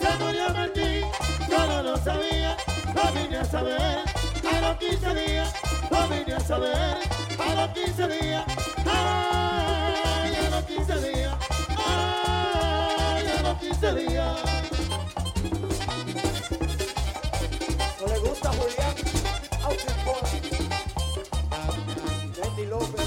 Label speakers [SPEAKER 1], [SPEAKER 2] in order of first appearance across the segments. [SPEAKER 1] yo por ti, todo lo sabía, lo vine a saber. A los 15 días, lo vine a saber. A los 15 días, ay, a los 15 días, ay, a los 15 días.
[SPEAKER 2] No le gusta Julián, Austriacola, Randy López.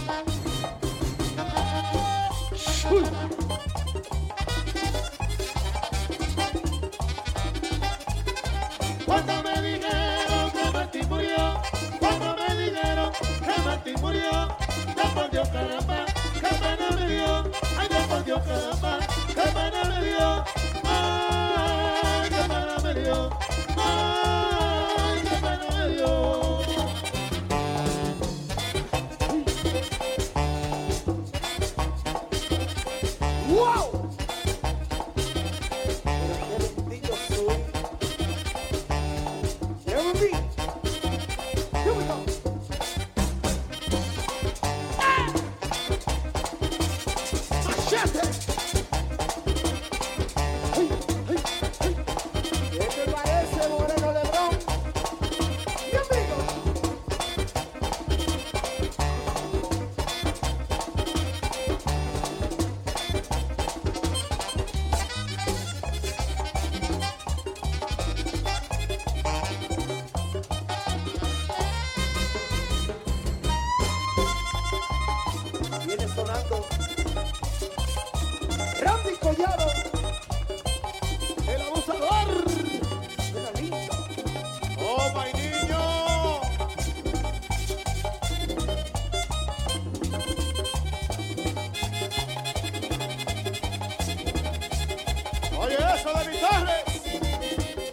[SPEAKER 1] Cuando me dijeron que Martín murió, cuando me dijeron que Martín murió, no por Dios caramba, que pena me dio, ay no por Dios caramba, que pena me dio, ay que pena me dio, ay que pena me dio.
[SPEAKER 2] ¡Wow! Pero qué bendito soy. Never be. Here we go.
[SPEAKER 1] Machete,
[SPEAKER 2] ¿Qué te parece, Moreno Lebrón? ¡Mi amigo! Viene sonando Randy Collado,
[SPEAKER 1] el abusador.
[SPEAKER 2] una linda.
[SPEAKER 1] ¡Oh, my niño! ¡Oye eso de mi torre!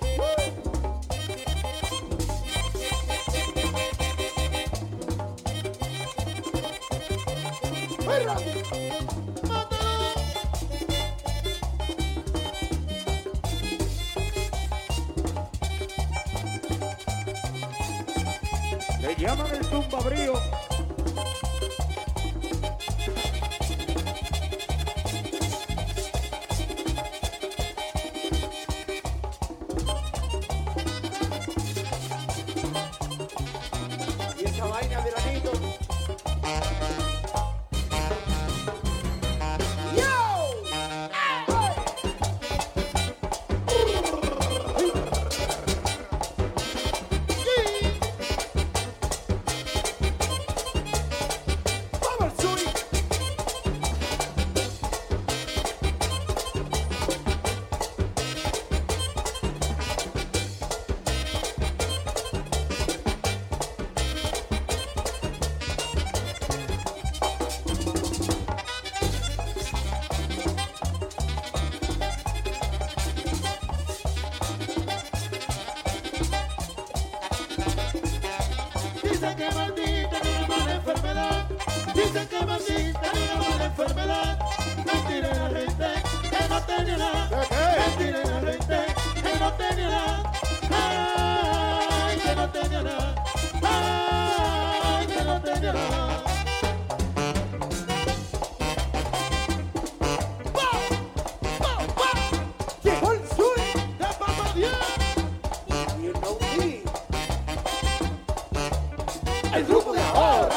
[SPEAKER 3] Le llaman el tumbabrío.
[SPEAKER 2] Y esa vaina de ladito. ¡Yo! ¡Hey! ¡Vamos al sur!
[SPEAKER 1] Dicen que maldita tiene mala enfermedad. Dicen que maldita tiene mala enfermedad. Mentira en la gente, que no tenía nada. Mentira en la gente, que no tenía nada. Ay, que no tenía nada. Ay, que no tenía nada.
[SPEAKER 2] ¡Llegó el sur!
[SPEAKER 1] ¡De papá Dios!
[SPEAKER 2] You know me. El grupo de ahora.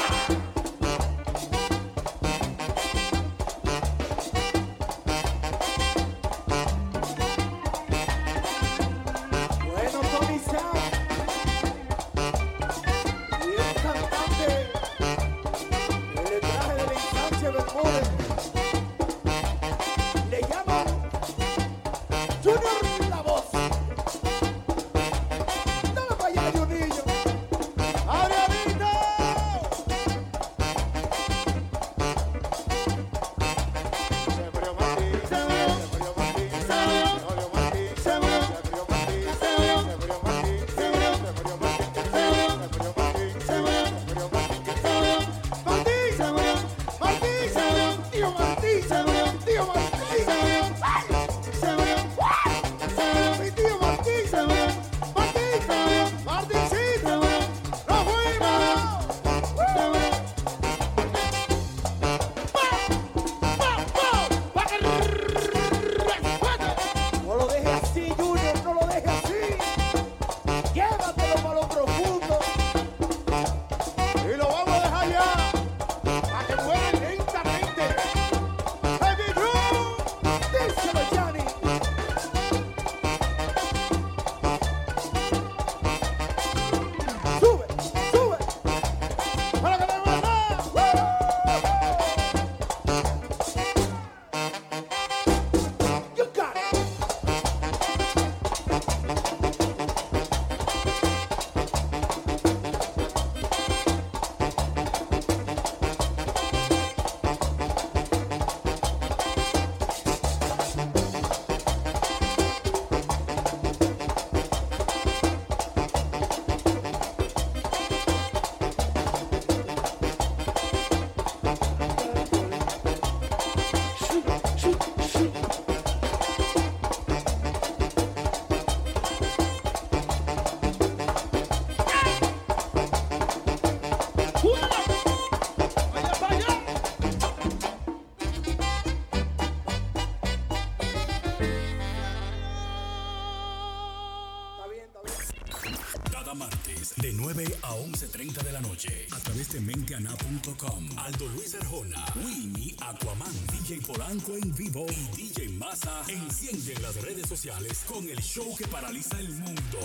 [SPEAKER 3] a 11.30 de la noche. A través de menteana.com. Aldo Luis Arjona, Winnie, Aquaman, DJ Polanco en vivo y DJ Massa encienden las redes sociales con el show que paraliza el mundo.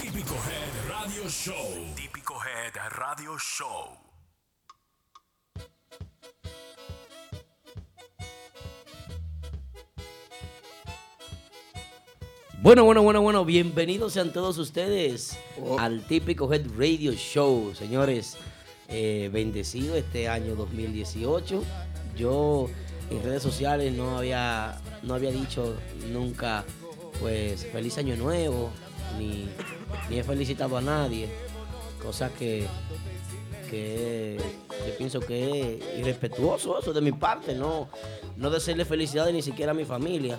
[SPEAKER 3] Típico Head Radio Show. Típico Head Radio Show.
[SPEAKER 4] Bueno, bueno, bueno, bueno, bienvenidos sean todos ustedes al típico Head Radio Show, señores. Eh, bendecido este año 2018. Yo en redes sociales no había, no había dicho nunca, pues, feliz año nuevo, ni, ni he felicitado a nadie, cosa que, que yo pienso que es irrespetuoso eso de mi parte, no, no desearle felicidades ni siquiera a mi familia.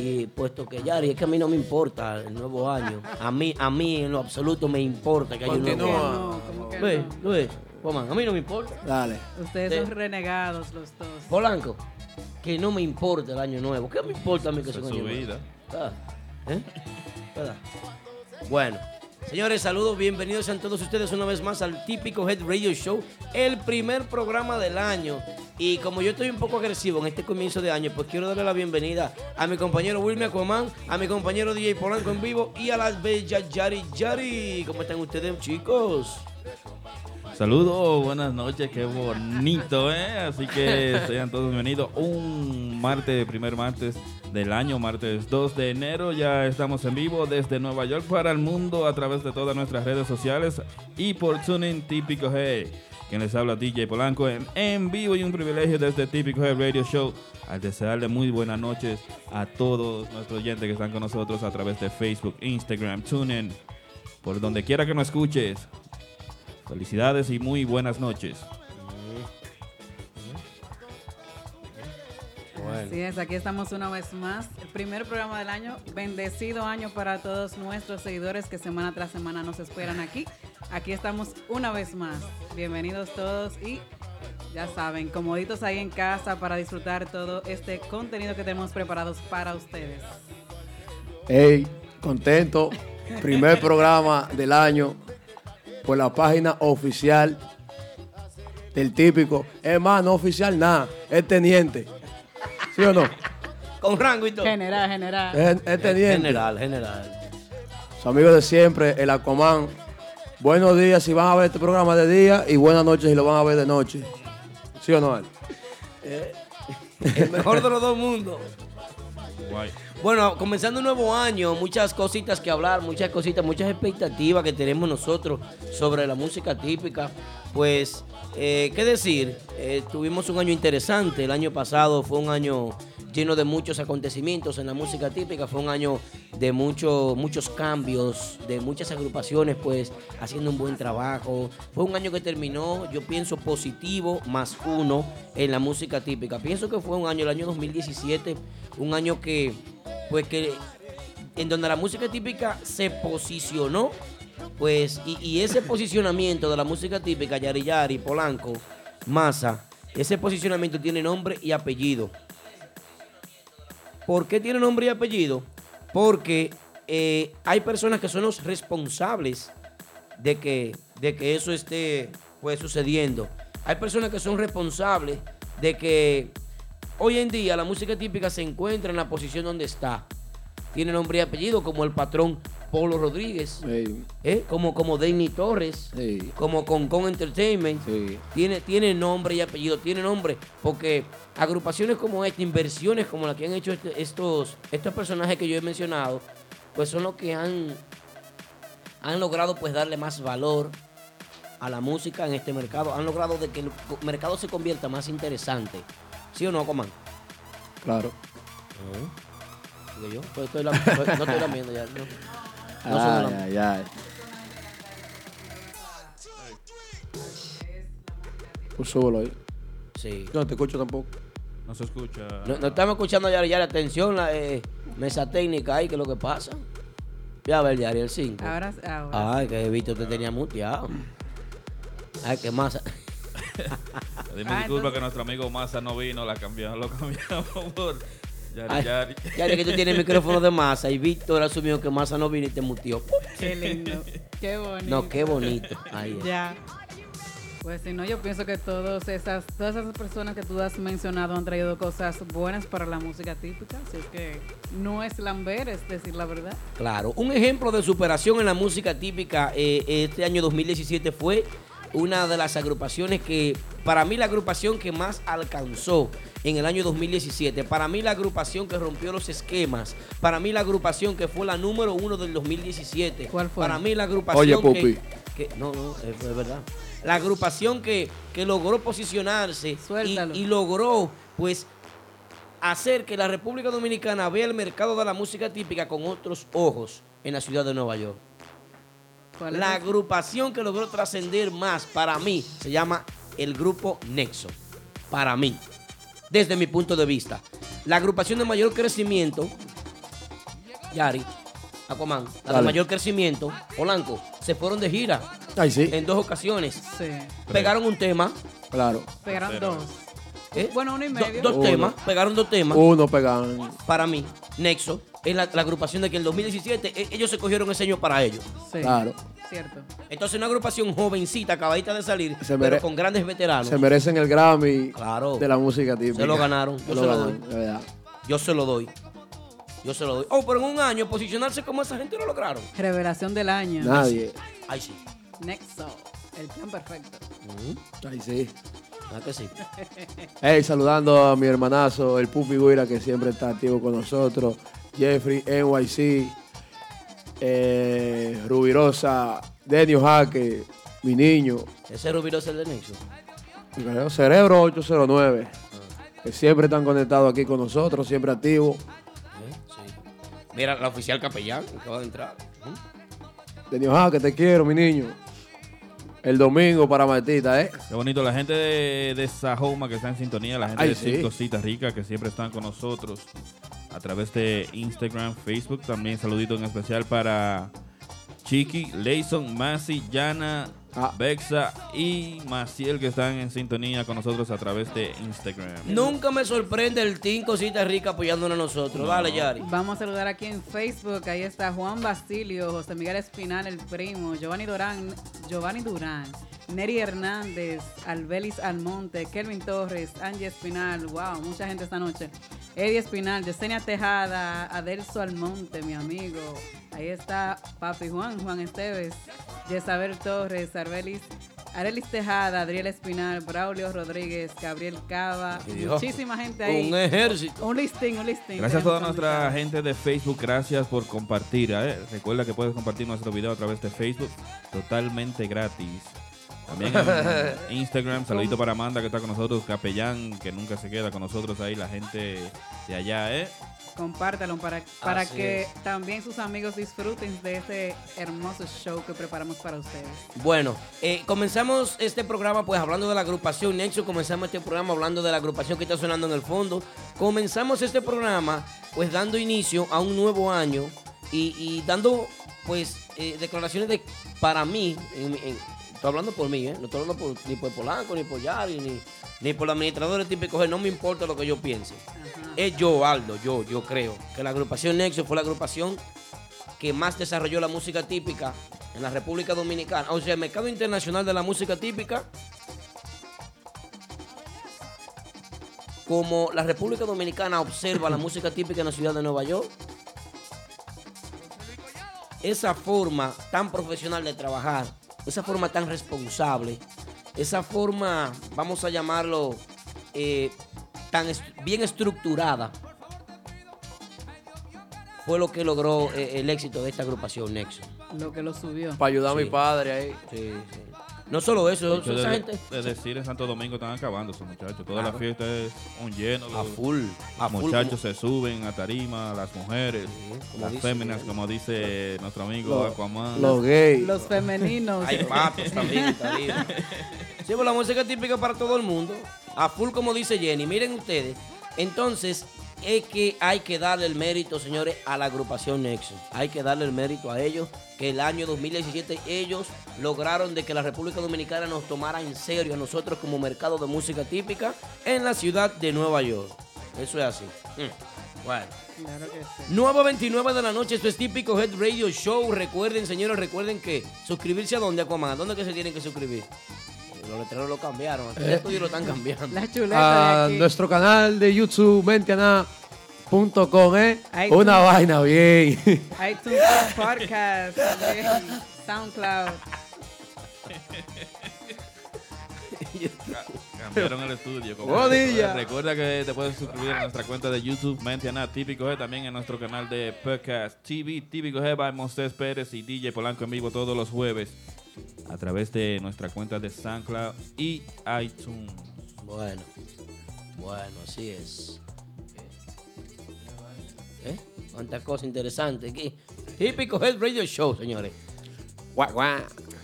[SPEAKER 4] Y puesto que Yari, es que a mí no me importa el nuevo año. A mí, a mí en lo absoluto me importa que haya un nuevo
[SPEAKER 5] Continúa.
[SPEAKER 4] año.
[SPEAKER 5] No, como que
[SPEAKER 4] Luis,
[SPEAKER 5] no.
[SPEAKER 4] Luis, Poman, a mí no me importa.
[SPEAKER 2] Dale.
[SPEAKER 5] Ustedes son renegados los dos.
[SPEAKER 4] Polanco, que no me importa el año nuevo. ¿Qué me importa a mí que
[SPEAKER 6] Esa
[SPEAKER 4] sea un
[SPEAKER 6] es
[SPEAKER 4] año
[SPEAKER 6] su
[SPEAKER 4] nuevo?
[SPEAKER 6] vida.
[SPEAKER 4] Ah, ¿eh? ¿Verdad? Bueno, señores, saludos, bienvenidos sean todos ustedes una vez más al típico Head Radio Show, el primer programa del año. Y como yo estoy un poco agresivo en este comienzo de año, pues quiero darle la bienvenida a mi compañero Wilmy Aquaman, a mi compañero DJ Polanco en vivo y a las bellas Yari Yari. ¿Cómo están ustedes, chicos?
[SPEAKER 6] Saludos, buenas noches, qué bonito, ¿eh? Así que sean todos bienvenidos. Un martes, primer martes del año, martes 2 de enero. Ya estamos en vivo desde Nueva York para el mundo a través de todas nuestras redes sociales y por TuneIn Típico G. Quien les habla DJ Polanco en, en vivo y un privilegio desde Típico G Radio Show. Al desearle muy buenas noches a todos nuestros oyentes que están con nosotros a través de Facebook, Instagram, TuneIn. Por donde quiera que nos escuches, Felicidades y muy buenas noches.
[SPEAKER 5] Así es, aquí estamos una vez más. El primer programa del año. Bendecido año para todos nuestros seguidores que semana tras semana nos esperan aquí. Aquí estamos una vez más. Bienvenidos todos y ya saben, comoditos ahí en casa para disfrutar todo este contenido que tenemos preparados para ustedes.
[SPEAKER 2] Hey, contento. Primer programa del año por la página oficial del típico. Es más, no oficial nada. Es teniente. ¿Sí o no?
[SPEAKER 4] Con rango y todo. Eh,
[SPEAKER 5] General, general.
[SPEAKER 2] Es, es teniente.
[SPEAKER 4] General, general.
[SPEAKER 2] Su amigo de siempre, el Acomán. Buenos días si van a ver este programa de día y buenas noches si lo van a ver de noche. ¿Sí o no? Al?
[SPEAKER 4] eh, El mejor de los dos mundos.
[SPEAKER 6] Guay.
[SPEAKER 4] Bueno, comenzando un nuevo año, muchas cositas que hablar, muchas cositas, muchas expectativas que tenemos nosotros sobre la música típica. Pues, eh, ¿qué decir? Eh, tuvimos un año interesante, el año pasado fue un año lleno de muchos acontecimientos en la música típica, fue un año de mucho- muchos cambios, de muchas agrupaciones, pues, haciendo un buen trabajo. Fue un año que terminó, yo pienso, positivo, más uno en la música típica. Pienso que fue un año, el año 2017, un año que pues que en donde la música típica se posicionó, pues, y, y ese posicionamiento de la música típica, Yari Yari, Polanco, Massa, ese posicionamiento tiene nombre y apellido. ¿Por qué tiene nombre y apellido? Porque eh, hay personas que son los responsables de que, de que eso esté pues, sucediendo. Hay personas que son responsables de que hoy en día la música típica se encuentra en la posición donde está. Tiene nombre y apellido como el patrón Polo Rodríguez, ¿eh? como, como Danny Torres, como Concon Entertainment. Tiene, tiene nombre y apellido, tiene nombre, porque agrupaciones como esta, inversiones como la que han hecho este- estos, estos personajes que yo he mencionado, pues son los que han, han logrado pues darle más valor a la música en este mercado. Han logrado de que el co- mercado se convierta más interesante. ¿Sí o no, Coman?
[SPEAKER 2] Claro.
[SPEAKER 4] Ah. Digo yo, pues estoy lam- estoy- no estoy lamiendo ya. No, no son lam-
[SPEAKER 2] Ay, ay, ay. Pues súbelo ahí.
[SPEAKER 4] Sí.
[SPEAKER 2] Yo no te escucho tampoco.
[SPEAKER 6] No se escucha.
[SPEAKER 4] No, no estamos escuchando ya, ya la atención, la eh, mesa técnica ahí, que es lo que pasa. Ya a ver, Yari, el 5.
[SPEAKER 5] Ahora, ahora.
[SPEAKER 4] Ay, que Vito te tenía muteado. Ay, qué más.
[SPEAKER 6] Pedimos
[SPEAKER 5] Ah,
[SPEAKER 6] disculpas
[SPEAKER 5] entonces-
[SPEAKER 6] que nuestro amigo Massa no vino, la cambiamos, lo cambiamos por Yari,
[SPEAKER 4] Ay,
[SPEAKER 6] Yari.
[SPEAKER 4] Yari, que tú tienes el micrófono de masa y Víctor asumió que masa no vino y te mutió.
[SPEAKER 5] Qué lindo. Qué bonito.
[SPEAKER 4] No, qué bonito. Ahí es.
[SPEAKER 5] Ya. Pues si no, yo pienso que todas esas, todas esas personas que tú has mencionado han traído cosas buenas para la música típica, así es que no es lamber, es decir la verdad.
[SPEAKER 4] Claro, un ejemplo de superación en la música típica eh, este año 2017 fue una de las agrupaciones que, para mí la agrupación que más alcanzó en el año 2017, para mí la agrupación que rompió los esquemas, para mí la agrupación que fue la número uno del 2017,
[SPEAKER 5] ¿Cuál fue?
[SPEAKER 4] para mí la agrupación
[SPEAKER 2] Oye,
[SPEAKER 4] que-
[SPEAKER 2] Pupi.
[SPEAKER 4] que, no, no, es, es verdad, la agrupación que, que logró posicionarse y,
[SPEAKER 5] Suéltalo.
[SPEAKER 4] y logró pues hacer que la República Dominicana vea el mercado de la música típica con otros ojos en la ciudad de Nueva York.
[SPEAKER 5] ¿Cuál es
[SPEAKER 4] La
[SPEAKER 5] esa?
[SPEAKER 4] agrupación que logró trascender más para mí se llama el grupo Nexo. Para mí, desde mi punto de vista, la agrupación de mayor crecimiento, Yari, Aquaman, la de
[SPEAKER 2] Dale.
[SPEAKER 4] mayor crecimiento, Polanco, se fueron de gira
[SPEAKER 2] Ay, sí,
[SPEAKER 4] en dos ocasiones.
[SPEAKER 5] Sí.
[SPEAKER 4] Pegaron un tema,
[SPEAKER 2] claro.
[SPEAKER 5] Pegaron dos.
[SPEAKER 4] ¿eh?
[SPEAKER 5] Bueno, uno y
[SPEAKER 4] Do-
[SPEAKER 5] medio.
[SPEAKER 4] dos
[SPEAKER 2] Uno.
[SPEAKER 4] temas, pegaron dos temas.
[SPEAKER 2] Uno pegan.
[SPEAKER 4] para mí, Nexo, es la, la agrupación de que en 2017 e- ellos se cogieron ese año para ellos.
[SPEAKER 5] Sí.
[SPEAKER 2] Claro.
[SPEAKER 5] Cierto.
[SPEAKER 4] Entonces, una agrupación jovencita, acabadita de salir,
[SPEAKER 2] Se
[SPEAKER 4] pero
[SPEAKER 2] mere-
[SPEAKER 4] con grandes veteranos.
[SPEAKER 2] Se merecen el Grammy
[SPEAKER 4] Claro.
[SPEAKER 2] de la música típica.
[SPEAKER 4] Se lo ganaron, yo
[SPEAKER 2] Se lo
[SPEAKER 4] se lo
[SPEAKER 2] ganaron, de verdad.
[SPEAKER 4] Yo se lo doy. Yo se lo doy. Oh, pero en un año posicionarse como esa gente lo lograron.
[SPEAKER 5] Revelación del año.
[SPEAKER 2] Nadie.
[SPEAKER 4] Ay, sí.
[SPEAKER 5] Nexo. El plan perfecto.
[SPEAKER 4] ¿Mm?
[SPEAKER 2] Ay, sí.
[SPEAKER 4] ¿Verdad que sí?
[SPEAKER 2] Hey, saludando a mi hermanazo, el Pupi Guira, que siempre está activo con nosotros. Jeffrey NYC. Eh, Rubirosa, Denio Jaque, mi niño.
[SPEAKER 4] Ese Rubiro es el de Nexo. Eh,
[SPEAKER 2] Creo, Cerebro 809. Que siempre están conectados aquí con nosotros, siempre activos.
[SPEAKER 4] ¿Eh? Sí. Mira, la oficial capellán que acaba de entrar. Ujú.
[SPEAKER 2] Denio Jaque, te quiero, mi niño. El domingo para Martita, ¿eh?
[SPEAKER 6] Qué bonito, la gente de, de Sajoma que está en sintonía, la gente
[SPEAKER 2] Ay,
[SPEAKER 6] de
[SPEAKER 2] sí.
[SPEAKER 6] Circo Cita Rica que siempre están con nosotros a través de Instagram, Facebook. También saludito en especial para Chiqui, Leyson, Masi, Yana,
[SPEAKER 2] Ah.
[SPEAKER 6] Bexa y Maciel que están en sintonía con nosotros a través de Instagram.
[SPEAKER 4] Nunca me sorprende el Team Cosita Rica apoyándonos a nosotros. Dale, Yari.
[SPEAKER 5] Vamos a saludar aquí en Facebook. Ahí está Juan Basilio, José Miguel Espinal, el primo, Giovanni Durán, Giovanni Durán, Neri Hernández, Albelis Almonte, Kelvin Torres, Angie Espinal. Wow, mucha gente esta noche. Eddie Espinal, Yesenia Tejada, Adelso Almonte, mi amigo. Ahí está Papi Juan, Juan Esteves, Yesabel Torres, Arbelis, Arelis Tejada, Adriel Espinal, Braulio Rodríguez, Gabriel Cava.
[SPEAKER 4] Dios.
[SPEAKER 5] Muchísima gente ahí.
[SPEAKER 4] Un ejército.
[SPEAKER 5] Un listing, un listing.
[SPEAKER 6] Gracias a toda
[SPEAKER 5] Tenemos
[SPEAKER 6] nuestra
[SPEAKER 5] invitados.
[SPEAKER 6] gente de Facebook, gracias por compartir. ¿eh? Recuerda que puedes compartir nuestro video a través de Facebook totalmente gratis. También en Instagram, saludito para Amanda que está con nosotros, Capellán que nunca se queda con nosotros ahí, la gente de allá, ¿eh?
[SPEAKER 5] Compártalo para, para
[SPEAKER 4] Así
[SPEAKER 5] que
[SPEAKER 4] es.
[SPEAKER 5] también sus amigos disfruten de este hermoso show que preparamos para ustedes.
[SPEAKER 4] Bueno, eh, comenzamos este programa pues hablando de la agrupación Nexo, comenzamos este programa hablando de la agrupación que está sonando en el fondo, comenzamos este programa pues dando inicio a un nuevo año y, y dando pues eh, declaraciones de para mí, en- en- estoy hablando por mí, ¿eh? no estoy hablando por- ni por Polanco, ni por Yari, ni, ni por los administradores típicos, no me importa lo que yo piense. Es yo, Aldo, yo, yo creo que la agrupación Nexo fue la agrupación que más desarrolló la música típica en la República Dominicana. O sea, el mercado internacional de la música típica, como la República Dominicana observa la música típica en la ciudad de Nueva York, esa forma tan profesional de trabajar, esa forma tan responsable, esa forma, vamos a llamarlo, eh, tan est- bien estructurada, fue lo que logró eh, el éxito de esta agrupación Nexo.
[SPEAKER 5] Lo que lo subió.
[SPEAKER 2] Para ayudar a
[SPEAKER 4] Sí.
[SPEAKER 2] mi padre ahí.
[SPEAKER 4] Sí, sí. No solo eso,
[SPEAKER 6] Yo
[SPEAKER 4] esa
[SPEAKER 6] de,
[SPEAKER 4] gente
[SPEAKER 6] de decir en Santo Domingo están acabando esos muchachos. Toda la
[SPEAKER 4] Claro.
[SPEAKER 6] fiesta es un lleno.
[SPEAKER 4] a
[SPEAKER 6] los-
[SPEAKER 4] full, a
[SPEAKER 6] los
[SPEAKER 4] full.
[SPEAKER 6] muchachos se suben a tarima, las mujeres,
[SPEAKER 4] Sí, como
[SPEAKER 6] las
[SPEAKER 4] dice-
[SPEAKER 6] féminas, como dice nuestro amigo
[SPEAKER 2] Lo-
[SPEAKER 6] Aquaman.
[SPEAKER 2] Los gays.
[SPEAKER 5] Los femeninos.
[SPEAKER 4] Hay patos también, está bien. Sí, pues la música es típica para todo el mundo. A full, como dice Jenny. Miren ustedes. Entonces, es que hay que darle el mérito, señores, a la agrupación Nexo. Hay que darle el mérito a ellos. Que el año 2017 ellos lograron de que la República Dominicana nos tomara en serio a nosotros como mercado de música típica en la ciudad de Nueva York. Eso es así. Mm. Bueno.
[SPEAKER 5] Claro que sí.
[SPEAKER 4] 9 a 29 de la noche, esto es típico Head Radio Show. Recuerden, señores, recuerden que suscribirse a dónde, Aquaman. ¿A dónde que se tienen que suscribir? Eh, Los letreros lo cambiaron, aquí el estudio lo están cambiando.
[SPEAKER 5] Eh. La chuleta
[SPEAKER 2] A
[SPEAKER 5] de aquí.
[SPEAKER 2] nuestro canal de YouTube, mentiana.com, ¿eh?
[SPEAKER 5] Ay,
[SPEAKER 2] Una
[SPEAKER 5] tú.
[SPEAKER 2] vaina bien.
[SPEAKER 5] iTunes Podcast, también, SoundCloud.
[SPEAKER 6] Cambiaron el estudio. como-
[SPEAKER 2] Bonilla.
[SPEAKER 6] Recuerda que te puedes suscribir a nuestra cuenta de YouTube, Mente a Nada, Típico G, también en nuestro canal de podcast TV, Típico G, by Moisés Pérez y DJ Polanco en vivo todos los jueves a través de nuestra cuenta de SoundCloud y iTunes.
[SPEAKER 4] Bueno, bueno, así es. ¿Eh? Cuántas cosas interesantes aquí. Típico Head Radio Show, señores. Guau, guau.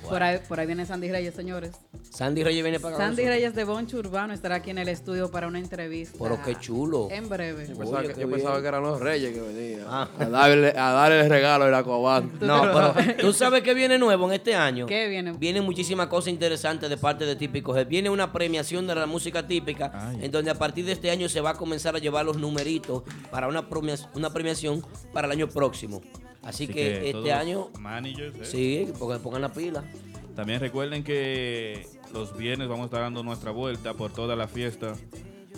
[SPEAKER 5] Por ahí, por ahí viene Sandy Reyes, señores.
[SPEAKER 4] Sandy Reyes viene para acá. con
[SPEAKER 5] Sandy
[SPEAKER 4] nosotros.
[SPEAKER 5] Reyes de Boncho Urbano estará aquí en el estudio para una entrevista.
[SPEAKER 4] Pero qué chulo.
[SPEAKER 5] En breve.
[SPEAKER 2] Yo pensaba,
[SPEAKER 4] Oye,
[SPEAKER 2] que,
[SPEAKER 4] qué
[SPEAKER 2] yo pensaba
[SPEAKER 4] bien.
[SPEAKER 2] que eran los reyes que venían
[SPEAKER 4] Ah.
[SPEAKER 2] a, darle, a darle el regalo de la cobán.
[SPEAKER 4] No, pero tú sabes que viene nuevo en este año.
[SPEAKER 5] ¿Qué viene?
[SPEAKER 4] Vienen muchísimas cosas interesantes de parte de Típico Head. Viene una premiación de la música típica, en donde a partir de este año se va a comenzar a llevar los numeritos para una, premia- una premiación para el año próximo. Así, que,
[SPEAKER 6] todos
[SPEAKER 4] este
[SPEAKER 6] los
[SPEAKER 4] año,
[SPEAKER 6] Managers, ¿eh?
[SPEAKER 4] sí, porque pongan la pila.
[SPEAKER 6] También recuerden que los viernes vamos a estar dando nuestra vuelta por toda la fiesta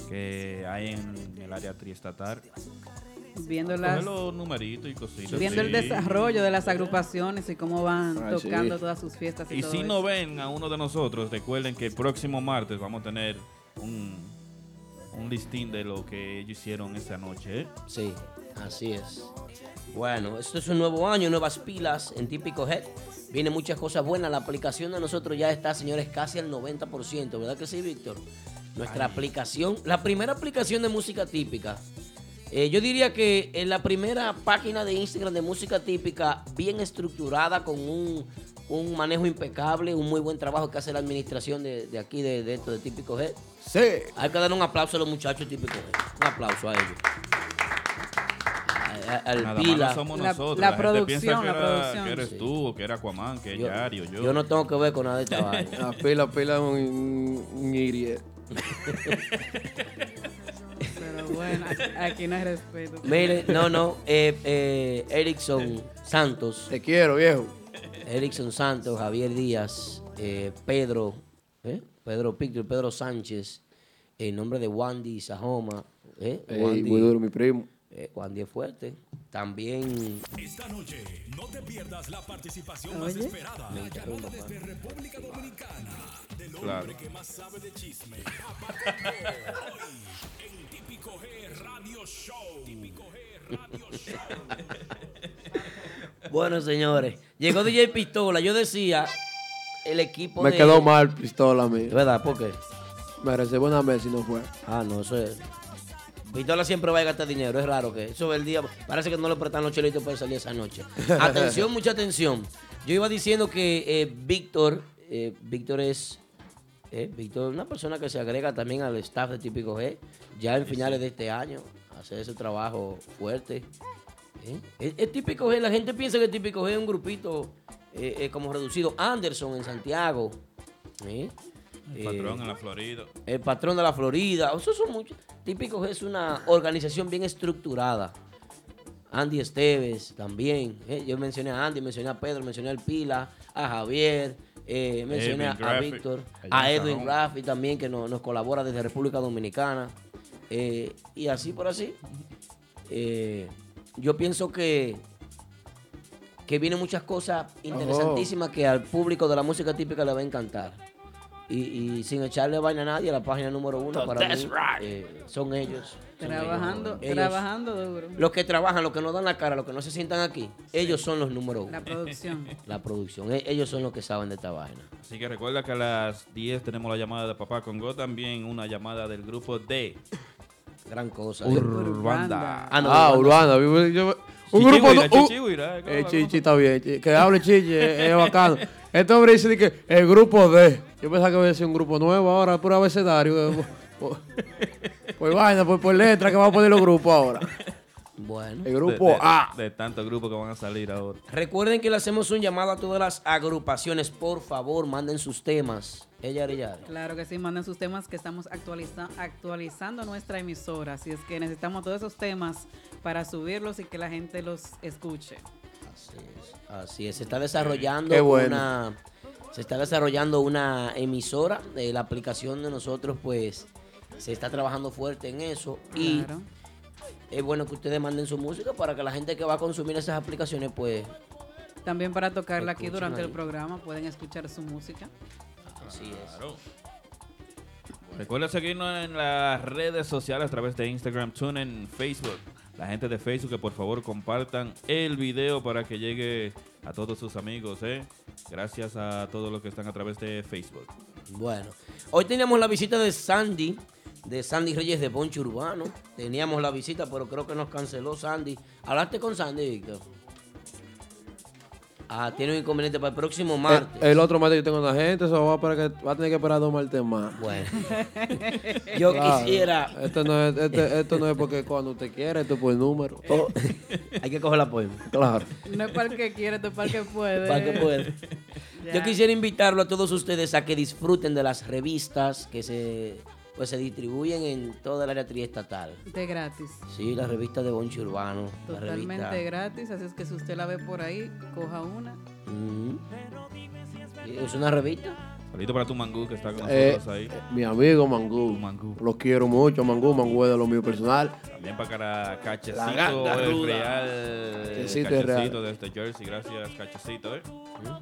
[SPEAKER 6] que hay en el área triestatal.
[SPEAKER 5] Viendo
[SPEAKER 6] Coge
[SPEAKER 5] las.
[SPEAKER 6] los numeritos y cositas.
[SPEAKER 5] Viendo el
[SPEAKER 6] sí.
[SPEAKER 5] desarrollo de las agrupaciones y cómo van
[SPEAKER 2] Ah, sí.
[SPEAKER 5] tocando todas sus fiestas y,
[SPEAKER 6] Y
[SPEAKER 5] todo
[SPEAKER 6] si
[SPEAKER 5] eso.
[SPEAKER 6] no ven a uno de nosotros, recuerden que el próximo martes vamos a tener un, un listín de lo que ellos hicieron esa noche. ¿eh?
[SPEAKER 4] Sí, así es. Bueno, esto es un nuevo año, nuevas pilas en Típico Head. Vienen muchas cosas buenas. La aplicación de nosotros ya está, señores, casi al 90%, ¿verdad que sí, Víctor? Nuestra aplicación, la primera aplicación de música típica. Eh, yo diría que en la primera página de Instagram de música típica, bien estructurada, con un, un manejo impecable, un muy buen trabajo que hace la administración de, de aquí, de, de esto, de Típico Head.
[SPEAKER 2] Sí.
[SPEAKER 4] Hay que dar un aplauso a los muchachos típicos. Un aplauso a ellos. Eh, A- a- Al
[SPEAKER 6] Nada más no
[SPEAKER 4] Pila.
[SPEAKER 6] somos
[SPEAKER 5] La-
[SPEAKER 6] nosotros.
[SPEAKER 5] la
[SPEAKER 6] La, gente piensa
[SPEAKER 5] producción,
[SPEAKER 6] que,
[SPEAKER 5] la
[SPEAKER 6] era-
[SPEAKER 5] producción.
[SPEAKER 6] que eres tú, o que era Aquaman, que
[SPEAKER 4] Yo-
[SPEAKER 6] Yario, yo.
[SPEAKER 4] Yo no tengo que ver con nada de esta vaina.
[SPEAKER 2] La pila, pila, un, un irie.
[SPEAKER 5] Pero bueno, aquí no hay respeto.
[SPEAKER 4] Mire, no, no. Eh, eh, Erickson Santos.
[SPEAKER 2] Te quiero, viejo.
[SPEAKER 4] Erickson Santos, Javier Díaz, eh, Pedro, ¿eh? Pedro Pictor, Pedro Sánchez, en nombre de Wandy Sajoma, ¿eh?
[SPEAKER 2] Ey,
[SPEAKER 4] Wandy,
[SPEAKER 2] muy duro, mi primo.
[SPEAKER 4] eh, Wandy es fuerte. También
[SPEAKER 3] Esta noche no te pierdas la participación más
[SPEAKER 5] Oye.
[SPEAKER 3] esperada. La llamada desde República Dominicana del hombre
[SPEAKER 6] Claro.
[SPEAKER 3] que más sabe de chisme. Hoy en Típico G Radio Show. Típico G Radio Show.
[SPEAKER 4] Bueno, señores, llegó DJ Pistola. Yo decía, el equipo
[SPEAKER 2] Me
[SPEAKER 4] de-
[SPEAKER 2] quedó mal pistola a
[SPEAKER 4] Es
[SPEAKER 2] mí.
[SPEAKER 4] ¿Verdad? ¿Por qué?
[SPEAKER 2] Me reservó una mesa y no fue.
[SPEAKER 4] Ah, no, eso es... Pistola siempre va a gastar dinero, es raro que eso es el día, parece que no le prestan los chelitos para salir esa noche. Atención, mucha atención. Yo iba diciendo que eh, Víctor, eh, Víctor es eh, Víctor, una persona que se agrega también al staff de Típico G, ya en finales de este año, hace ese trabajo fuerte. ¿eh? Es, es Típico G, la gente piensa que Típico G es un grupito eh, eh, como reducido. Anderson en Santiago. ¿eh?
[SPEAKER 6] El
[SPEAKER 4] Eh,
[SPEAKER 6] patrón en la Florida.
[SPEAKER 4] el patrón de la Florida. Eso son muchos. Típico es una organización bien estructurada. Andy Esteves también. eh, Yo mencioné a Andy, mencioné a Pedro, mencioné al Pila, a Javier, eh, mencioné
[SPEAKER 6] Edwin
[SPEAKER 4] a
[SPEAKER 6] Graffi,
[SPEAKER 4] Víctor,
[SPEAKER 6] allá
[SPEAKER 4] a
[SPEAKER 6] en
[SPEAKER 4] Edwin
[SPEAKER 6] Sajón.
[SPEAKER 4] Graffi también, que no- nos colabora desde República Dominicana. eh, y así por así. Eh, yo pienso que, que vienen muchas cosas interesantísimas que al público de la música típica le va a encantar. Y, y sin echarle vaina a nadie, la página número uno para mí eh, son ellos. son
[SPEAKER 5] Trabajando,
[SPEAKER 4] ellos. Ellos,
[SPEAKER 5] trabajando duro.
[SPEAKER 4] Los que trabajan, los que no dan la cara, los que no se sientan aquí, ellos son los número uno.
[SPEAKER 5] La producción.
[SPEAKER 4] La producción, e- ellos son los que saben de esta vaina.
[SPEAKER 6] Así que recuerda que a las 10 tenemos la llamada de Papá Congo, también una llamada del grupo de
[SPEAKER 4] Gran cosa.
[SPEAKER 6] Urbanda.
[SPEAKER 4] Ah, no,
[SPEAKER 2] ah,
[SPEAKER 4] Urbanda.
[SPEAKER 2] Urbana. yo- yo- un grupo.
[SPEAKER 6] Chichihuira,
[SPEAKER 2] no- un-
[SPEAKER 6] Chichihuira, ¿cómo
[SPEAKER 2] Eh,
[SPEAKER 6] la
[SPEAKER 2] Chichi
[SPEAKER 6] cosa?
[SPEAKER 2] está bien. Chi- Que hable Chichi, es, es bacano. Este hombre dice de que el grupo D. Yo pensaba que iba a ser un grupo nuevo ahora, puro Pues, abecedario. eh, Por, por- por vaina, por, por letra que va a poner los grupos ahora.
[SPEAKER 4] Bueno.
[SPEAKER 2] El
[SPEAKER 6] De-
[SPEAKER 2] grupo
[SPEAKER 6] de-
[SPEAKER 2] A.
[SPEAKER 6] De tantos grupos que van a salir ahora.
[SPEAKER 4] Recuerden que le hacemos un llamado a todas las agrupaciones. Por favor, manden sus temas. Ella, ella.
[SPEAKER 5] Claro que sí, manden sus temas que estamos actualiza- actualizando nuestra emisora. Así es que necesitamos todos esos temas para subirlos y que la gente los escuche.
[SPEAKER 4] Así es, se está desarrollando
[SPEAKER 2] Qué bueno.
[SPEAKER 4] una se está desarrollando una emisora, eh, la aplicación de nosotros pues se está trabajando fuerte en eso y
[SPEAKER 5] Claro.
[SPEAKER 4] es bueno que ustedes manden su música para que la gente que va a consumir esas aplicaciones pues
[SPEAKER 5] También para tocarla aquí
[SPEAKER 4] Escuchen
[SPEAKER 5] durante
[SPEAKER 4] ahí.
[SPEAKER 5] el programa, pueden escuchar su música.
[SPEAKER 4] así es.
[SPEAKER 6] Recuerda seguirnos en las redes sociales a través de Instagram, TuneIn, Facebook. La gente de Facebook que por favor compartan el video para que llegue a todos sus amigos, ¿eh? Gracias a todos los que están a través de Facebook.
[SPEAKER 4] Bueno, hoy teníamos la visita de Sandy, de Sandy Reyes de Poncho Urbano. Teníamos la visita, pero creo que nos canceló Sandy. ¿Hablaste con Sandy, Víctor? Ah, tiene un inconveniente para el próximo martes.
[SPEAKER 2] Eh, El, el otro martes yo tengo una gente, eso va, para que, va a tener que esperar dos martes más.
[SPEAKER 4] Bueno. Yo quisiera-
[SPEAKER 2] Esto no, es, este- esto no es porque cuando usted quiere, esto es por número.
[SPEAKER 4] Oh, Hay que coger la poema.
[SPEAKER 2] Claro.
[SPEAKER 5] No es para el que quiere, es para el que puede.
[SPEAKER 4] Para que pueda. Yo quisiera invitarlo a todos ustedes a que disfruten de las revistas que se, pues, se distribuyen en toda el área triestatal.
[SPEAKER 5] De gratis.
[SPEAKER 4] Sí, la revista de Bonchi Urbano. la
[SPEAKER 5] Totalmente
[SPEAKER 4] revista-
[SPEAKER 5] gratis, así es que si usted la ve por ahí, coja una.
[SPEAKER 4] Mm. Es una revista.
[SPEAKER 6] Saludito para tu mangú que está con
[SPEAKER 2] Eh,
[SPEAKER 6] nosotros ahí.
[SPEAKER 2] eh, mi amigo Mangú. Los quiero mucho, Mangú. Mangú es de lo mío personal.
[SPEAKER 4] Ah,
[SPEAKER 6] También para Cachecito,
[SPEAKER 2] La ganga
[SPEAKER 6] el
[SPEAKER 2] ruda.
[SPEAKER 6] real.
[SPEAKER 2] Cachecito, el
[SPEAKER 6] Cachecito desde Jersey. Gracias, Cachecito, ¿eh?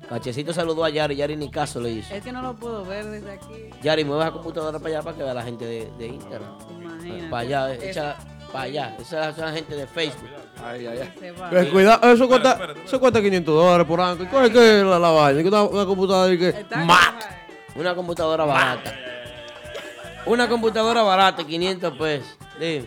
[SPEAKER 4] Cachecito saludó a Yari, Yari ni caso le hizo.
[SPEAKER 5] Es que no lo puedo ver desde aquí.
[SPEAKER 4] Yari, mueve la computadora para allá para que vea la gente de, de Instagram.
[SPEAKER 5] Imagínate.
[SPEAKER 4] Para allá,
[SPEAKER 5] Es-
[SPEAKER 4] echa- para allá. Esa es la gente de Facebook.
[SPEAKER 2] Ay, ay, ay.
[SPEAKER 5] Se va.
[SPEAKER 2] Eh, cuidado, eso cuesta, eso cuesta 500 dólares por año. ¿Cuál es que es la, la vaina? Que Una, una computadora y que.
[SPEAKER 5] Está-
[SPEAKER 2] ¡Mat!
[SPEAKER 4] Una computadora barata. Una computadora barata, 500 pesos. Dime.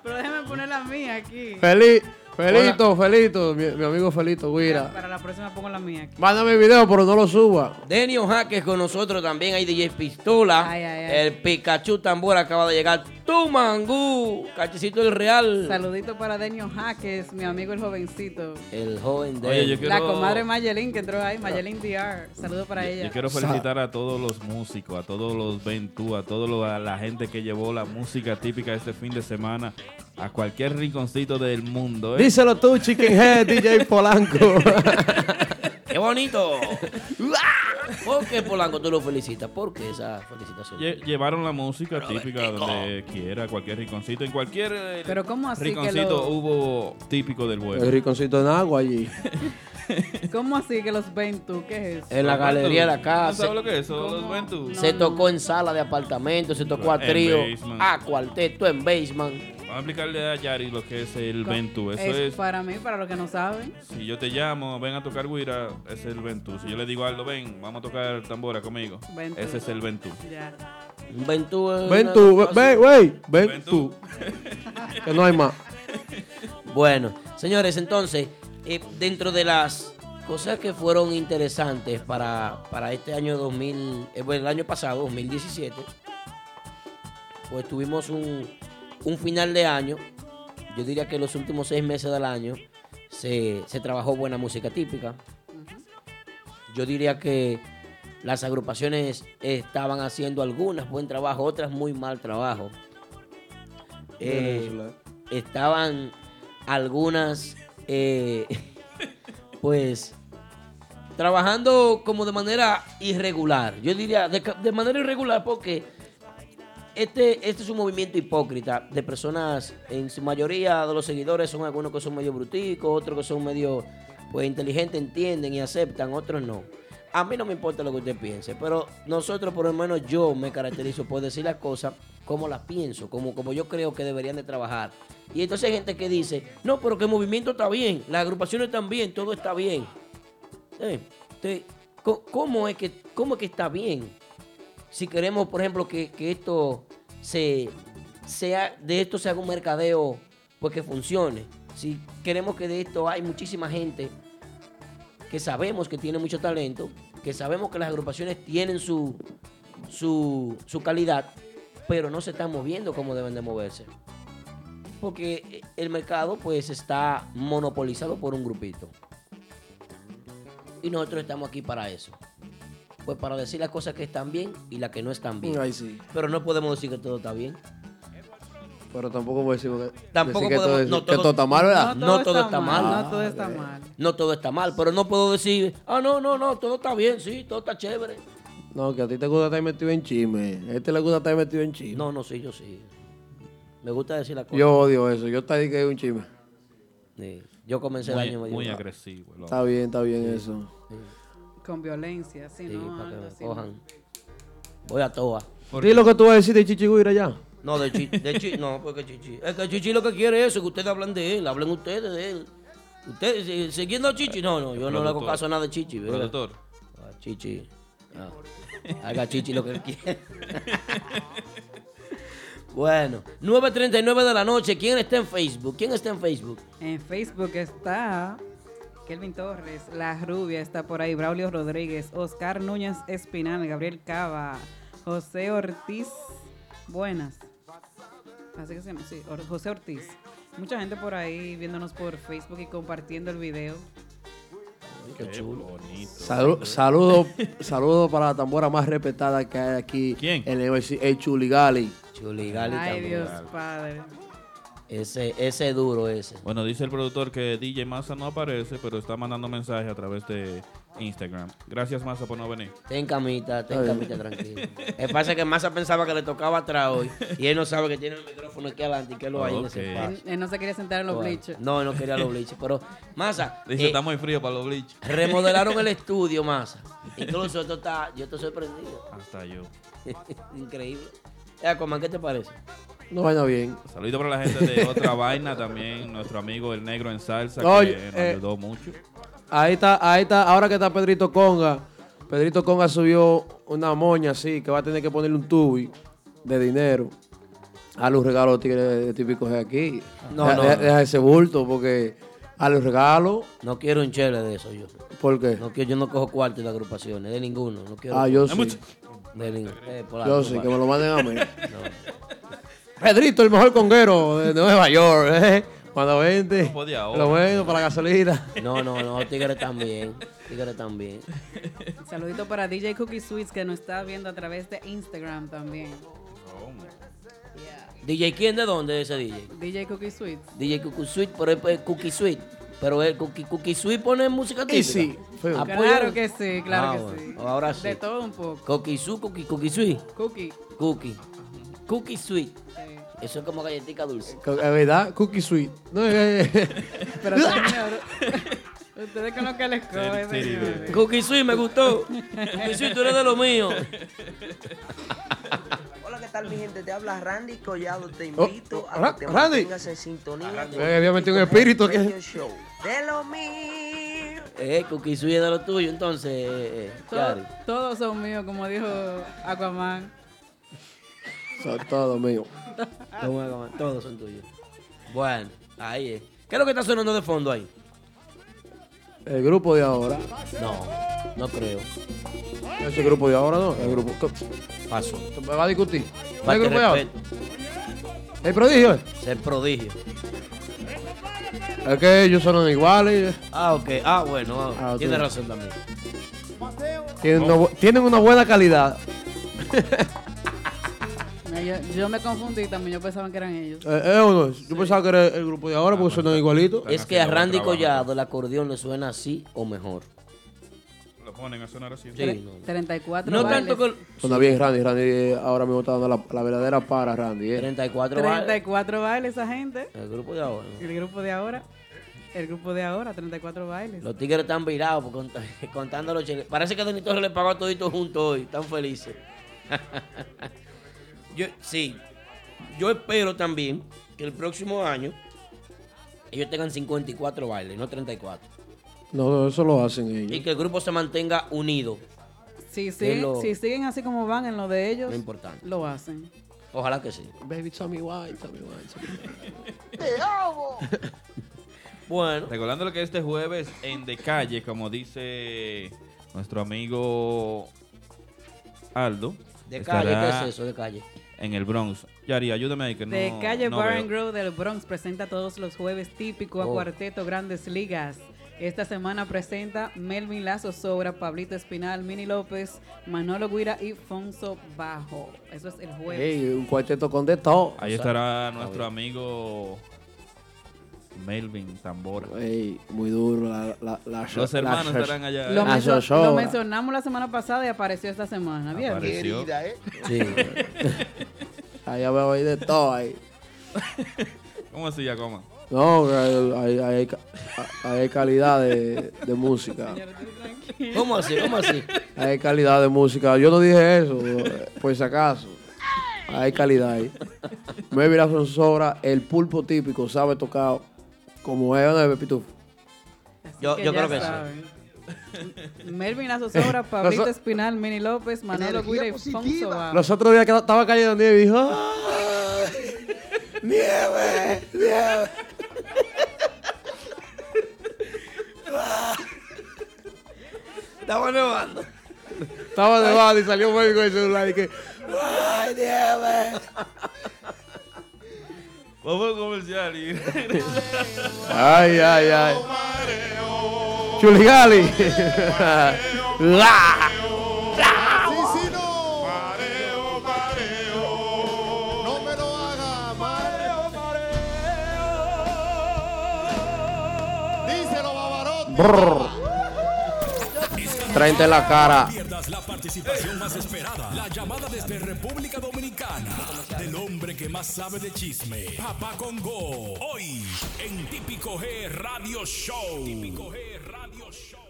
[SPEAKER 5] Pero déjame poner la mía aquí.
[SPEAKER 2] Feliz, Felito, Felito, mi, mi amigo Felito, Guira.
[SPEAKER 5] Para la próxima pongo la mía aquí.
[SPEAKER 2] Mándame el video, pero no lo suba.
[SPEAKER 4] Denio Jaques con nosotros también. Hay DJ Pistola.
[SPEAKER 5] Ay, ay, ay.
[SPEAKER 4] El Pikachu Tambor acaba de llegar. Tu mangú. Cachecito el Real.
[SPEAKER 5] Saludito para Denio Jaques, mi amigo el jovencito.
[SPEAKER 4] El joven de.
[SPEAKER 6] Oye, yo quiero,
[SPEAKER 5] La comadre Mayelin que entró ahí, Mayelin DR. Saludo para ella.
[SPEAKER 6] yo quiero felicitar a todos los músicos, a todos los Ventú, a toda la gente que llevó la música típica este fin de semana a cualquier rinconcito del mundo, ¿eh?
[SPEAKER 2] Díselo tú, Chicken Head, DJ Polanco.
[SPEAKER 4] ¡Qué bonito! ¿Por qué, Polanco, tú lo felicitas? ¿Por qué esa felicitación?
[SPEAKER 6] Lle- Llevaron la música típica donde quiera, cualquier rinconcito. En cualquier eh,
[SPEAKER 5] Pero ¿cómo así que
[SPEAKER 6] rinconcito
[SPEAKER 5] lo-
[SPEAKER 6] hubo típico del
[SPEAKER 2] El
[SPEAKER 6] bueno.
[SPEAKER 2] riconcito en agua allí.
[SPEAKER 5] ¿Cómo así que los ven tú? ¿Qué es eso?
[SPEAKER 4] En la galería de la
[SPEAKER 6] ¿No sabes
[SPEAKER 4] casa.
[SPEAKER 6] lo que es eso, los
[SPEAKER 5] ¿Cómo?
[SPEAKER 6] Ventú?
[SPEAKER 5] No.
[SPEAKER 4] Se tocó en sala de apartamento, se tocó a
[SPEAKER 6] En
[SPEAKER 4] trío,
[SPEAKER 6] basement.
[SPEAKER 4] a cuarteto, en basement.
[SPEAKER 6] Vamos a explicarle a Yari lo que es el Ventú. Eso
[SPEAKER 5] Es
[SPEAKER 6] es
[SPEAKER 5] para mí, para los que no saben.
[SPEAKER 6] Si yo te llamo, ven a tocar guira, ese es el Ventú. Si yo le digo Aldo, ven, vamos a tocar tambora conmigo.
[SPEAKER 5] Ventú.
[SPEAKER 6] Ese es el Ventú.
[SPEAKER 5] Ya.
[SPEAKER 4] Ven tú. eh,
[SPEAKER 2] Ven
[SPEAKER 4] una
[SPEAKER 2] tú, ve-
[SPEAKER 4] cosa.
[SPEAKER 2] ven, güey. Ven
[SPEAKER 6] Ven
[SPEAKER 2] tú.
[SPEAKER 6] tú.
[SPEAKER 2] Que no hay más.
[SPEAKER 4] Bueno, señores, entonces, eh, dentro de las cosas que fueron interesantes para, para este año 2000, eh, bueno, el año pasado, 2017, pues tuvimos un, un final de año. Yo diría que los últimos seis meses del año se, se trabajó buena música típica. Yo diría que las agrupaciones estaban haciendo algunas buen trabajo, otras muy mal trabajo. Eh, estaban algunas, eh, pues, trabajando como de manera irregular. Yo diría de, ca- de manera irregular porque este, este es un movimiento hipócrita de personas, en su mayoría de los seguidores son algunos que son medio bruticos, otros que son medio, pues, inteligentes, entienden y aceptan, otros no. A mí no me importa lo que usted piense, pero nosotros, por lo menos yo, me caracterizo por decir las cosas como las pienso, como, como yo creo que deberían de trabajar. Y entonces hay gente que dice, no, pero que el movimiento está bien, las agrupaciones están bien, todo está bien. Eh, te- co- ¿cómo, es que, ¿Cómo es que está bien? Si queremos, por ejemplo, que, que esto se, sea, de esto se haga un mercadeo pues que funcione. Si queremos que de esto hay muchísima gente que sabemos que tiene mucho talento, que sabemos que las agrupaciones tienen su, su, su calidad, pero no se están moviendo como deben de moverse. porque el mercado pues está monopolizado por un grupito. Y nosotros estamos aquí para eso. Pues para decir las cosas que están bien y las que no están bien.
[SPEAKER 2] Ay, sí.
[SPEAKER 4] Pero no podemos decir que todo está bien.
[SPEAKER 2] Pero tampoco puedo decir,
[SPEAKER 4] Tampoco
[SPEAKER 2] decir que,
[SPEAKER 4] podemos-
[SPEAKER 2] todo, es-
[SPEAKER 4] no,
[SPEAKER 2] que
[SPEAKER 4] todo-
[SPEAKER 2] todo está mal, ¿verdad?
[SPEAKER 4] No, todo está mal.
[SPEAKER 5] No todo está mal.
[SPEAKER 4] No todo está mal, pero no puedo decir, ah, no, no, no, todo está bien, sí, todo está chévere.
[SPEAKER 2] No, que a ti te gusta estar metido en chisme. A este le gusta estar metido en chisme.
[SPEAKER 4] No, no, sí, yo sí. Me gusta decir las cosas.
[SPEAKER 2] Yo odio eso. Yo te dije que es un chisme.
[SPEAKER 4] Sí, yo comencé el
[SPEAKER 6] Muy,
[SPEAKER 4] año
[SPEAKER 6] muy
[SPEAKER 4] medio-
[SPEAKER 6] agresivo. el hombre.
[SPEAKER 2] Está bien, está bien eso.
[SPEAKER 5] Con violencia, sí,
[SPEAKER 4] Sí,
[SPEAKER 5] no,
[SPEAKER 4] para que
[SPEAKER 5] algo
[SPEAKER 4] me
[SPEAKER 5] así.
[SPEAKER 4] cojan. Voy a toa.
[SPEAKER 2] Dile lo que tú vas a decir de Chichiguira ya.
[SPEAKER 4] No, de Chichi, de Chi- no, porque Chichi. Es que Chichi lo que quiere es eso, que ustedes hablan de él, hablen ustedes de él. Ustedes, eh, siguiendo a Chichi, no, no, yo no le hago
[SPEAKER 6] Productor.
[SPEAKER 4] caso a nada de Chichi. ¿verdad?
[SPEAKER 6] Productor,
[SPEAKER 4] Ah, Chichi. Ah. Haga Chichi lo que él quiera. bueno, 9.39 de la noche, ¿quién está en Facebook? ¿Quién está en Facebook?
[SPEAKER 5] En Facebook está Kelvin Torres, La Rubia está por ahí, Braulio Rodríguez, Oscar Núñez Espinal, Gabriel Cava, José Ortiz, buenas. Así que se llama, sí, Or- José Ortiz. Mucha gente por ahí viéndonos por Facebook y compartiendo el video.
[SPEAKER 4] Qué chulo.
[SPEAKER 2] Saludos saludo, saludo para la tambora más respetada que hay aquí.
[SPEAKER 6] ¿Quién?
[SPEAKER 2] En la universidad, el Chuligali.
[SPEAKER 4] Chuligali
[SPEAKER 5] Ay,
[SPEAKER 4] también.
[SPEAKER 5] Dios Padre.
[SPEAKER 4] Ese, ese es duro, ese.
[SPEAKER 6] bueno, dice el productor que DJ Massa no aparece, pero está mandando mensajes a través de Instagram. Gracias, Massa, por no venir.
[SPEAKER 4] Ten camita, ten camita tranquilo. El pasa que Massa pensaba que le tocaba atrás hoy y él no sabe que tiene el micrófono aquí adelante y que lo hay en
[SPEAKER 6] Ok.
[SPEAKER 4] ese
[SPEAKER 5] Él,
[SPEAKER 4] espacio.
[SPEAKER 5] él no se quería sentar en los
[SPEAKER 4] Bueno,
[SPEAKER 5] bleachers.
[SPEAKER 4] No, no quería los bleachers, pero Massa,
[SPEAKER 6] Dice,
[SPEAKER 4] eh,
[SPEAKER 6] está muy frío para los bleach.
[SPEAKER 4] remodelaron el estudio, Massa. Incluso esto está, yo estoy sorprendido.
[SPEAKER 6] Hasta yo.
[SPEAKER 4] Increíble. Eh, Aquaman, ¿qué te parece?
[SPEAKER 2] No vaina bien.
[SPEAKER 6] Saludos para la gente de Otra Vaina también, nuestro amigo el negro en salsa,
[SPEAKER 2] Oye,
[SPEAKER 6] que nos
[SPEAKER 2] eh,
[SPEAKER 6] ayudó mucho.
[SPEAKER 2] Ahí está, ahí está, ahora que está Pedrito Conga, Pedrito Conga subió una moña así, que va a tener que ponerle un tubi de dinero a los regalos tigres típicos de aquí.
[SPEAKER 4] No,
[SPEAKER 2] Deja-
[SPEAKER 4] no,
[SPEAKER 2] deja-
[SPEAKER 4] no.
[SPEAKER 2] deja ese bulto, porque a los regalos,
[SPEAKER 4] No quiero un chele de eso yo.
[SPEAKER 2] ¿por qué?
[SPEAKER 4] No quiero, yo no cojo cuarto de las agrupaciones, de ninguno. No quiero
[SPEAKER 2] ah, yo
[SPEAKER 6] Hay
[SPEAKER 2] sí,
[SPEAKER 6] mucho-
[SPEAKER 4] de ninguno. Eh, por la
[SPEAKER 2] yo sí, que me
[SPEAKER 4] agrupación.
[SPEAKER 2] lo manden a mí. Pedrito, el mejor conguero de Nueva York, ¿eh? Cuando vente,
[SPEAKER 6] No podía ahora.
[SPEAKER 2] lo bueno para la gasolina.
[SPEAKER 4] No, no, no, tigres también. Tigres también.
[SPEAKER 5] Saludito para DJ Cookie Sweets que nos está viendo a través de Instagram también.
[SPEAKER 4] DJ, ¿quién de dónde es ese DJ?
[SPEAKER 5] DJ Cookie Sweets.
[SPEAKER 4] DJ Cookie Sweet, pero es es Cookie Sweet. Pero el Cookie, Cookie Sweet pone música típica.
[SPEAKER 2] Y sí, fue-
[SPEAKER 4] Apoyan.
[SPEAKER 5] Claro que sí, claro
[SPEAKER 4] Ah,
[SPEAKER 5] que
[SPEAKER 4] bueno,
[SPEAKER 5] sí.
[SPEAKER 4] ahora sí.
[SPEAKER 5] De todo un poco.
[SPEAKER 4] Cookie Sweet, Cookie, Cookie Sweet.
[SPEAKER 5] Cookie.
[SPEAKER 4] Cookie. Cookie Sweet.
[SPEAKER 5] sí.
[SPEAKER 4] Eso es como galletica dulce.
[SPEAKER 2] Es verdad, Cookie Sweet. No, eh, eh,
[SPEAKER 5] Pero señor, ustedes con lo que les coge,
[SPEAKER 6] Sí, sí,
[SPEAKER 5] señores.
[SPEAKER 4] Cookie Sweet me gustó. Cookie Sweet, tú eres de lo mío.
[SPEAKER 7] Hola, ¿qué tal mi gente? Te habla Randy Collado. Te
[SPEAKER 2] Oh,
[SPEAKER 7] invito
[SPEAKER 2] Ra-
[SPEAKER 7] a que te
[SPEAKER 2] Randy.
[SPEAKER 7] mantengas en sintonía. con
[SPEAKER 2] Eh, había metido un
[SPEAKER 7] Típico
[SPEAKER 2] espíritu aquí.
[SPEAKER 7] Radio Show. De lo mío.
[SPEAKER 4] Eh, Cookie Sweet es de lo tuyo, entonces. eh, eh, Yari.
[SPEAKER 5] Todo- todos son míos, como dijo Aquaman.
[SPEAKER 2] son todo mío.
[SPEAKER 4] Toma, toma, Todos son tuyos. Bueno, ahí es. ¿Qué es lo que está sonando de fondo ahí?
[SPEAKER 2] El grupo de ahora.
[SPEAKER 4] No, no creo.
[SPEAKER 2] Ese grupo de ahora no. El grupo.
[SPEAKER 4] Paso.
[SPEAKER 2] ¿Me va a discutir? ¿No
[SPEAKER 4] Falta
[SPEAKER 2] ¿El
[SPEAKER 4] de
[SPEAKER 2] grupo de ahora?
[SPEAKER 4] respeto.
[SPEAKER 2] ¿El prodigio?
[SPEAKER 4] Ser prodigio.
[SPEAKER 2] Es que ellos son iguales.
[SPEAKER 4] Ah, ok. Ah, bueno.
[SPEAKER 2] Ah,
[SPEAKER 4] ah, tiene
[SPEAKER 2] ok.
[SPEAKER 4] razón también.
[SPEAKER 2] Tienen, una, bu- tienen una buena calidad.
[SPEAKER 5] No, Yo, yo me confundí también, yo pensaba que eran ellos.
[SPEAKER 2] Eh, eh, o no, Yo pensaba que era el grupo de
[SPEAKER 6] Ah,
[SPEAKER 2] ahora porque son igualitos.
[SPEAKER 4] Es que a Randy Collado el acordeón le suena así o mejor.
[SPEAKER 6] Lo ponen a sonar así.
[SPEAKER 4] Sí, no.
[SPEAKER 5] 34
[SPEAKER 4] No
[SPEAKER 5] bailes.
[SPEAKER 4] tanto con
[SPEAKER 2] Suena bien Randy. Randy eh, ahora mismo está dando la, la verdadera para Randy. eh.
[SPEAKER 4] 34 bailes.
[SPEAKER 5] 34 bailes esa gente.
[SPEAKER 4] El grupo de ahora. ¿no?
[SPEAKER 5] El grupo de ahora. El grupo de ahora, 34 bailes.
[SPEAKER 4] Los tigres están virados por cont- contando los cheles. Parece que Donito le pagó a todito junto hoy. Están felices. yo, sí. Yo espero también que el próximo año ellos tengan 54 bailes, no 34.
[SPEAKER 2] No, no, eso lo hacen
[SPEAKER 4] Y
[SPEAKER 2] ellos.
[SPEAKER 4] que el grupo se mantenga unido.
[SPEAKER 5] Si,
[SPEAKER 4] Que
[SPEAKER 5] siguen,
[SPEAKER 4] lo-
[SPEAKER 5] si siguen así como van en lo de ellos,
[SPEAKER 4] Lo importante.
[SPEAKER 5] lo hacen.
[SPEAKER 4] Ojalá que sí.
[SPEAKER 2] Baby Tommy White, Tommy White. Tommy White.
[SPEAKER 4] Bueno.
[SPEAKER 6] Recordando que este jueves en De Calle, como dice nuestro amigo Aldo.
[SPEAKER 4] De
[SPEAKER 6] estará-
[SPEAKER 4] calle, ¿qué es eso? De calle.
[SPEAKER 6] en el Bronx. Yari, ayúdame ahí que no.
[SPEAKER 5] de calle
[SPEAKER 6] no
[SPEAKER 5] Bar
[SPEAKER 6] veo.
[SPEAKER 5] and Grill del Bronx presenta todos los jueves típico a
[SPEAKER 6] Oh.
[SPEAKER 5] Cuarteto Grandes Ligas. Esta semana presenta Melvin Lazo Sobra, Pablito Espinal, Mini López, Manolo Guira y Fonso Bajo. Eso es el jueves.
[SPEAKER 2] Ey, un cuarteto con de todo.
[SPEAKER 6] Ahí estará nuestro amigo Melvin Tambora.
[SPEAKER 2] Ey, muy duro. La, la, la-
[SPEAKER 6] Los
[SPEAKER 2] la-
[SPEAKER 6] hermanos
[SPEAKER 2] la-
[SPEAKER 6] estarán allá.
[SPEAKER 5] Lo,
[SPEAKER 2] la
[SPEAKER 5] menso-
[SPEAKER 2] zozobra.
[SPEAKER 5] lo mencionamos la semana pasada y apareció esta semana. ¿Bien?
[SPEAKER 6] Apareció.
[SPEAKER 1] Querida, ¿eh?
[SPEAKER 2] Sí. Allá veo ahí de todo ahí.
[SPEAKER 6] ¿Cómo así, Yacoma?
[SPEAKER 2] No, hay, hay, hay ca- hay- hay calidad de, de música.
[SPEAKER 4] ¿Cómo así? ¿Cómo así?
[SPEAKER 2] Hay calidad de música. Yo no dije eso, pues si acaso. Hay calidad ahí. Me vi la sonzora, el pulpo típico, sabe tocar como es de Pepitufo.
[SPEAKER 4] Yo,
[SPEAKER 5] que
[SPEAKER 4] yo
[SPEAKER 5] ya
[SPEAKER 4] creo que sí.
[SPEAKER 5] saben. Melvin Lazo Sobra, Pablito Espinal, Mini López, Manolo
[SPEAKER 1] Energía
[SPEAKER 5] Guira y
[SPEAKER 1] positiva.
[SPEAKER 5] Fonso Bajo.
[SPEAKER 2] Los otros días que estaba cayendo nieve y dijo, "Ay, ¡Nieve! ¡Nieve!
[SPEAKER 4] Estaba nevando.
[SPEAKER 2] Estaba nevado y salió un médico del celular y que, ¡Ay, nieve!
[SPEAKER 6] Vamos al comercial y
[SPEAKER 2] Ay, ay, ay. Chuligali. La.
[SPEAKER 1] Sí, sí, no. Mareo, mareo. No me lo haga, mareo, mareo. Díselo, Bavarotti.
[SPEAKER 2] Brr. Traente la cara.
[SPEAKER 3] pierdas la participación más esperada. La llamada desde República Dominicana. Del hombre que más sabe de chisme. Papá Congo. Hoy en Típico G Radio Show. Típico G Radio Show.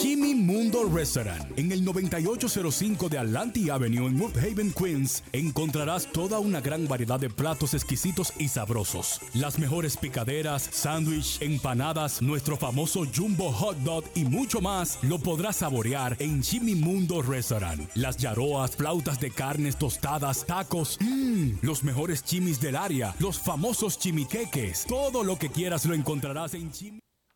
[SPEAKER 3] Jimmy Mundo Restaurant. En el 9805 de Atlantic Avenue en Woodhaven, Queens, encontrarás toda una gran variedad de platos exquisitos y sabrosos. Las mejores picaderas, sándwich, empanadas, nuestro famoso Jumbo Hot Dog y mucho más lo podrás saborear en Jimmy Mundo Restaurant. Las yaroas, flautas de carnes tostadas, tacos, mmm, los mejores chimis del área, los famosos chimiqueques. Todo lo que quieras lo encontrarás en Jimmy.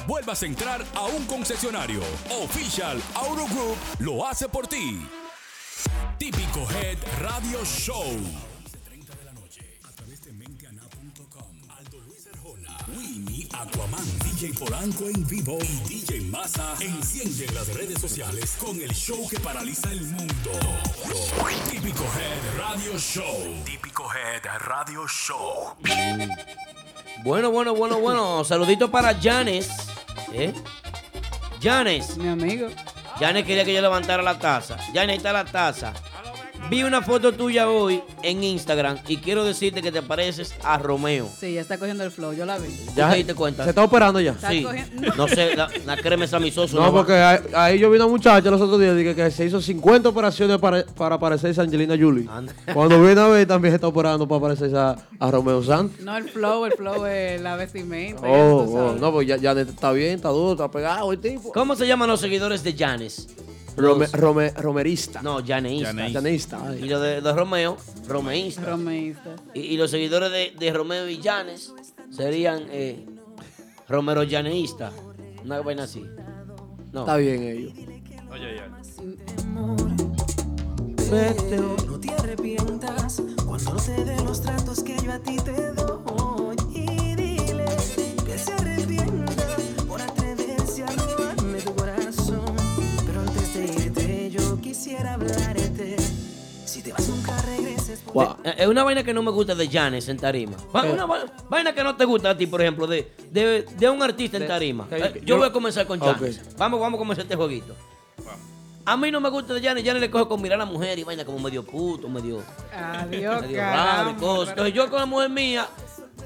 [SPEAKER 3] vuelvas a entrar a un concesionario. Official Auto Group lo hace por ti. Típico Head Radio Show. Winnie, Aquaman, DJ Polanco en vivo y DJ Massa encienden las redes sociales con el show que paraliza el mundo. Típico Head Radio Show. Típico Head Radio Show.
[SPEAKER 4] Bueno, bueno, bueno, bueno. Saludito para Janes. ¿Eh? Janes.
[SPEAKER 5] Mi amigo.
[SPEAKER 4] Janes quería que yo levantara la taza. Janes, ahí está la taza. Vi una foto tuya hoy en Instagram y quiero decirte que te pareces a Romeo.
[SPEAKER 5] Sí, ya está cogiendo el flow, yo la vi.
[SPEAKER 4] ¿Tú te diste cuenta?
[SPEAKER 2] Se está operando ya.
[SPEAKER 5] Está
[SPEAKER 4] Sí.
[SPEAKER 5] cogiendo-
[SPEAKER 4] No sé, la, la crema es amistosa.
[SPEAKER 2] No, porque ahí, ahí yo vi una muchacha los otros días dije, que se hizo 50 operaciones para, para parecerse a Angelina Jolie.
[SPEAKER 4] Anda.
[SPEAKER 2] Cuando viene a ver, también se está operando para parecerse a, a Romeo Santos.
[SPEAKER 5] No, el flow, el flow es la vestimenta. ya
[SPEAKER 2] Oh,
[SPEAKER 5] tú
[SPEAKER 2] oh,
[SPEAKER 5] sabes.
[SPEAKER 2] no, pues ya, ya está bien, está duro, está pegado el tipo.
[SPEAKER 4] ¿Cómo se llaman los seguidores de Janes?
[SPEAKER 2] Rome-
[SPEAKER 4] Los-
[SPEAKER 2] Rome- romerista.
[SPEAKER 4] No, Janeísta.
[SPEAKER 6] Janeísta.
[SPEAKER 2] Janista, ay.
[SPEAKER 4] Y los de, de Romeo, Romeísta.
[SPEAKER 5] Romeísta.
[SPEAKER 4] Y, y los seguidores de, de Romeo y Janes serían eh, Romero Janeísta. Una vaina así. No.
[SPEAKER 2] Está bien eh. ellos.
[SPEAKER 6] Oye, ya.
[SPEAKER 8] No te arrepientas cuando no te dé los tratos que yo a ti te doy. Y dile que se arrepienta por atreverse a robarme tu corazón. Pero antes de irte, yo quisiera hablarte. Si te vas, nunca regreses. porque
[SPEAKER 2] Wow.
[SPEAKER 4] Eh, Es una vaina que no me gusta de Janes en tarima. Va-
[SPEAKER 2] Eh.
[SPEAKER 4] Una va- vaina que no te gusta a ti, por ejemplo, de, de, de un artista en
[SPEAKER 2] De-
[SPEAKER 4] tarima.
[SPEAKER 2] que-
[SPEAKER 4] Eh,
[SPEAKER 2] que-
[SPEAKER 4] yo
[SPEAKER 2] yo-
[SPEAKER 4] voy a comenzar con
[SPEAKER 2] Ok.
[SPEAKER 4] Janes. Vamos, vamos a comenzar este jueguito. A mí no me gusta de Janes. Janes le coge con mirar a la mujer y vaina como medio puto, medio,
[SPEAKER 5] Adiós,
[SPEAKER 4] medio raro y
[SPEAKER 5] caramba.
[SPEAKER 4] cosas. Entonces yo con la mujer mía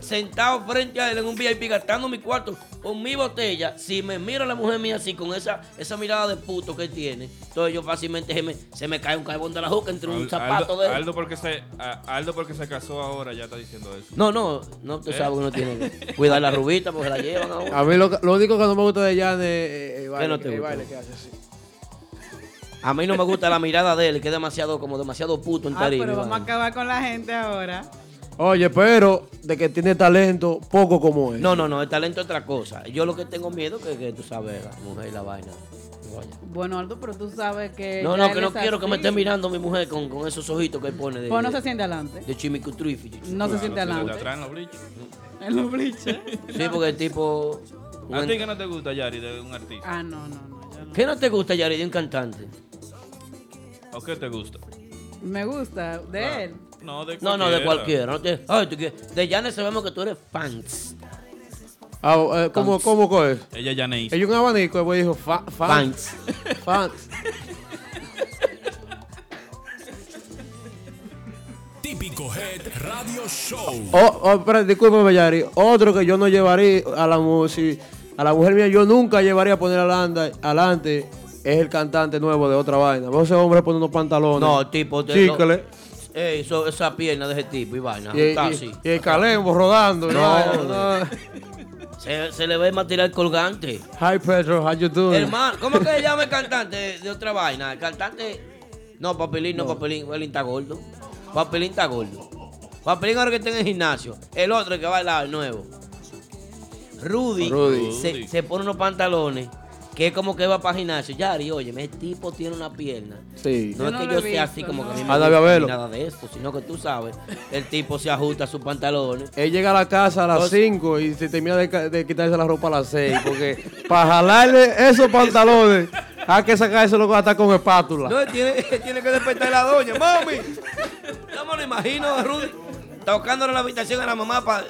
[SPEAKER 4] sentado frente a él en un VIP gastando mi cuarto con mi botella, si me mira la mujer mía así con esa, esa mirada de puto que tiene, entonces yo fácilmente se me, se me cae un carbón de la juca entre un
[SPEAKER 6] Al-
[SPEAKER 4] zapato
[SPEAKER 6] Aldo,
[SPEAKER 4] de él.
[SPEAKER 6] Aldo porque se, a- Aldo porque se casó ahora ya está diciendo eso.
[SPEAKER 4] No, no, no tú
[SPEAKER 6] ¿Eh?
[SPEAKER 4] sabes que uno tiene que cuidar la rubita porque la llevan ahora.
[SPEAKER 2] A mí lo, lo único que no me gusta de Jan es eh, el baile,
[SPEAKER 4] no te
[SPEAKER 2] el
[SPEAKER 4] gusta?
[SPEAKER 2] baile que hace así.
[SPEAKER 4] A mí no me gusta la mirada de él, que es demasiado, como demasiado puto en
[SPEAKER 5] Ah,
[SPEAKER 4] tarima.
[SPEAKER 5] pero vamos a
[SPEAKER 4] vale.
[SPEAKER 5] acabar con la gente ahora.
[SPEAKER 2] Oye, pero de que tiene talento, poco como es.
[SPEAKER 4] No, no, no, el talento es otra cosa. Yo lo que tengo miedo es que, que tú sabes, la mujer y la vaina. Coño.
[SPEAKER 5] Bueno, Aldo, pero tú sabes que.
[SPEAKER 4] No,
[SPEAKER 5] ya
[SPEAKER 4] no,
[SPEAKER 5] él
[SPEAKER 4] que no
[SPEAKER 5] es
[SPEAKER 4] quiero que me
[SPEAKER 5] así.
[SPEAKER 4] esté mirando mi mujer con, con esos ojitos que él pone de,
[SPEAKER 5] Pues no se
[SPEAKER 4] de,
[SPEAKER 5] siente adelante.
[SPEAKER 4] de chimicutrifi.
[SPEAKER 5] No se siente
[SPEAKER 6] Claro,
[SPEAKER 5] adelante.
[SPEAKER 6] te atraen los brillos.
[SPEAKER 5] En los bleachers.
[SPEAKER 4] Sí, porque el tipo...
[SPEAKER 6] ¿A
[SPEAKER 4] buen-
[SPEAKER 6] ti que no te gusta, Yari, de un artista?
[SPEAKER 5] Ah, no, no, no. yo no.
[SPEAKER 4] ¿Qué no te gusta, Yari, de un cantante?
[SPEAKER 6] ¿O qué te gusta?
[SPEAKER 5] Me gusta de
[SPEAKER 6] Ah,
[SPEAKER 5] él.
[SPEAKER 6] No, de
[SPEAKER 4] No, no, de cualquiera. No te, ay, tú, que- de Janet sabemos que tú eres fans.
[SPEAKER 2] Ah, eh, ¿cómo, ¿Cómo que es?
[SPEAKER 6] Ella ya no hizo.
[SPEAKER 2] Hay un abanico, el güey dijo, fa, fan,
[SPEAKER 4] Fans.
[SPEAKER 2] fan.
[SPEAKER 3] Típico Head Radio Show.
[SPEAKER 2] Oh, oh, espérate, discúlpame, Yari. Otro que yo no llevaría a la, mu- si- a la mujer mía, yo nunca llevaría a poner alanda- adelante, es el cantante nuevo de otra vaina. Vos ese hombre pone unos pantalones.
[SPEAKER 4] No, tipo... te- lo-
[SPEAKER 2] chicle.
[SPEAKER 4] Ey, Eh, eso- esa pierna de ese tipo y vaina.
[SPEAKER 2] Y, y-
[SPEAKER 4] casi.
[SPEAKER 2] y el calembo rodando.
[SPEAKER 4] No.
[SPEAKER 2] No, no.
[SPEAKER 4] Se, se le ve material colgante.
[SPEAKER 2] Hi, Pedro, how you doing?
[SPEAKER 4] Hermano, ¿cómo que se llama el cantante de, de otra vaina? El cantante. No, papelín, no, papelín. Papelín está gordo. Papelín está gordo. Papelín ahora que está en el gimnasio. El otro que baila el nuevo. Rudy,
[SPEAKER 2] Rudy.
[SPEAKER 4] Se,
[SPEAKER 6] Rudy.
[SPEAKER 4] se pone unos pantalones que es como que va para gimnasio. Yari, oye, el tipo tiene una pierna.
[SPEAKER 2] Sí.
[SPEAKER 4] No
[SPEAKER 5] Yo
[SPEAKER 4] es
[SPEAKER 5] no
[SPEAKER 4] que
[SPEAKER 5] lo
[SPEAKER 4] yo
[SPEAKER 5] he
[SPEAKER 4] sea
[SPEAKER 5] visto,
[SPEAKER 4] así como
[SPEAKER 5] no.
[SPEAKER 4] que a mí me
[SPEAKER 2] Anda,
[SPEAKER 4] gusta
[SPEAKER 2] ve a
[SPEAKER 4] ni
[SPEAKER 2] verlo.
[SPEAKER 4] nada de esto, sino que tú sabes, el tipo se ajusta a sus pantalones.
[SPEAKER 2] Él llega a la casa a las
[SPEAKER 4] Entonces-
[SPEAKER 2] 5 y se termina de, ca- de quitarse la ropa a las 6. Porque para jalarle esos pantalones, hay que sacarse lo que hasta con espátula.
[SPEAKER 4] No, él tiene, él tiene que despertar a la doña, mami. No me lo imagino a Rudy tocándole la habitación a la mamá para.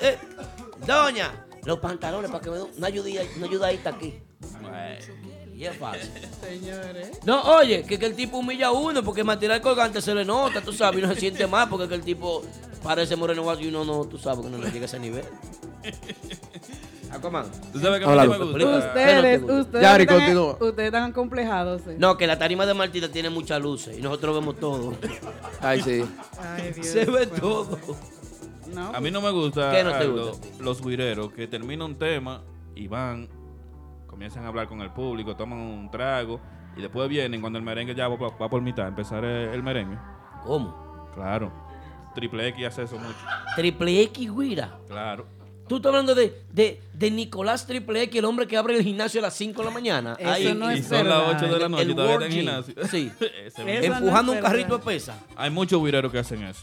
[SPEAKER 4] doña, los pantalones para que me den una ayudita, una ayudadita aquí. Y es fácil.
[SPEAKER 5] Señores.
[SPEAKER 4] No, oye, que, que el tipo humilla a uno porque el material colgante se le nota, tú sabes, y no se siente mal porque que el tipo parece moreno guapo y uno no, tú sabes, que no le llega a ese nivel. Aquaman.
[SPEAKER 6] ¿Tú sabes que a mí
[SPEAKER 2] Háblalo.
[SPEAKER 6] me gusta?
[SPEAKER 5] Ustedes,
[SPEAKER 4] Espérate,
[SPEAKER 5] ustedes.
[SPEAKER 2] Yari,
[SPEAKER 5] están-
[SPEAKER 2] continúa.
[SPEAKER 5] Ustedes están complejados. eh.
[SPEAKER 4] No, que la tarima de Martita tiene muchas luces y nosotros vemos todo.
[SPEAKER 2] Ay, sí.
[SPEAKER 5] Ay, Dios.
[SPEAKER 4] Se ve
[SPEAKER 5] Bueno,
[SPEAKER 4] todo.
[SPEAKER 5] No. pues.
[SPEAKER 6] A mí no me gusta,
[SPEAKER 4] ¿Qué no te
[SPEAKER 6] Aldo,
[SPEAKER 4] gusta?
[SPEAKER 6] los guireros que terminan un tema y van, comienzan a hablar con el público, toman un trago y después vienen cuando el merengue ya va, va por mitad, empezar el, el merengue.
[SPEAKER 4] ¿Cómo?
[SPEAKER 6] Claro. Triple X hace eso mucho.
[SPEAKER 4] Triple X Guira.
[SPEAKER 6] Claro.
[SPEAKER 4] Tú estás hablando de, de, de Nicolás Triple X, el hombre que abre el gimnasio a las 5 de la mañana.
[SPEAKER 5] Eso
[SPEAKER 4] ahí,
[SPEAKER 5] no
[SPEAKER 6] y
[SPEAKER 5] es
[SPEAKER 6] son las
[SPEAKER 5] verdad.
[SPEAKER 6] 8 de la
[SPEAKER 4] El-
[SPEAKER 6] noche
[SPEAKER 4] el
[SPEAKER 6] y todavía está en
[SPEAKER 4] working.
[SPEAKER 6] gimnasio.
[SPEAKER 4] Sí.
[SPEAKER 6] Ese mismo.
[SPEAKER 5] Eso no
[SPEAKER 4] empujando
[SPEAKER 5] es
[SPEAKER 4] un carrito
[SPEAKER 5] verdad.
[SPEAKER 4] de pesa.
[SPEAKER 6] Hay muchos guireros que hacen eso.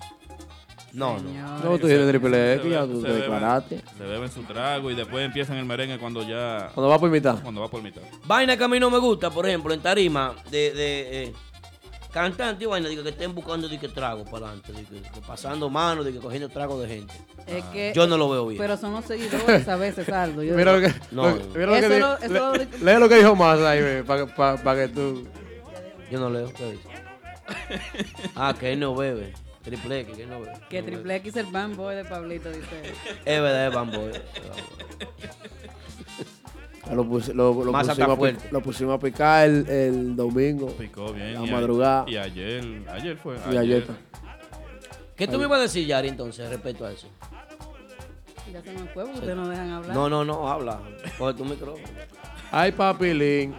[SPEAKER 4] No, no.
[SPEAKER 5] Señores.
[SPEAKER 2] No, tú tienes triple
[SPEAKER 6] Se
[SPEAKER 2] X, ya
[SPEAKER 6] beben-
[SPEAKER 2] tú
[SPEAKER 6] se
[SPEAKER 2] te
[SPEAKER 6] beben-
[SPEAKER 2] declaraste.
[SPEAKER 6] Se beben su trago y después empiezan el merengue cuando ya...
[SPEAKER 2] Cuando va por mitad.
[SPEAKER 6] Cuando va por mitad.
[SPEAKER 4] Vaina que a mí no me gusta, por ejemplo, en tarima de, de eh, cantante y vaina, digo que estén buscando de que trago para adelante, de que- que pasando manos, de que cogiendo trago de gente.
[SPEAKER 5] Es que,
[SPEAKER 4] Yo no lo veo bien.
[SPEAKER 5] Pero son los seguidores a veces, Aldo. Yo
[SPEAKER 2] Mira lo que,
[SPEAKER 4] No.
[SPEAKER 2] lo que- mira lo que
[SPEAKER 5] Eso
[SPEAKER 2] di-
[SPEAKER 5] lo- eso
[SPEAKER 2] le-
[SPEAKER 5] lo-
[SPEAKER 2] Lee lo que dijo más ahí, para que, pa- pa' que tú.
[SPEAKER 4] Yo no leo. ¿qué dice? ah, que él no bebe. Triple X, que él no bebe.
[SPEAKER 5] Que
[SPEAKER 4] No bebe.
[SPEAKER 5] Triple X es el fanboy de Pablito, dice. él.
[SPEAKER 4] Es verdad, es bamboy. es bamboy.
[SPEAKER 2] Lo, pus- lo, lo
[SPEAKER 4] Masa está
[SPEAKER 2] pusimos a,
[SPEAKER 4] fuerte.
[SPEAKER 2] pi- lo pusimos a picar el, el domingo.
[SPEAKER 6] Picó bien.
[SPEAKER 2] La
[SPEAKER 6] y a-
[SPEAKER 2] madrugada.
[SPEAKER 6] Y ayer. Ayer fue.
[SPEAKER 2] Y ayer.
[SPEAKER 4] ¿Qué tú me ibas a decir, Yari, entonces, respecto a eso?
[SPEAKER 5] Ya se me fue porque ustedes no dejan hablar.
[SPEAKER 4] No, no, no, habla. Coge tu micrófono.
[SPEAKER 2] Ay, papilín.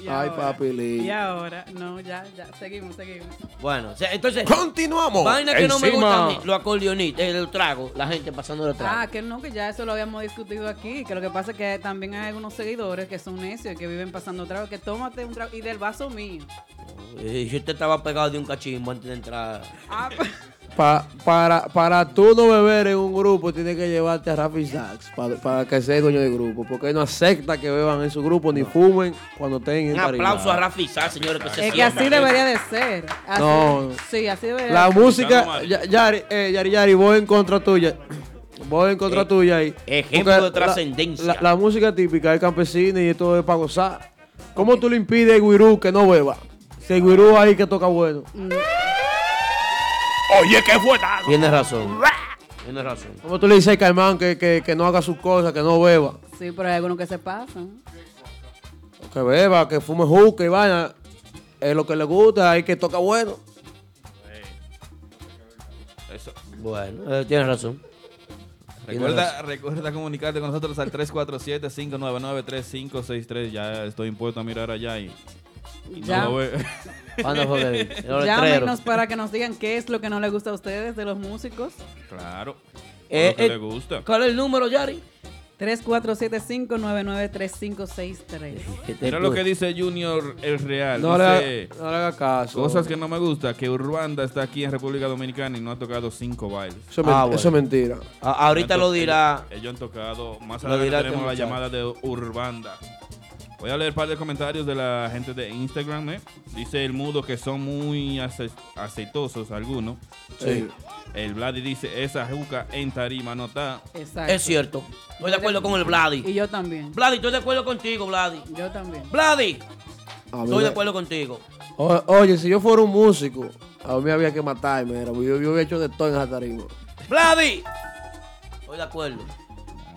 [SPEAKER 5] Y
[SPEAKER 2] Ay,
[SPEAKER 5] ahora-
[SPEAKER 2] papilín.
[SPEAKER 5] Y ahora, no, ya, ya, seguimos, seguimos.
[SPEAKER 4] Bueno, o sea, entonces,
[SPEAKER 2] Continuamos.
[SPEAKER 4] vaina que no me gusta
[SPEAKER 2] Encima.
[SPEAKER 4] a mí, los acordeonistas, el trago, la gente pasando los
[SPEAKER 5] Ah,
[SPEAKER 4] tragos.
[SPEAKER 5] que no, que ya eso lo habíamos discutido aquí, que lo que pasa es que también hay algunos seguidores que son necios y que viven pasando trago, que tómate un trago y del vaso mío.
[SPEAKER 4] Eh, yo te estaba pegado de un cachimbo antes de entrar.
[SPEAKER 5] Ah, pa-
[SPEAKER 2] Pa- para, para tú no beber en un grupo, tienes que llevarte a Rafi Sachs pa- para, que sea dueño del grupo. Porque él no acepta que beban en su grupo ni fumen cuando estén en
[SPEAKER 4] Un
[SPEAKER 2] tarima.
[SPEAKER 4] aplauso a Rafi Sá, señores, que se
[SPEAKER 5] es que así
[SPEAKER 4] sienta.
[SPEAKER 5] debería de ser. Así-
[SPEAKER 2] No.
[SPEAKER 5] Sí, así debería
[SPEAKER 2] La
[SPEAKER 5] de ser.
[SPEAKER 2] música,
[SPEAKER 6] Estamos
[SPEAKER 2] Ya- Yari, eh, Yari, Yari, voy en contra tuya. Voy en contra
[SPEAKER 4] Eh,
[SPEAKER 2] tuya ahí.
[SPEAKER 4] ejemplo
[SPEAKER 2] Porque
[SPEAKER 4] de
[SPEAKER 2] la-
[SPEAKER 4] trascendencia.
[SPEAKER 2] La, la música típica es campesina y esto es para gozar. ¿Cómo tú le impides a Guirú que no beba? Si el Guirú ahí que toca bueno.
[SPEAKER 4] Tienes razón. Tienes razón.
[SPEAKER 2] ¿Cómo tú le dices al caimán que, que, que no haga sus cosas, que no beba?
[SPEAKER 5] Sí, pero hay algunos que se pasan.
[SPEAKER 2] Que beba, que fume juca y vaya. Es lo que le gusta y que toca bueno.
[SPEAKER 4] Bueno, eh, tienes razón.
[SPEAKER 6] Recuerda, recuerda comunicarte con nosotros al 347-599-3563. Ya estoy impuesto a mirar allá y, y
[SPEAKER 5] Ya.
[SPEAKER 6] no lo veo.
[SPEAKER 4] ¿Cuándo fue que vi? Los letreros.
[SPEAKER 5] Llámenos para que nos digan qué es lo que no les gusta a ustedes de los músicos.
[SPEAKER 6] Claro.
[SPEAKER 4] Eh,
[SPEAKER 6] lo que
[SPEAKER 4] eh,
[SPEAKER 6] le gusta.
[SPEAKER 4] ¿Cuál es el número, Yari?
[SPEAKER 5] 3475993563.
[SPEAKER 4] Este,
[SPEAKER 6] Mira lo que dice Junior El Real.
[SPEAKER 2] No le,
[SPEAKER 6] Dice,
[SPEAKER 2] haga- no le haga caso.
[SPEAKER 6] Cosas que no me gusta, que Urbanda está aquí en República Dominicana y no ha tocado cinco bailes.
[SPEAKER 2] Eso, es men-
[SPEAKER 4] Ah, bueno.
[SPEAKER 2] eso es mentira.
[SPEAKER 4] A- ahorita lo dirá.
[SPEAKER 6] Ellos han tocado, más
[SPEAKER 4] Lo
[SPEAKER 6] adelante
[SPEAKER 4] dirá este
[SPEAKER 6] tenemos la
[SPEAKER 4] muchacho.
[SPEAKER 6] llamada de Urbanda. Voy a leer un par de comentarios de la gente de Instagram, ¿eh? Dice el mudo que son muy ace- aceitosos algunos.
[SPEAKER 2] Sí.
[SPEAKER 6] El Vladi dice, esa juca en tarima no está.
[SPEAKER 5] Exacto.
[SPEAKER 4] Es cierto. Estoy de acuerdo con el
[SPEAKER 5] Y
[SPEAKER 4] Vladi.
[SPEAKER 5] yo también.
[SPEAKER 4] Vladi, estoy de acuerdo contigo, Vladi.
[SPEAKER 5] Yo también.
[SPEAKER 4] Vladi,
[SPEAKER 2] A mí
[SPEAKER 4] estoy de
[SPEAKER 2] me-
[SPEAKER 4] acuerdo contigo.
[SPEAKER 2] O- oye, si yo fuera un músico, a mí había que matarme. Era, porque yo, yo había hecho de todo en esa tarima.
[SPEAKER 4] Vladi, estoy de acuerdo.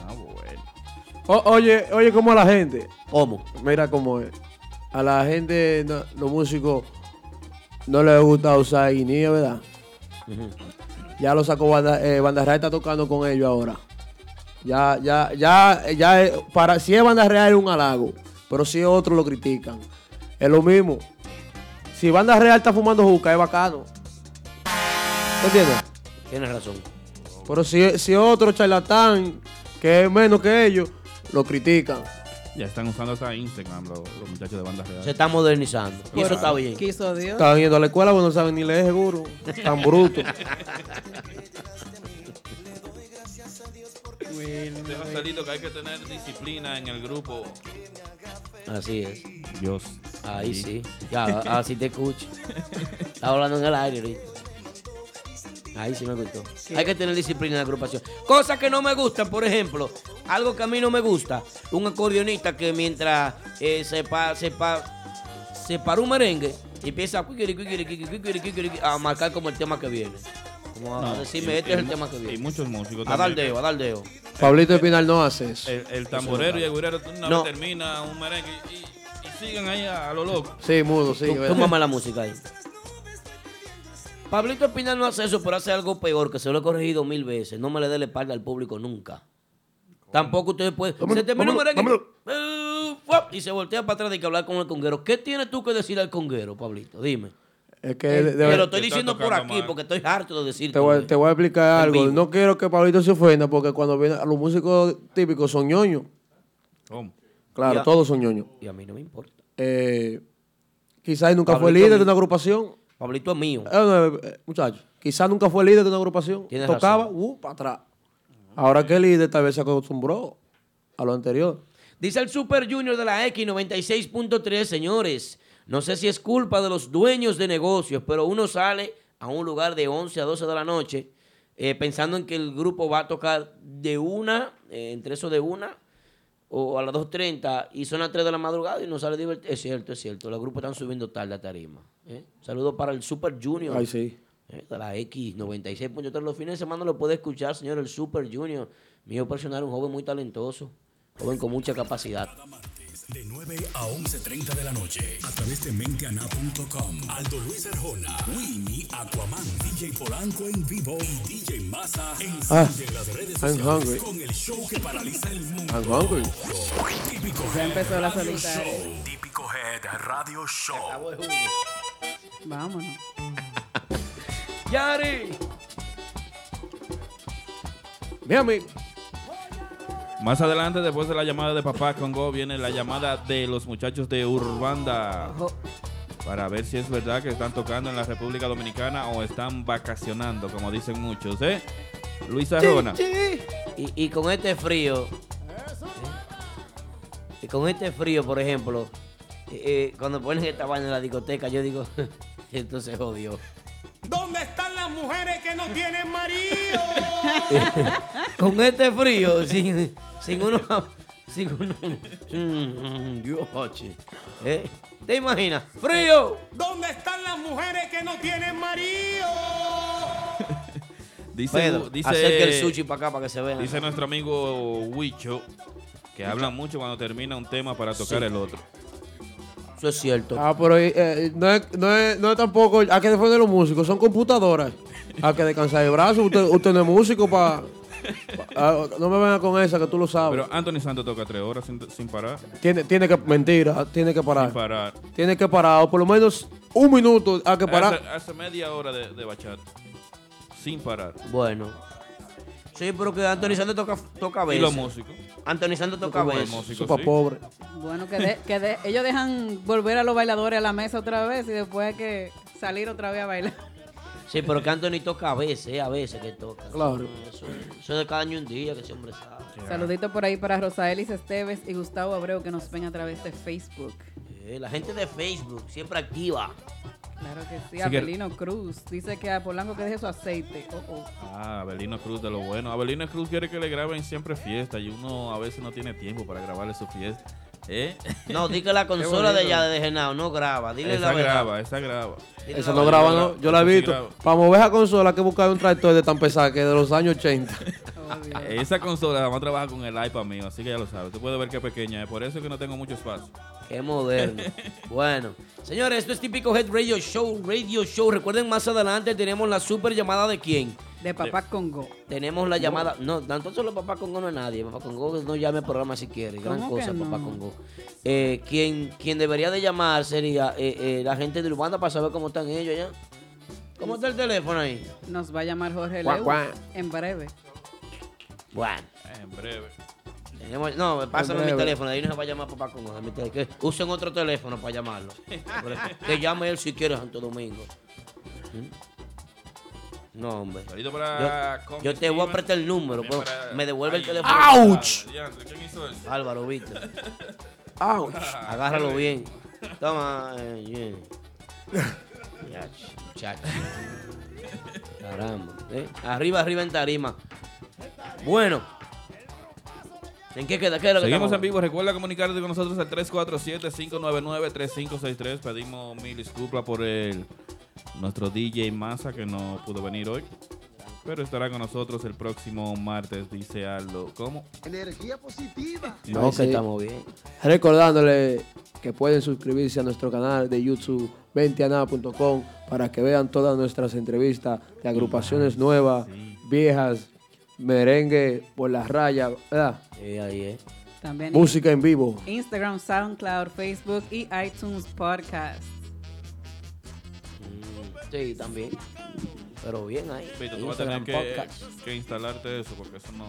[SPEAKER 6] Ah, bueno.
[SPEAKER 2] O- oye, oye, ¿cómo a la gente?
[SPEAKER 4] ¿Cómo?
[SPEAKER 2] Mira cómo es. A la gente, no- los músicos, no les gusta usar guinea, ¿verdad? Ya lo sacó Banda, eh, Banda Real está tocando con ellos ahora. Ya, ya, ya, ya, eh, para, si es Banda Real es un halago, pero si es otro lo critican. Es lo mismo. Si Banda Real está fumando juca, es bacano. ¿Tú entiendes?
[SPEAKER 4] Tienes razón.
[SPEAKER 2] Pero si, si otro charlatán, que es menos que ellos, lo critican.
[SPEAKER 6] Ya están usando hasta Instagram los, los muchachos de Banda Real.
[SPEAKER 4] Se está modernizando. Y eso está bien.
[SPEAKER 5] Quiso Dios.
[SPEAKER 2] Estaban yendo a la escuela, bueno, no saben ni leer seguro. Tan bruto.
[SPEAKER 6] Deja salido que hay que tener disciplina en el grupo.
[SPEAKER 4] Así es.
[SPEAKER 6] Dios.
[SPEAKER 4] Ahí sí. Ya, así te escucho. Estaba hablando en el aire ahorita. Ahí sí me gustó. Hay que tener disciplina en la agrupación. Cosas que no me gustan, por ejemplo, algo que a mí no me gusta, un acordeonista que mientras eh, se, pa- se, pa- se para un merengue y empieza a, cuiquiri, cuiquiri, cuiquiri, cuiquiri, cuiquiri, a marcar como el tema que viene. Como a
[SPEAKER 6] No,
[SPEAKER 4] decirme,
[SPEAKER 6] y-
[SPEAKER 4] este
[SPEAKER 6] y
[SPEAKER 4] es el
[SPEAKER 6] mu-
[SPEAKER 4] tema que
[SPEAKER 6] Y
[SPEAKER 4] viene.
[SPEAKER 6] muchos músicos
[SPEAKER 4] A dar
[SPEAKER 6] también.
[SPEAKER 4] deo, a dar deo.
[SPEAKER 2] Pablito Espinal no hace eso.
[SPEAKER 6] El, el tamborero y el güirero una
[SPEAKER 4] No.
[SPEAKER 6] vez termina un merengue y, y- y siguen ahí a, a lo loco.
[SPEAKER 2] Sí, mudo, sí.
[SPEAKER 4] Tú-
[SPEAKER 2] ¿verdad?
[SPEAKER 4] Túmame la música ahí. Pablito Espinal no hace eso, pero hace algo peor, que se lo he corregido mil veces. No me le dé la espalda al público nunca. Tampoco ustedes pueden... se termina un merengue, eh, fuap, y se voltea para atrás de que hablar con el conguero. ¿Qué tienes tú que decir al conguero, Pablito? Dime.
[SPEAKER 2] Es que de- de-
[SPEAKER 4] Te lo
[SPEAKER 6] verdad,
[SPEAKER 4] estoy
[SPEAKER 6] te está
[SPEAKER 4] diciendo por
[SPEAKER 6] tocando
[SPEAKER 4] aquí
[SPEAKER 6] mal.
[SPEAKER 4] porque estoy harto de decirte.
[SPEAKER 2] te, voy, te voy a explicar
[SPEAKER 4] En
[SPEAKER 2] algo.
[SPEAKER 4] vivo.
[SPEAKER 2] No quiero que Pablito se ofenda porque cuando viene a los músicos típicos son ñoños.
[SPEAKER 6] ¿Cómo?
[SPEAKER 2] Claro,
[SPEAKER 4] Ya.
[SPEAKER 2] todos son ñoños.
[SPEAKER 4] Y a mí no me importa.
[SPEAKER 2] Eh, quizás nunca fue
[SPEAKER 4] Pablito
[SPEAKER 2] líder
[SPEAKER 4] mi-
[SPEAKER 2] de una agrupación.
[SPEAKER 4] Pablito es mío.
[SPEAKER 2] Eh, no, eh, muchacho, quizás nunca fue líder de una agrupación.
[SPEAKER 4] Tienes
[SPEAKER 2] Tocaba,
[SPEAKER 4] razón.
[SPEAKER 2] uh, para atrás. Ahora que el líder tal vez se acostumbró a lo anterior.
[SPEAKER 4] Dice el Super Junior de la X 96.3, señores. No sé si es culpa de los dueños de negocios, pero uno sale a un lugar de 11 a 12 de la noche eh, pensando en que el grupo va a tocar de una, eh, entre eso de una, o a las 2.30 y son las 3 de la madrugada y no sale divertido. Es cierto, es cierto. Los grupos están subiendo tarde a tarima. ¿eh? Saludos para el Super Junior.
[SPEAKER 2] Ay, sí.
[SPEAKER 4] Eh, de la X96.3. Los fines de semana lo puede escuchar, señor, el Super Junior. Mío personal, un joven muy talentoso, joven con mucha capacidad.
[SPEAKER 3] De 9 a 11.30 de la noche, a través de menteana.com, Aldo Luis Arjona, Winnie, Aquaman, DJ Polanco en vivo y DJ Massa encienden las redes
[SPEAKER 2] Ah, I'm hungry.
[SPEAKER 3] sociales con el show que paraliza el mundo.
[SPEAKER 2] I'm hungry.
[SPEAKER 3] Típico
[SPEAKER 5] Ya
[SPEAKER 3] Head
[SPEAKER 5] empezó la
[SPEAKER 3] Radio
[SPEAKER 5] solita, eh.
[SPEAKER 3] Show. Típico Head Radio Show.
[SPEAKER 5] Vámonos.
[SPEAKER 4] ¡Yari!
[SPEAKER 2] Mira, mi-
[SPEAKER 6] Más adelante, después de la llamada de Papá Congo, viene la llamada de los muchachos de Urbanda.
[SPEAKER 5] Jo-
[SPEAKER 6] Para ver si es verdad que están tocando en la República Dominicana o están vacacionando, como dicen muchos, ¿eh? Luis Arjona.
[SPEAKER 4] Y, y con este frío. ¿eh? Y con este frío, por ejemplo, eh, eh, cuando ponen esta vaina en la discoteca, yo digo, entonces jodió.
[SPEAKER 9] ¿Dónde están las mujeres que no tienen marido?
[SPEAKER 4] Con este frío, sin, sin uno. Sin uno. Mm, mm, Dios, ¿eh? ¿Te imaginas? ¡Frío!
[SPEAKER 9] ¿Dónde están las mujeres que no tienen marido?
[SPEAKER 6] Dice-
[SPEAKER 4] Pedro,
[SPEAKER 6] dice-
[SPEAKER 4] acerque el sushi para acá para que se vea.
[SPEAKER 6] Dice nuestro amigo Huicho que habla mucho cuando termina un tema para tocar
[SPEAKER 4] Sí.
[SPEAKER 6] el otro.
[SPEAKER 4] Eso es cierto.
[SPEAKER 2] Ah, pero eh, no, es, no, es, no es tampoco. Hay que defender los músicos, son computadoras. Hay que descansar el brazo. Usted, usted no es músico para. no me venga con esa que tú lo sabes.
[SPEAKER 6] Pero Anthony Santos toca tres horas sin, sin parar.
[SPEAKER 2] tiene, tiene que. Mentira, tiene que parar.
[SPEAKER 6] Sin parar.
[SPEAKER 2] Tiene que parar, o por lo menos un minuto hay que parar.
[SPEAKER 6] Hace, hace media hora de, de bachata. Sin parar.
[SPEAKER 4] Bueno. Sí, pero que Anthony Santos toca, toca
[SPEAKER 6] Y
[SPEAKER 4] veces.
[SPEAKER 6] los músicos.
[SPEAKER 4] Anthony Santos toca
[SPEAKER 6] Los
[SPEAKER 4] veces.
[SPEAKER 6] músicos,
[SPEAKER 2] Sopa
[SPEAKER 6] sí.
[SPEAKER 2] pobre.
[SPEAKER 5] Bueno, que, de- que de- ellos dejan volver a los bailadores a la mesa otra vez y después hay que salir otra vez a bailar.
[SPEAKER 4] Sí, pero que Anthony toca a veces, eh, a veces que toca.
[SPEAKER 2] Claro.
[SPEAKER 4] Eso, eso de cada año un día que ese hombre sabe.
[SPEAKER 5] Saludito por ahí para Rosaelis Esteves y Gustavo Abreu que nos ven a través de Facebook.
[SPEAKER 4] Eh, la gente de Facebook siempre activa.
[SPEAKER 5] Claro que sí.
[SPEAKER 6] que-
[SPEAKER 5] Abelino Cruz dice que a Polanco que deje su aceite. Oh, oh.
[SPEAKER 6] Ah, Abelino Cruz de lo bueno. Abelino Cruz quiere que le graben siempre fiesta y uno a veces no tiene tiempo para grabarle su fiesta. ¿Eh?
[SPEAKER 4] No, di que la consola de
[SPEAKER 6] bonito.
[SPEAKER 4] ella de Genao no graba. Dile
[SPEAKER 6] esa
[SPEAKER 4] la verdad.
[SPEAKER 6] graba, esa graba.
[SPEAKER 4] Dile
[SPEAKER 2] Esa
[SPEAKER 4] la
[SPEAKER 2] no
[SPEAKER 4] verdad.
[SPEAKER 2] graba, no. Yo la he
[SPEAKER 6] Sí
[SPEAKER 2] visto.
[SPEAKER 6] graba.
[SPEAKER 2] Para mover esa consola hay que buscar un tractor de tan pesada que es de los años 80.
[SPEAKER 6] Ah, Esa consola además trabaja con el iPad mío, así que ya lo sabes. Tú puedes ver qué pequeña es. Por eso es que no tengo mucho espacio.
[SPEAKER 4] Qué moderno. bueno, señores, esto es típico Head Radio Show, Radio Show. Recuerden, más adelante tenemos la super llamada de quién.
[SPEAKER 5] De papá Congo.
[SPEAKER 4] Tenemos la llamada. No, tanto solo papá Congo no es nadie. Papá Congo no llame al programa si quiere. Gran
[SPEAKER 5] ¿Cómo
[SPEAKER 4] cosa,
[SPEAKER 5] que no?
[SPEAKER 4] papá Congo. Eh, quien, quien debería de llamar sería eh, eh, la gente de Urbana para saber cómo están ellos ya. ¿Cómo está el teléfono ahí?
[SPEAKER 5] Nos va a llamar Jorge
[SPEAKER 4] Cuá,
[SPEAKER 5] Leu
[SPEAKER 4] cuá.
[SPEAKER 5] en breve.
[SPEAKER 4] Bueno.
[SPEAKER 5] Eh,
[SPEAKER 6] En breve.
[SPEAKER 4] Tenemos, no, pásame mi
[SPEAKER 2] breve.
[SPEAKER 4] teléfono, de ahí no se va a llamar papá con de mi tele- que Usen otro teléfono para llamarlo. que llame él si quiere Santo Domingo. ¿Mm? No, hombre.
[SPEAKER 6] Saludo para.
[SPEAKER 4] Yo, yo te voy a prestar el número,
[SPEAKER 6] También
[SPEAKER 4] pero
[SPEAKER 6] para-
[SPEAKER 4] me devuelve el
[SPEAKER 6] Ay,
[SPEAKER 4] teléfono.
[SPEAKER 6] ¡Auch! ¿Quién hizo eso?
[SPEAKER 4] Álvaro, viste.
[SPEAKER 2] Ouch.
[SPEAKER 4] Agárralo bien. Toma. eh, bien. Ya, ch- muchacho. Caramba. ¿eh? Arriba, arriba en tarima. Bueno. ¿En qué queda? ¿Qué es lo que
[SPEAKER 6] Seguimos
[SPEAKER 4] estamos?
[SPEAKER 6] en vivo. Recuerda comunicarte con nosotros al 347-599-3563. Pedimos mil disculpas por el, nuestro DJ Massa que no pudo venir hoy. Pero estará con nosotros el próximo martes, dice Aldo. ¿Cómo?
[SPEAKER 1] Energía positiva.
[SPEAKER 4] No,
[SPEAKER 2] Ay,
[SPEAKER 4] que
[SPEAKER 2] sí.
[SPEAKER 4] estamos bien.
[SPEAKER 2] Recordándole que pueden suscribirse a nuestro canal de YouTube 20anada.com para que vean todas nuestras entrevistas de agrupaciones
[SPEAKER 4] Ah,
[SPEAKER 2] nuevas, viejas, merengue por las rayas, ¿verdad?
[SPEAKER 4] Sí, Eh, ahí es.
[SPEAKER 5] También
[SPEAKER 2] música en vivo.
[SPEAKER 5] Instagram, SoundCloud, Facebook y iTunes Podcast.
[SPEAKER 4] Sí, también. Pero bien ahí.
[SPEAKER 6] Vito, tú vas a tener
[SPEAKER 4] Instagram
[SPEAKER 6] que,
[SPEAKER 4] podcast.
[SPEAKER 6] que instalarte eso porque eso no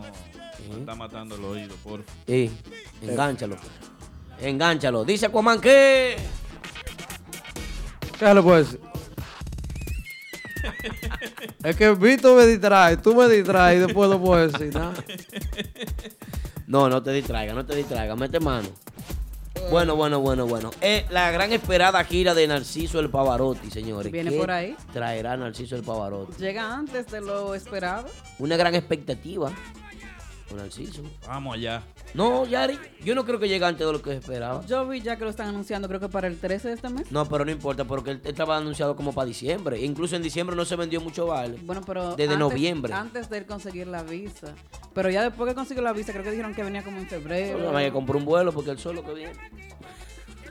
[SPEAKER 6] me está matando el oído. Por favor.
[SPEAKER 4] Sí, engánchalo. Engánchalo. Dice Aquaman que.
[SPEAKER 2] ¿Qué se le puede decir? pues. es que Vito me distrae, tú me distraes y después no puedo decir nada.
[SPEAKER 4] No, no te distraigas, no te distraigas. Mete mano. Bueno, bueno, bueno, bueno. Eh, la gran esperada gira de Narciso el Pavarotti, señores.
[SPEAKER 5] Viene
[SPEAKER 4] ¿Qué
[SPEAKER 5] por ahí?
[SPEAKER 4] Traerá Narciso el Pavarotti.
[SPEAKER 5] Llega antes de lo esperado.
[SPEAKER 4] Una gran expectativa con Narciso.
[SPEAKER 6] Vamos allá.
[SPEAKER 4] No, Yari, yo no creo que llegue antes de lo que esperaba.
[SPEAKER 5] Yo vi ya que lo están anunciando, creo que para el 13 de este mes.
[SPEAKER 4] No, pero no importa, porque él estaba anunciado como para diciembre. Incluso en diciembre no se vendió mucho baile.
[SPEAKER 5] Bueno, pero.
[SPEAKER 4] Desde
[SPEAKER 5] antes-
[SPEAKER 4] noviembre.
[SPEAKER 5] Antes de él conseguir la visa. Pero ya después que consiguió la visa, creo que dijeron que venía como en febrero.
[SPEAKER 4] Solo hay que comprar un vuelo porque el solo que viene.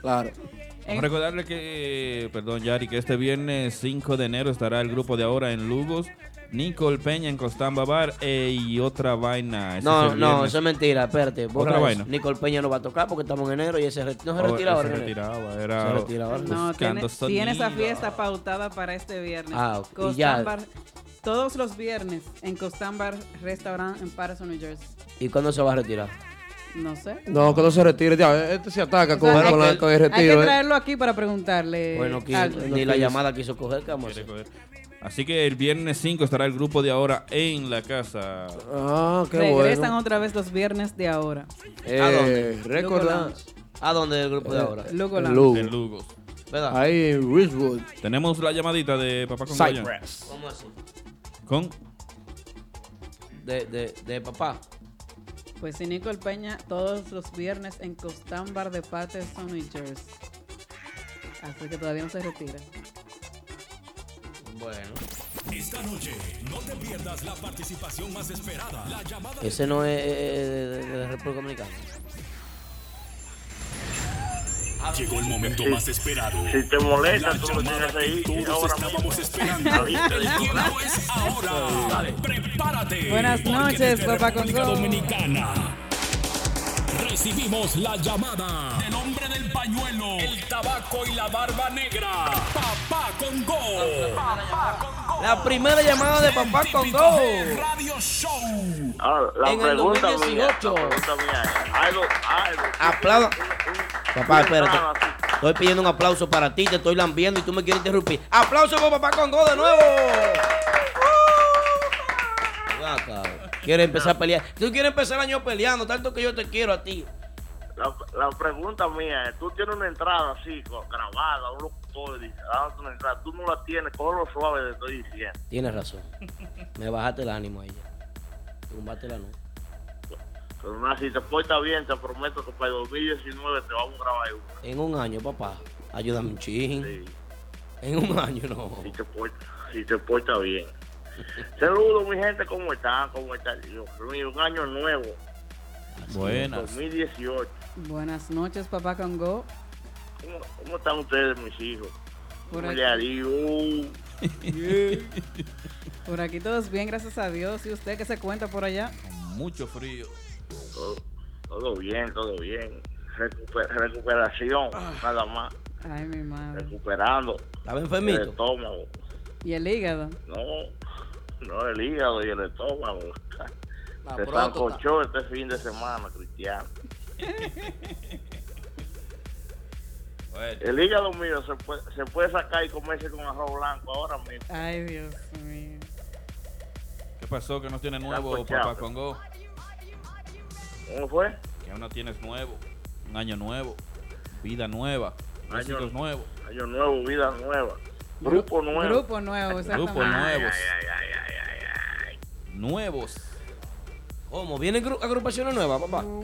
[SPEAKER 2] Claro.
[SPEAKER 5] En-
[SPEAKER 2] Eh.
[SPEAKER 6] Vamos a recordarle que, perdón, Yari, que este viernes 5 de enero estará el grupo de ahora en Lugos. Nicole Peña en Costamba Bar eh, y otra vaina. Ese es
[SPEAKER 4] No,
[SPEAKER 6] el
[SPEAKER 4] no,
[SPEAKER 6] viernes.
[SPEAKER 4] eso es mentira, espérate.
[SPEAKER 6] Otra
[SPEAKER 4] borra eso.
[SPEAKER 6] vaina.
[SPEAKER 4] Nicole Peña no va a tocar porque estamos en enero y ese no se
[SPEAKER 6] Oh,
[SPEAKER 4] retira ahora.
[SPEAKER 6] Se
[SPEAKER 4] en enero.
[SPEAKER 6] retiraba, era.
[SPEAKER 4] Se retira ahora.
[SPEAKER 5] No, tiene,
[SPEAKER 6] buscando
[SPEAKER 5] tiene esa
[SPEAKER 6] sonido.
[SPEAKER 5] fiesta pautada para este viernes.
[SPEAKER 4] Ah, ok. Y ya.
[SPEAKER 5] Costambar, todos los viernes en Costambar Restaurant en Patterson, New Jersey.
[SPEAKER 4] ¿Y cuándo se va a retirar?
[SPEAKER 5] No sé.
[SPEAKER 2] No, que no se retire. Ya, este se ataca con,
[SPEAKER 5] O sea, hay
[SPEAKER 2] con la-
[SPEAKER 5] que-
[SPEAKER 2] con el
[SPEAKER 5] Hay
[SPEAKER 2] retiro.
[SPEAKER 5] que
[SPEAKER 2] eh.
[SPEAKER 5] traerlo aquí para preguntarle.
[SPEAKER 4] bueno,
[SPEAKER 2] Ah,
[SPEAKER 4] que-
[SPEAKER 5] Aldo.
[SPEAKER 4] ni la llamada quiso coger, ¿qué vamos a
[SPEAKER 6] Quiere
[SPEAKER 4] hacer?
[SPEAKER 6] coger. Así que el viernes 5 estará el grupo de ahora en la casa.
[SPEAKER 2] Ah, qué
[SPEAKER 5] Regresan
[SPEAKER 2] bueno.
[SPEAKER 5] otra vez los viernes de ahora.
[SPEAKER 4] ¿A
[SPEAKER 2] Eh,
[SPEAKER 4] dónde?
[SPEAKER 2] recordar
[SPEAKER 4] ¿A dónde ¿ah? el
[SPEAKER 5] Eh,
[SPEAKER 4] grupo de ahora?
[SPEAKER 5] Luego la.
[SPEAKER 2] en Eh, Lugo.
[SPEAKER 6] En Lugos.
[SPEAKER 4] ¿Verdad?
[SPEAKER 2] Ahí en Richwood,
[SPEAKER 6] Tenemos la llamadita de Papá con Goya.
[SPEAKER 2] Cypress.
[SPEAKER 4] ¿Cómo así?
[SPEAKER 6] Con
[SPEAKER 4] De, de, de papá.
[SPEAKER 5] Pues sí, Nicole Peña todos los viernes en Costambar de Patterson, New Jersey. Así que todavía no se retira.
[SPEAKER 4] Bueno.
[SPEAKER 3] Esta noche no te pierdas la participación más esperada. La llamada
[SPEAKER 4] Ese no es eh, de, de- de la República Dominicana.
[SPEAKER 5] Ah,
[SPEAKER 3] Llegó el momento más esperado.
[SPEAKER 10] Si te molesta,
[SPEAKER 3] La
[SPEAKER 10] tú lo
[SPEAKER 3] llamada
[SPEAKER 10] tienes ahí.
[SPEAKER 3] que todos
[SPEAKER 10] ahora
[SPEAKER 3] estábamos
[SPEAKER 10] mismo.
[SPEAKER 3] esperando.
[SPEAKER 10] Ahorita,
[SPEAKER 3] El tiempo es ahora. Prepárate.
[SPEAKER 5] Buenas
[SPEAKER 3] porque
[SPEAKER 5] noches,
[SPEAKER 3] desde
[SPEAKER 5] Papá
[SPEAKER 3] República
[SPEAKER 5] Congo.
[SPEAKER 3] Dominicana. Recibimos la llamada del hombre del pañuelo, el tabaco y la barba negra. Papá Congo. Papá Congo.
[SPEAKER 4] La primera llamada de Papá
[SPEAKER 3] Típico
[SPEAKER 4] Congo.
[SPEAKER 3] G Radio Show.
[SPEAKER 10] Ahora, Ah, la
[SPEAKER 4] En el
[SPEAKER 10] pregunta mía, la
[SPEAKER 4] 2018.
[SPEAKER 10] pregunta mía es, algo, algo.
[SPEAKER 4] Aplauda. Papá, espérate.
[SPEAKER 10] Nada, sí.
[SPEAKER 4] Estoy pidiendo un aplauso para ti, te estoy lambiendo y tú me quieres interrumpir. ¡Aplauso por Papá Congo de nuevo! Guaca, Quieres Ah, empezar a pelear. Tú quieres empezar el año peleando, tanto que yo te quiero a ti.
[SPEAKER 10] La, la pregunta mía es, tú tienes una entrada así, con- grabada, un locutor, dice, dándote una entrada, tú no la tienes, con lo suave te estoy diciendo.
[SPEAKER 4] Tienes razón. Me bajaste el ánimo ahí. Tumbaste la nube.
[SPEAKER 10] Pero nada, si te portas bien, te prometo que para el 2019 te vamos a grabar uno.
[SPEAKER 4] En un año, papá. Ayúdame un chin.
[SPEAKER 10] Sí,
[SPEAKER 4] En un año no.
[SPEAKER 10] si te portas, si te portas bien. Saludos, mi gente, ¿cómo están? ¿Cómo están? Dios mío, un año nuevo,
[SPEAKER 6] Buenas.
[SPEAKER 10] 2018.
[SPEAKER 5] Buenas noches, papá Congo.
[SPEAKER 10] ¿Cómo, cómo están ustedes, mis hijos?
[SPEAKER 5] Por
[SPEAKER 10] ¿Cómo
[SPEAKER 5] aquí.
[SPEAKER 10] le ha ido?
[SPEAKER 5] Por aquí todos bien, gracias a Dios. ¿Y usted qué se cuenta por allá?
[SPEAKER 6] Mucho frío.
[SPEAKER 10] Todo, todo bien, todo bien. Recuper- recuperación,
[SPEAKER 6] Ah.
[SPEAKER 10] nada más.
[SPEAKER 5] Ay, mi madre.
[SPEAKER 10] Recuperando
[SPEAKER 4] ¿Estaba
[SPEAKER 10] el
[SPEAKER 4] enfermito?
[SPEAKER 10] estómago.
[SPEAKER 5] ¿Y el hígado?
[SPEAKER 10] No, no el hígado y el estómago.
[SPEAKER 6] Ah,
[SPEAKER 4] La
[SPEAKER 10] Se
[SPEAKER 4] próstata.
[SPEAKER 10] sancochó este fin de semana, Cristiano.
[SPEAKER 6] Bueno.
[SPEAKER 10] El hígado mío se puede, se puede sacar y comerse con arroz blanco ahora mismo.
[SPEAKER 5] Ay, Dios mío.
[SPEAKER 6] ¿Qué pasó que no tiene nuevo,
[SPEAKER 10] Está
[SPEAKER 6] Papá
[SPEAKER 10] ponchado.
[SPEAKER 6] Congo?
[SPEAKER 10] ¿Cómo fue?
[SPEAKER 6] Que aún no tienes nuevo. Un año nuevo. Vida nueva. Músicos nuevos.
[SPEAKER 10] Año nuevo, vida nueva. Grupo nuevo.
[SPEAKER 5] Grupo nuevo, exactamente.
[SPEAKER 6] Grupos nuevos. Nuevos.
[SPEAKER 4] ¿Cómo? ¿Vienen gru- agrupaciones nuevas, papá?
[SPEAKER 2] Mm,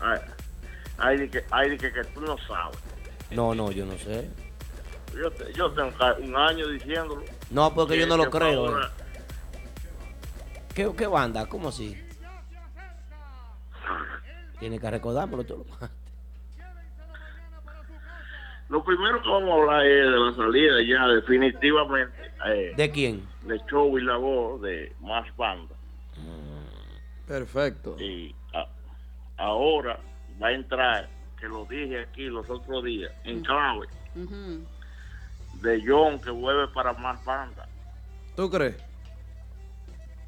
[SPEAKER 10] Ay, ay, de que, ay, de que, que tú no sabes.
[SPEAKER 4] No, no, yo no sé.
[SPEAKER 10] Yo, te- yo tengo ca- un año diciéndolo.
[SPEAKER 4] No, porque yo no
[SPEAKER 10] Que-
[SPEAKER 4] lo
[SPEAKER 10] que
[SPEAKER 4] creo.
[SPEAKER 10] ahora-
[SPEAKER 4] eh. ¿Qué, qué banda? ¿Cómo así? Tienes que recordármelo tú.
[SPEAKER 10] Lo primero que vamos a hablar es de la salida ya definitivamente eh, de,
[SPEAKER 4] ¿De quién?
[SPEAKER 10] show y labor de más bandas.
[SPEAKER 2] Perfecto.
[SPEAKER 10] Y a- Ah, ahora va a entrar, que lo dije aquí los otros días,
[SPEAKER 4] Mm.
[SPEAKER 10] en clave
[SPEAKER 5] Ujú.
[SPEAKER 10] de John que vuelve para más bandas.
[SPEAKER 2] ¿Tú crees?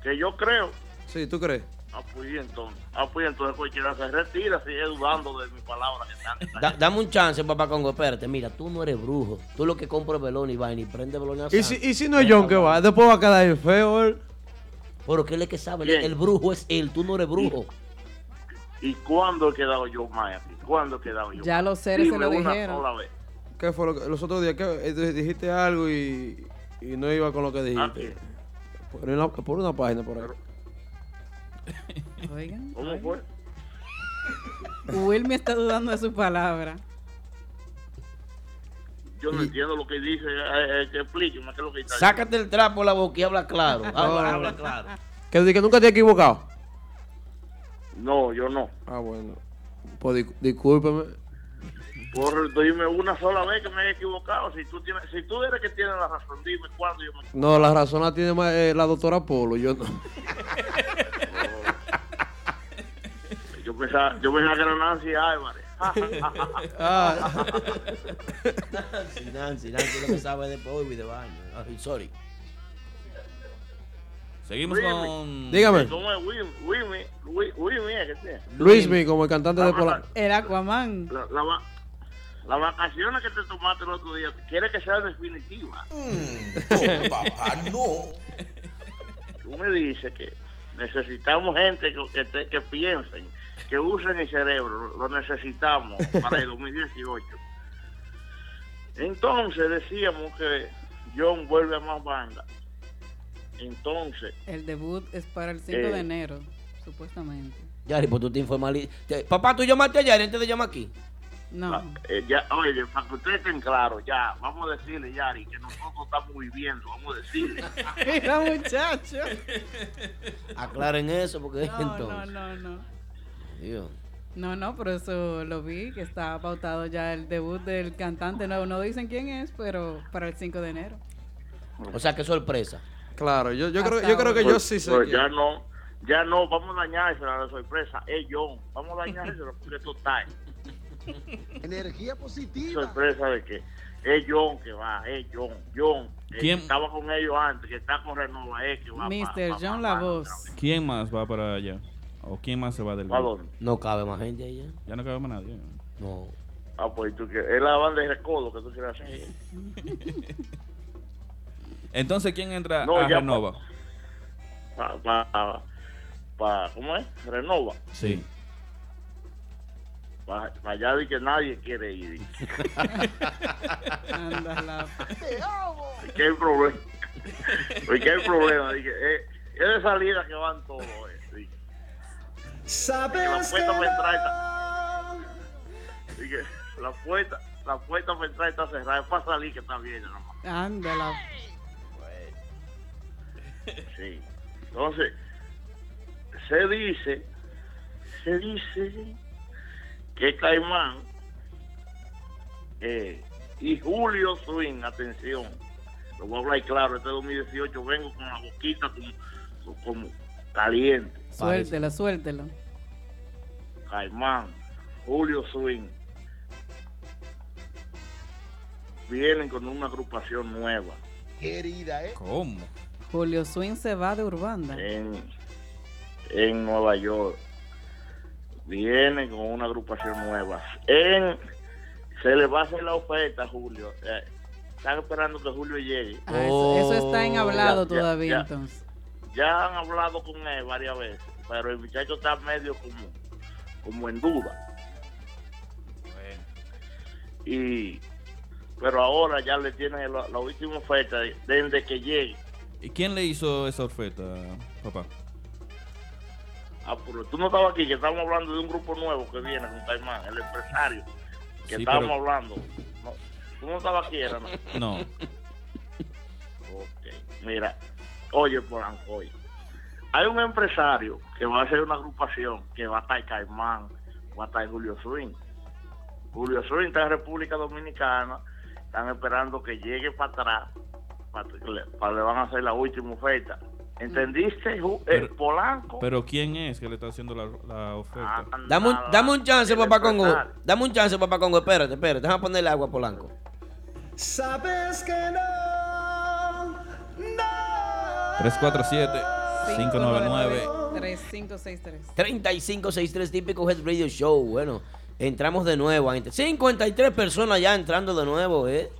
[SPEAKER 10] Que yo creo,
[SPEAKER 2] Sí, ¿tú crees?
[SPEAKER 10] ah, pues, y entonces, ah, pues, y entonces cualquiera se retira, sigue dudando de mi palabra. Que tanto-
[SPEAKER 4] Da- dame un chance, papá Congo. Espérate, mira, tú no eres brujo. Tú lo que compras es velón y vaina y prende velón a
[SPEAKER 2] ¿Y si, y si no es John que va, después va a quedar el feo. ¿eh? él.
[SPEAKER 4] Pero ¿qué es lo que sabe? El,
[SPEAKER 10] Bien.
[SPEAKER 4] el brujo es él, tú no eres brujo.
[SPEAKER 10] ¿Y cuándo he quedado yo más aquí? ¿Cuándo he quedado yo?
[SPEAKER 5] Ya
[SPEAKER 10] mal?
[SPEAKER 5] los seres se
[SPEAKER 10] Dime
[SPEAKER 5] lo
[SPEAKER 10] una
[SPEAKER 5] dijeron.
[SPEAKER 10] sola vez.
[SPEAKER 2] ¿Qué fue lo que, los otros días? que dijiste algo y, y no iba con lo que dijiste. Por una, por una página por ahí.
[SPEAKER 5] Oigan,
[SPEAKER 10] ¿Cómo
[SPEAKER 4] pues.
[SPEAKER 10] fue?
[SPEAKER 5] Will me está dudando de su palabra.
[SPEAKER 10] Yo no entiendo lo que dice, eh, eh, que explíqueme qué es lo que está
[SPEAKER 4] Sácate el trapo a la boca y habla claro. Habla, habla claro.
[SPEAKER 2] Que, di que nunca te he equivocado.
[SPEAKER 10] diciendo. No, yo no.
[SPEAKER 2] Ah, bueno. Pues dis- discúlpeme.
[SPEAKER 10] Por, dime una sola vez que me he equivocado. Si tú, tienes, si tú eres que tiene la razón, dime cuándo yo me
[SPEAKER 2] No, la razón la tiene ma- eh, la doctora Polo. Yo no.
[SPEAKER 10] Yo pensaba, yo pensaba que era Nancy Álvarez.
[SPEAKER 2] Ah,
[SPEAKER 4] Nancy, Nancy, Nancy, lo que sabe de polvo y de baño. Ay, sorry.
[SPEAKER 6] Seguimos
[SPEAKER 10] Really?
[SPEAKER 6] con.
[SPEAKER 2] dígame.
[SPEAKER 10] ¿Cómo es Wim? Wimi, Wi- Wimi, es que sea.
[SPEAKER 2] Luismi, como el cantante de Pola.
[SPEAKER 5] El Aquaman.
[SPEAKER 10] La, la, va- las vacaciones que te tomaste el otro día, quiere que sea definitiva. Tú me dices que necesitamos gente que, que, te- que piensen, que usen el cerebro, lo necesitamos para el 2018. Entonces decíamos que John vuelve a más banda. Entonces,
[SPEAKER 5] El debut es para el 5
[SPEAKER 10] Eh.
[SPEAKER 5] de enero, supuestamente.
[SPEAKER 4] Yari, pues tú te informas. Papá, tú llamaste a Yari antes de llamar aquí.
[SPEAKER 5] No.
[SPEAKER 10] Eh, ya, oye, para que ustedes estén claros, ya, vamos a decirle, Yari, que nosotros estamos viviendo, vamos a decirle.
[SPEAKER 5] Mira, muchacho.
[SPEAKER 4] Aclaren eso, porque
[SPEAKER 5] No, no,
[SPEAKER 4] entonces.
[SPEAKER 5] no, no.
[SPEAKER 4] Dios.
[SPEAKER 5] No, no, por eso lo vi, que está pautado ya el debut del cantante nuevo. No dicen quién es, pero para el 5 de enero.
[SPEAKER 4] O sea, qué sorpresa.
[SPEAKER 11] Claro, yo, yo creo, yo creo que yo
[SPEAKER 10] Pues-
[SPEAKER 11] sí sé.
[SPEAKER 10] pues
[SPEAKER 11] quién.
[SPEAKER 10] ya no, ya no, vamos a dañársela la sorpresa. Es John, vamos a dañársela porque esto está. ahí.
[SPEAKER 1] Energía positiva.
[SPEAKER 10] Sorpresa de que es John que va, es John, John. el que
[SPEAKER 6] ¿Quién?
[SPEAKER 10] estaba con ellos antes, que está con Renova, es que va. pa-
[SPEAKER 5] Mr.
[SPEAKER 10] pa-
[SPEAKER 5] John
[SPEAKER 10] pa-
[SPEAKER 5] La Voz.
[SPEAKER 6] ¿Quién más va para allá? ¿O quién más se va del
[SPEAKER 10] ¿Para
[SPEAKER 6] grupo?
[SPEAKER 4] No cabe más gente allá.
[SPEAKER 6] Ya no cabe más nadie.
[SPEAKER 4] No.
[SPEAKER 10] Ah, pues tú que es la banda de recodo que tú quieres hacer.
[SPEAKER 6] Entonces, ¿quién entra
[SPEAKER 10] No,
[SPEAKER 6] a
[SPEAKER 10] ya
[SPEAKER 6] Renova?
[SPEAKER 10] Pa, pa- pa- ¿Cómo es? Renova.
[SPEAKER 6] Sí.
[SPEAKER 10] Pa- pa allá de que nadie quiere ir.
[SPEAKER 5] Anda la-
[SPEAKER 10] Aquí hay problema. Aquí hay problema. Dije, eh, es de salida que van todos. eh, sí.
[SPEAKER 8] Sabes
[SPEAKER 10] Dije,
[SPEAKER 8] que
[SPEAKER 10] la puerta para entrar está. Dije, la puerta, la puerta para entrar está cerrada. Es para salir que está bien. nada más.
[SPEAKER 5] Anda la-
[SPEAKER 10] Sí. Entonces, se dice, se dice que Caimán eh, y Julio Swing, atención, lo voy a hablar claro, este 2018 vengo con la boquita como, como caliente.
[SPEAKER 5] Suéltelo, suéltelo.
[SPEAKER 10] Caimán, Julio Swing, vienen con una agrupación nueva.
[SPEAKER 1] Querida, ¿eh?
[SPEAKER 6] ¿Cómo?
[SPEAKER 5] Julio Swing se va de Urbanda.
[SPEAKER 10] en, en Nueva York. Viene con una agrupación nueva. En, se le va a hacer la oferta a Julio. Eh, están esperando que Julio llegue. Oh.
[SPEAKER 5] Ah, eso, eso está en hablado
[SPEAKER 10] Ya, ya,
[SPEAKER 5] todavía,
[SPEAKER 10] ya.
[SPEAKER 5] entonces.
[SPEAKER 10] Ya han hablado con él varias veces, pero el muchacho está medio como, como en duda. Y pero ahora ya le tienen la, la última oferta de- desde que llegue.
[SPEAKER 6] ¿Y quién le hizo esa oferta, papá?
[SPEAKER 10] Ah, pero tú no estabas aquí, que estábamos hablando de un grupo nuevo que viene con Caimán, el empresario. Que
[SPEAKER 6] Sí,
[SPEAKER 10] estábamos
[SPEAKER 6] pero-
[SPEAKER 10] hablando. No, tú no estabas aquí, era, ¿no?
[SPEAKER 6] No.
[SPEAKER 10] Ok, Mira, oye, Polanco, oye. Hay un empresario que va a hacer una agrupación que va a estar Caimán, va a estar Julio Swing. Julio Swing está en República Dominicana, están esperando que llegue para atrás, para que le, pa- le van a hacer la última oferta. ¿Entendiste, Ju- eh,
[SPEAKER 6] Pero-
[SPEAKER 10] Polanco?
[SPEAKER 6] Pero ¿quién es que le está haciendo la, la oferta?
[SPEAKER 4] Dame un,
[SPEAKER 10] Ah, Nada,
[SPEAKER 4] dame un chance,
[SPEAKER 10] el
[SPEAKER 4] papá Congo.
[SPEAKER 10] empresario.
[SPEAKER 4] Dame un chance, papá Congo. Espérate, espérate. Déjame ponerle agua a Polanco.
[SPEAKER 8] Sabes que no.
[SPEAKER 6] 347-599.
[SPEAKER 5] 3563.
[SPEAKER 4] 3563 típico Head Radio Show. Bueno, entramos de nuevo. gente. 53 personas ya entrando de nuevo, ¿eh?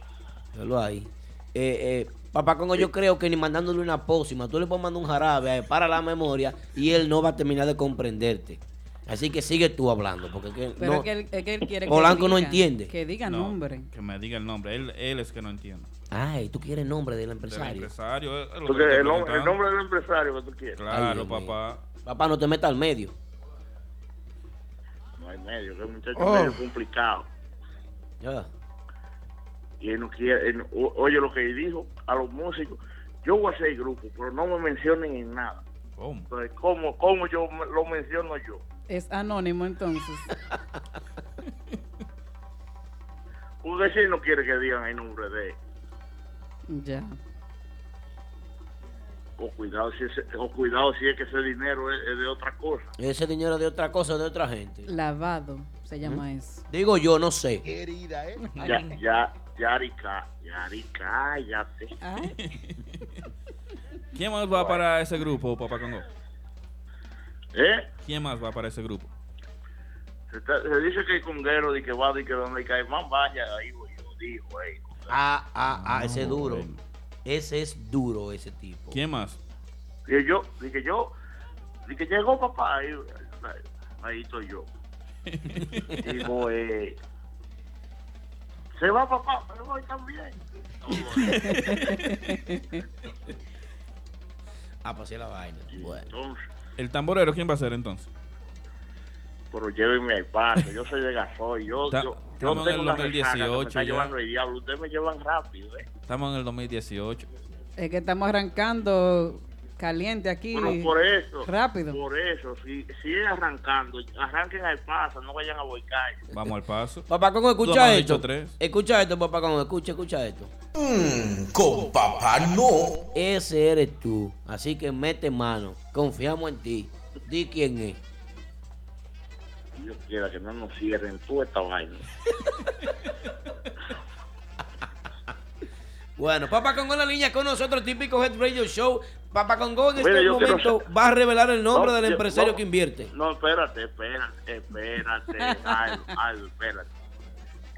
[SPEAKER 4] Velo ahí. Eh, eh, papá Congo, yo creo que ni mandándole una pócima, tú le puedes mandar un jarabe eh, para la memoria y él no va a terminar de comprenderte. Así que sigue tú hablando, porque es que
[SPEAKER 5] Pero
[SPEAKER 4] no-
[SPEAKER 5] es, que él, es que él quiere que
[SPEAKER 4] Polanco no
[SPEAKER 5] diga,
[SPEAKER 4] entiende.
[SPEAKER 5] Que diga
[SPEAKER 6] No,
[SPEAKER 5] nombre.
[SPEAKER 6] Que me diga el nombre. Él, él es que no entiende.
[SPEAKER 4] Ay, tú quieres nombre del
[SPEAKER 6] Del
[SPEAKER 4] empresario.
[SPEAKER 6] empresario. es- es lo
[SPEAKER 10] Tú
[SPEAKER 6] que
[SPEAKER 10] quieres
[SPEAKER 6] te
[SPEAKER 10] el,
[SPEAKER 6] estoy
[SPEAKER 10] nombre, el
[SPEAKER 6] preguntando.
[SPEAKER 10] nombre del empresario que tú quieres.
[SPEAKER 6] Claro,
[SPEAKER 4] Ay, Dios mío.
[SPEAKER 6] papá.
[SPEAKER 4] Papá, no te metas al medio.
[SPEAKER 10] No hay medio, que es un muchacho
[SPEAKER 2] Oh.
[SPEAKER 10] medio complicado.
[SPEAKER 4] Ya.
[SPEAKER 10] Y él no quiere, él no- o- oye lo que dijo a los músicos, yo voy a hacer grupo, pero no me mencionen en nada.
[SPEAKER 6] ¿Cómo?
[SPEAKER 10] Entonces, ¿cómo, cómo yo me- lo menciono yo?
[SPEAKER 5] Es anónimo, entonces.
[SPEAKER 10] Porque si no quiere que digan el nombre de él.
[SPEAKER 5] ya.
[SPEAKER 10] O cuidado si, ese- o cuidado si es que ese dinero es, es de otra cosa.
[SPEAKER 4] Ese dinero de otra cosa, de otra gente.
[SPEAKER 5] Lavado se llama eso.
[SPEAKER 4] Digo yo, no sé.
[SPEAKER 1] Querida, ¿eh?
[SPEAKER 10] Ya, ya, Yarica, Yarica, ya te.
[SPEAKER 5] Ay,
[SPEAKER 6] ¿Quién más va para ese grupo, papá Congo?
[SPEAKER 10] ¿Eh?
[SPEAKER 6] ¿Quién más va para ese grupo?
[SPEAKER 10] Se, está- se dice que el conguero de que va, de que donde Caimán vaya, ahí voy yo, digo, ey.
[SPEAKER 4] Ah, ah, ah, ese es
[SPEAKER 6] No,
[SPEAKER 4] duro.
[SPEAKER 6] bueno.
[SPEAKER 4] Ese es duro, ese tipo.
[SPEAKER 6] ¿Quién más?
[SPEAKER 10] Dije yo, dije yo, dije llegó papá, ahí, ahí- ahí estoy yo. Digo, eh, se va papá, pero voy también.
[SPEAKER 4] Ah, pues sí, la vaina. Bueno. Ah,
[SPEAKER 10] Entonces,
[SPEAKER 4] pues
[SPEAKER 6] ¿El tamborero quién va a ser entonces?
[SPEAKER 10] pero llévenme al barrio, yo soy de gasoil, yo,
[SPEAKER 6] Ta-
[SPEAKER 10] yo, yo
[SPEAKER 6] estamos en el
[SPEAKER 10] tengo una resaca que me
[SPEAKER 6] 2018
[SPEAKER 10] está
[SPEAKER 6] ya.
[SPEAKER 10] llevando el diablo, ustedes me llevan rápido, ¿eh?
[SPEAKER 6] Estamos en el 2018.
[SPEAKER 5] Es que estamos arrancando caliente aquí.
[SPEAKER 10] Bueno, por eso,
[SPEAKER 5] Rápido.
[SPEAKER 10] por eso, si siguen arrancando, arranquen al paso, no vayan a boicar.
[SPEAKER 6] Vamos al paso.
[SPEAKER 4] Papá Congo,
[SPEAKER 6] Tú no
[SPEAKER 4] escucha
[SPEAKER 6] has
[SPEAKER 4] esto.
[SPEAKER 6] dicho tres.
[SPEAKER 4] Escucha esto, papá Congo, escucha, escucha esto.
[SPEAKER 12] Mm, con papá no.
[SPEAKER 4] Ese eres tú. Así que mete mano. Confiamos en ti. Di quién es.
[SPEAKER 10] Dios quiera que no nos cierren toda esta vaina.
[SPEAKER 4] Bueno, Papá Congo en la línea con nosotros, típico Head Radio Show. Papá Congo en
[SPEAKER 10] Mira,
[SPEAKER 4] este
[SPEAKER 10] yo quiero
[SPEAKER 4] momento
[SPEAKER 10] sa-
[SPEAKER 4] va a revelar el nombre
[SPEAKER 10] No,
[SPEAKER 4] del
[SPEAKER 10] yo-
[SPEAKER 4] empresario
[SPEAKER 10] no,
[SPEAKER 4] que invierte.
[SPEAKER 10] No, espérate, espérate, espérate, Aldo, Aldo, espérate.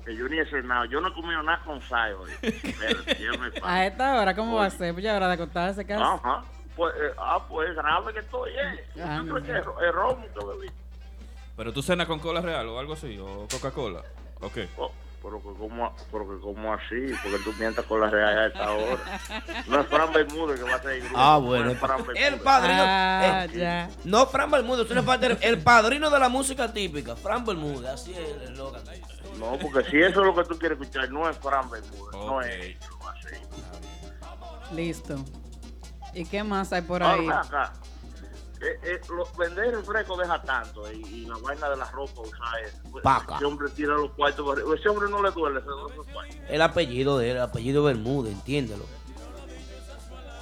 [SPEAKER 10] Que yo ni he cenado, yo no he comido nada con sal hoy. Espérate, yo me
[SPEAKER 5] A esta hora, ¿cómo va a ser? Pues ya hora de acostarse casi.
[SPEAKER 10] Ajá. Pues, eh, ah, pues grave que estoy, eh.
[SPEAKER 5] Ah,
[SPEAKER 10] yo creo
[SPEAKER 5] no.
[SPEAKER 10] que es ro- es romo que bebí.
[SPEAKER 6] Pero tú cenas con cola real o algo así, o Coca-Cola. Ok.
[SPEAKER 10] Oh, Pero que como, pero que como así, porque tú mientas con la real a esta hora. No es Fran Bermúdez que va a ser grupo.
[SPEAKER 4] Ah, bueno.
[SPEAKER 10] No es Fran Bermúdez.
[SPEAKER 4] El padrino.
[SPEAKER 5] Ah,
[SPEAKER 4] eh,
[SPEAKER 5] ya.
[SPEAKER 4] No, Fran Bermúdez, usted no es parte del- el padrino de la música típica. Fran Bermúdez, así es el eslogan.
[SPEAKER 10] No, porque si eso es lo que tú quieres escuchar, no es Fran Bermúdez, no es eso, así.
[SPEAKER 5] Listo. ¿Y qué más hay por
[SPEAKER 10] Ahora,
[SPEAKER 5] ahí?
[SPEAKER 10] Ah, ven acá. Eh, eh, lo- vender el fresco deja tanto y, y la vaina de la ropa usar eso. Pues,
[SPEAKER 4] Paca.
[SPEAKER 10] Ese hombre tira los cuartos. para- Ese hombre no le duele. ese- esos cuartos.
[SPEAKER 4] El apellido de él, el apellido Bermúdez, entiéndelo.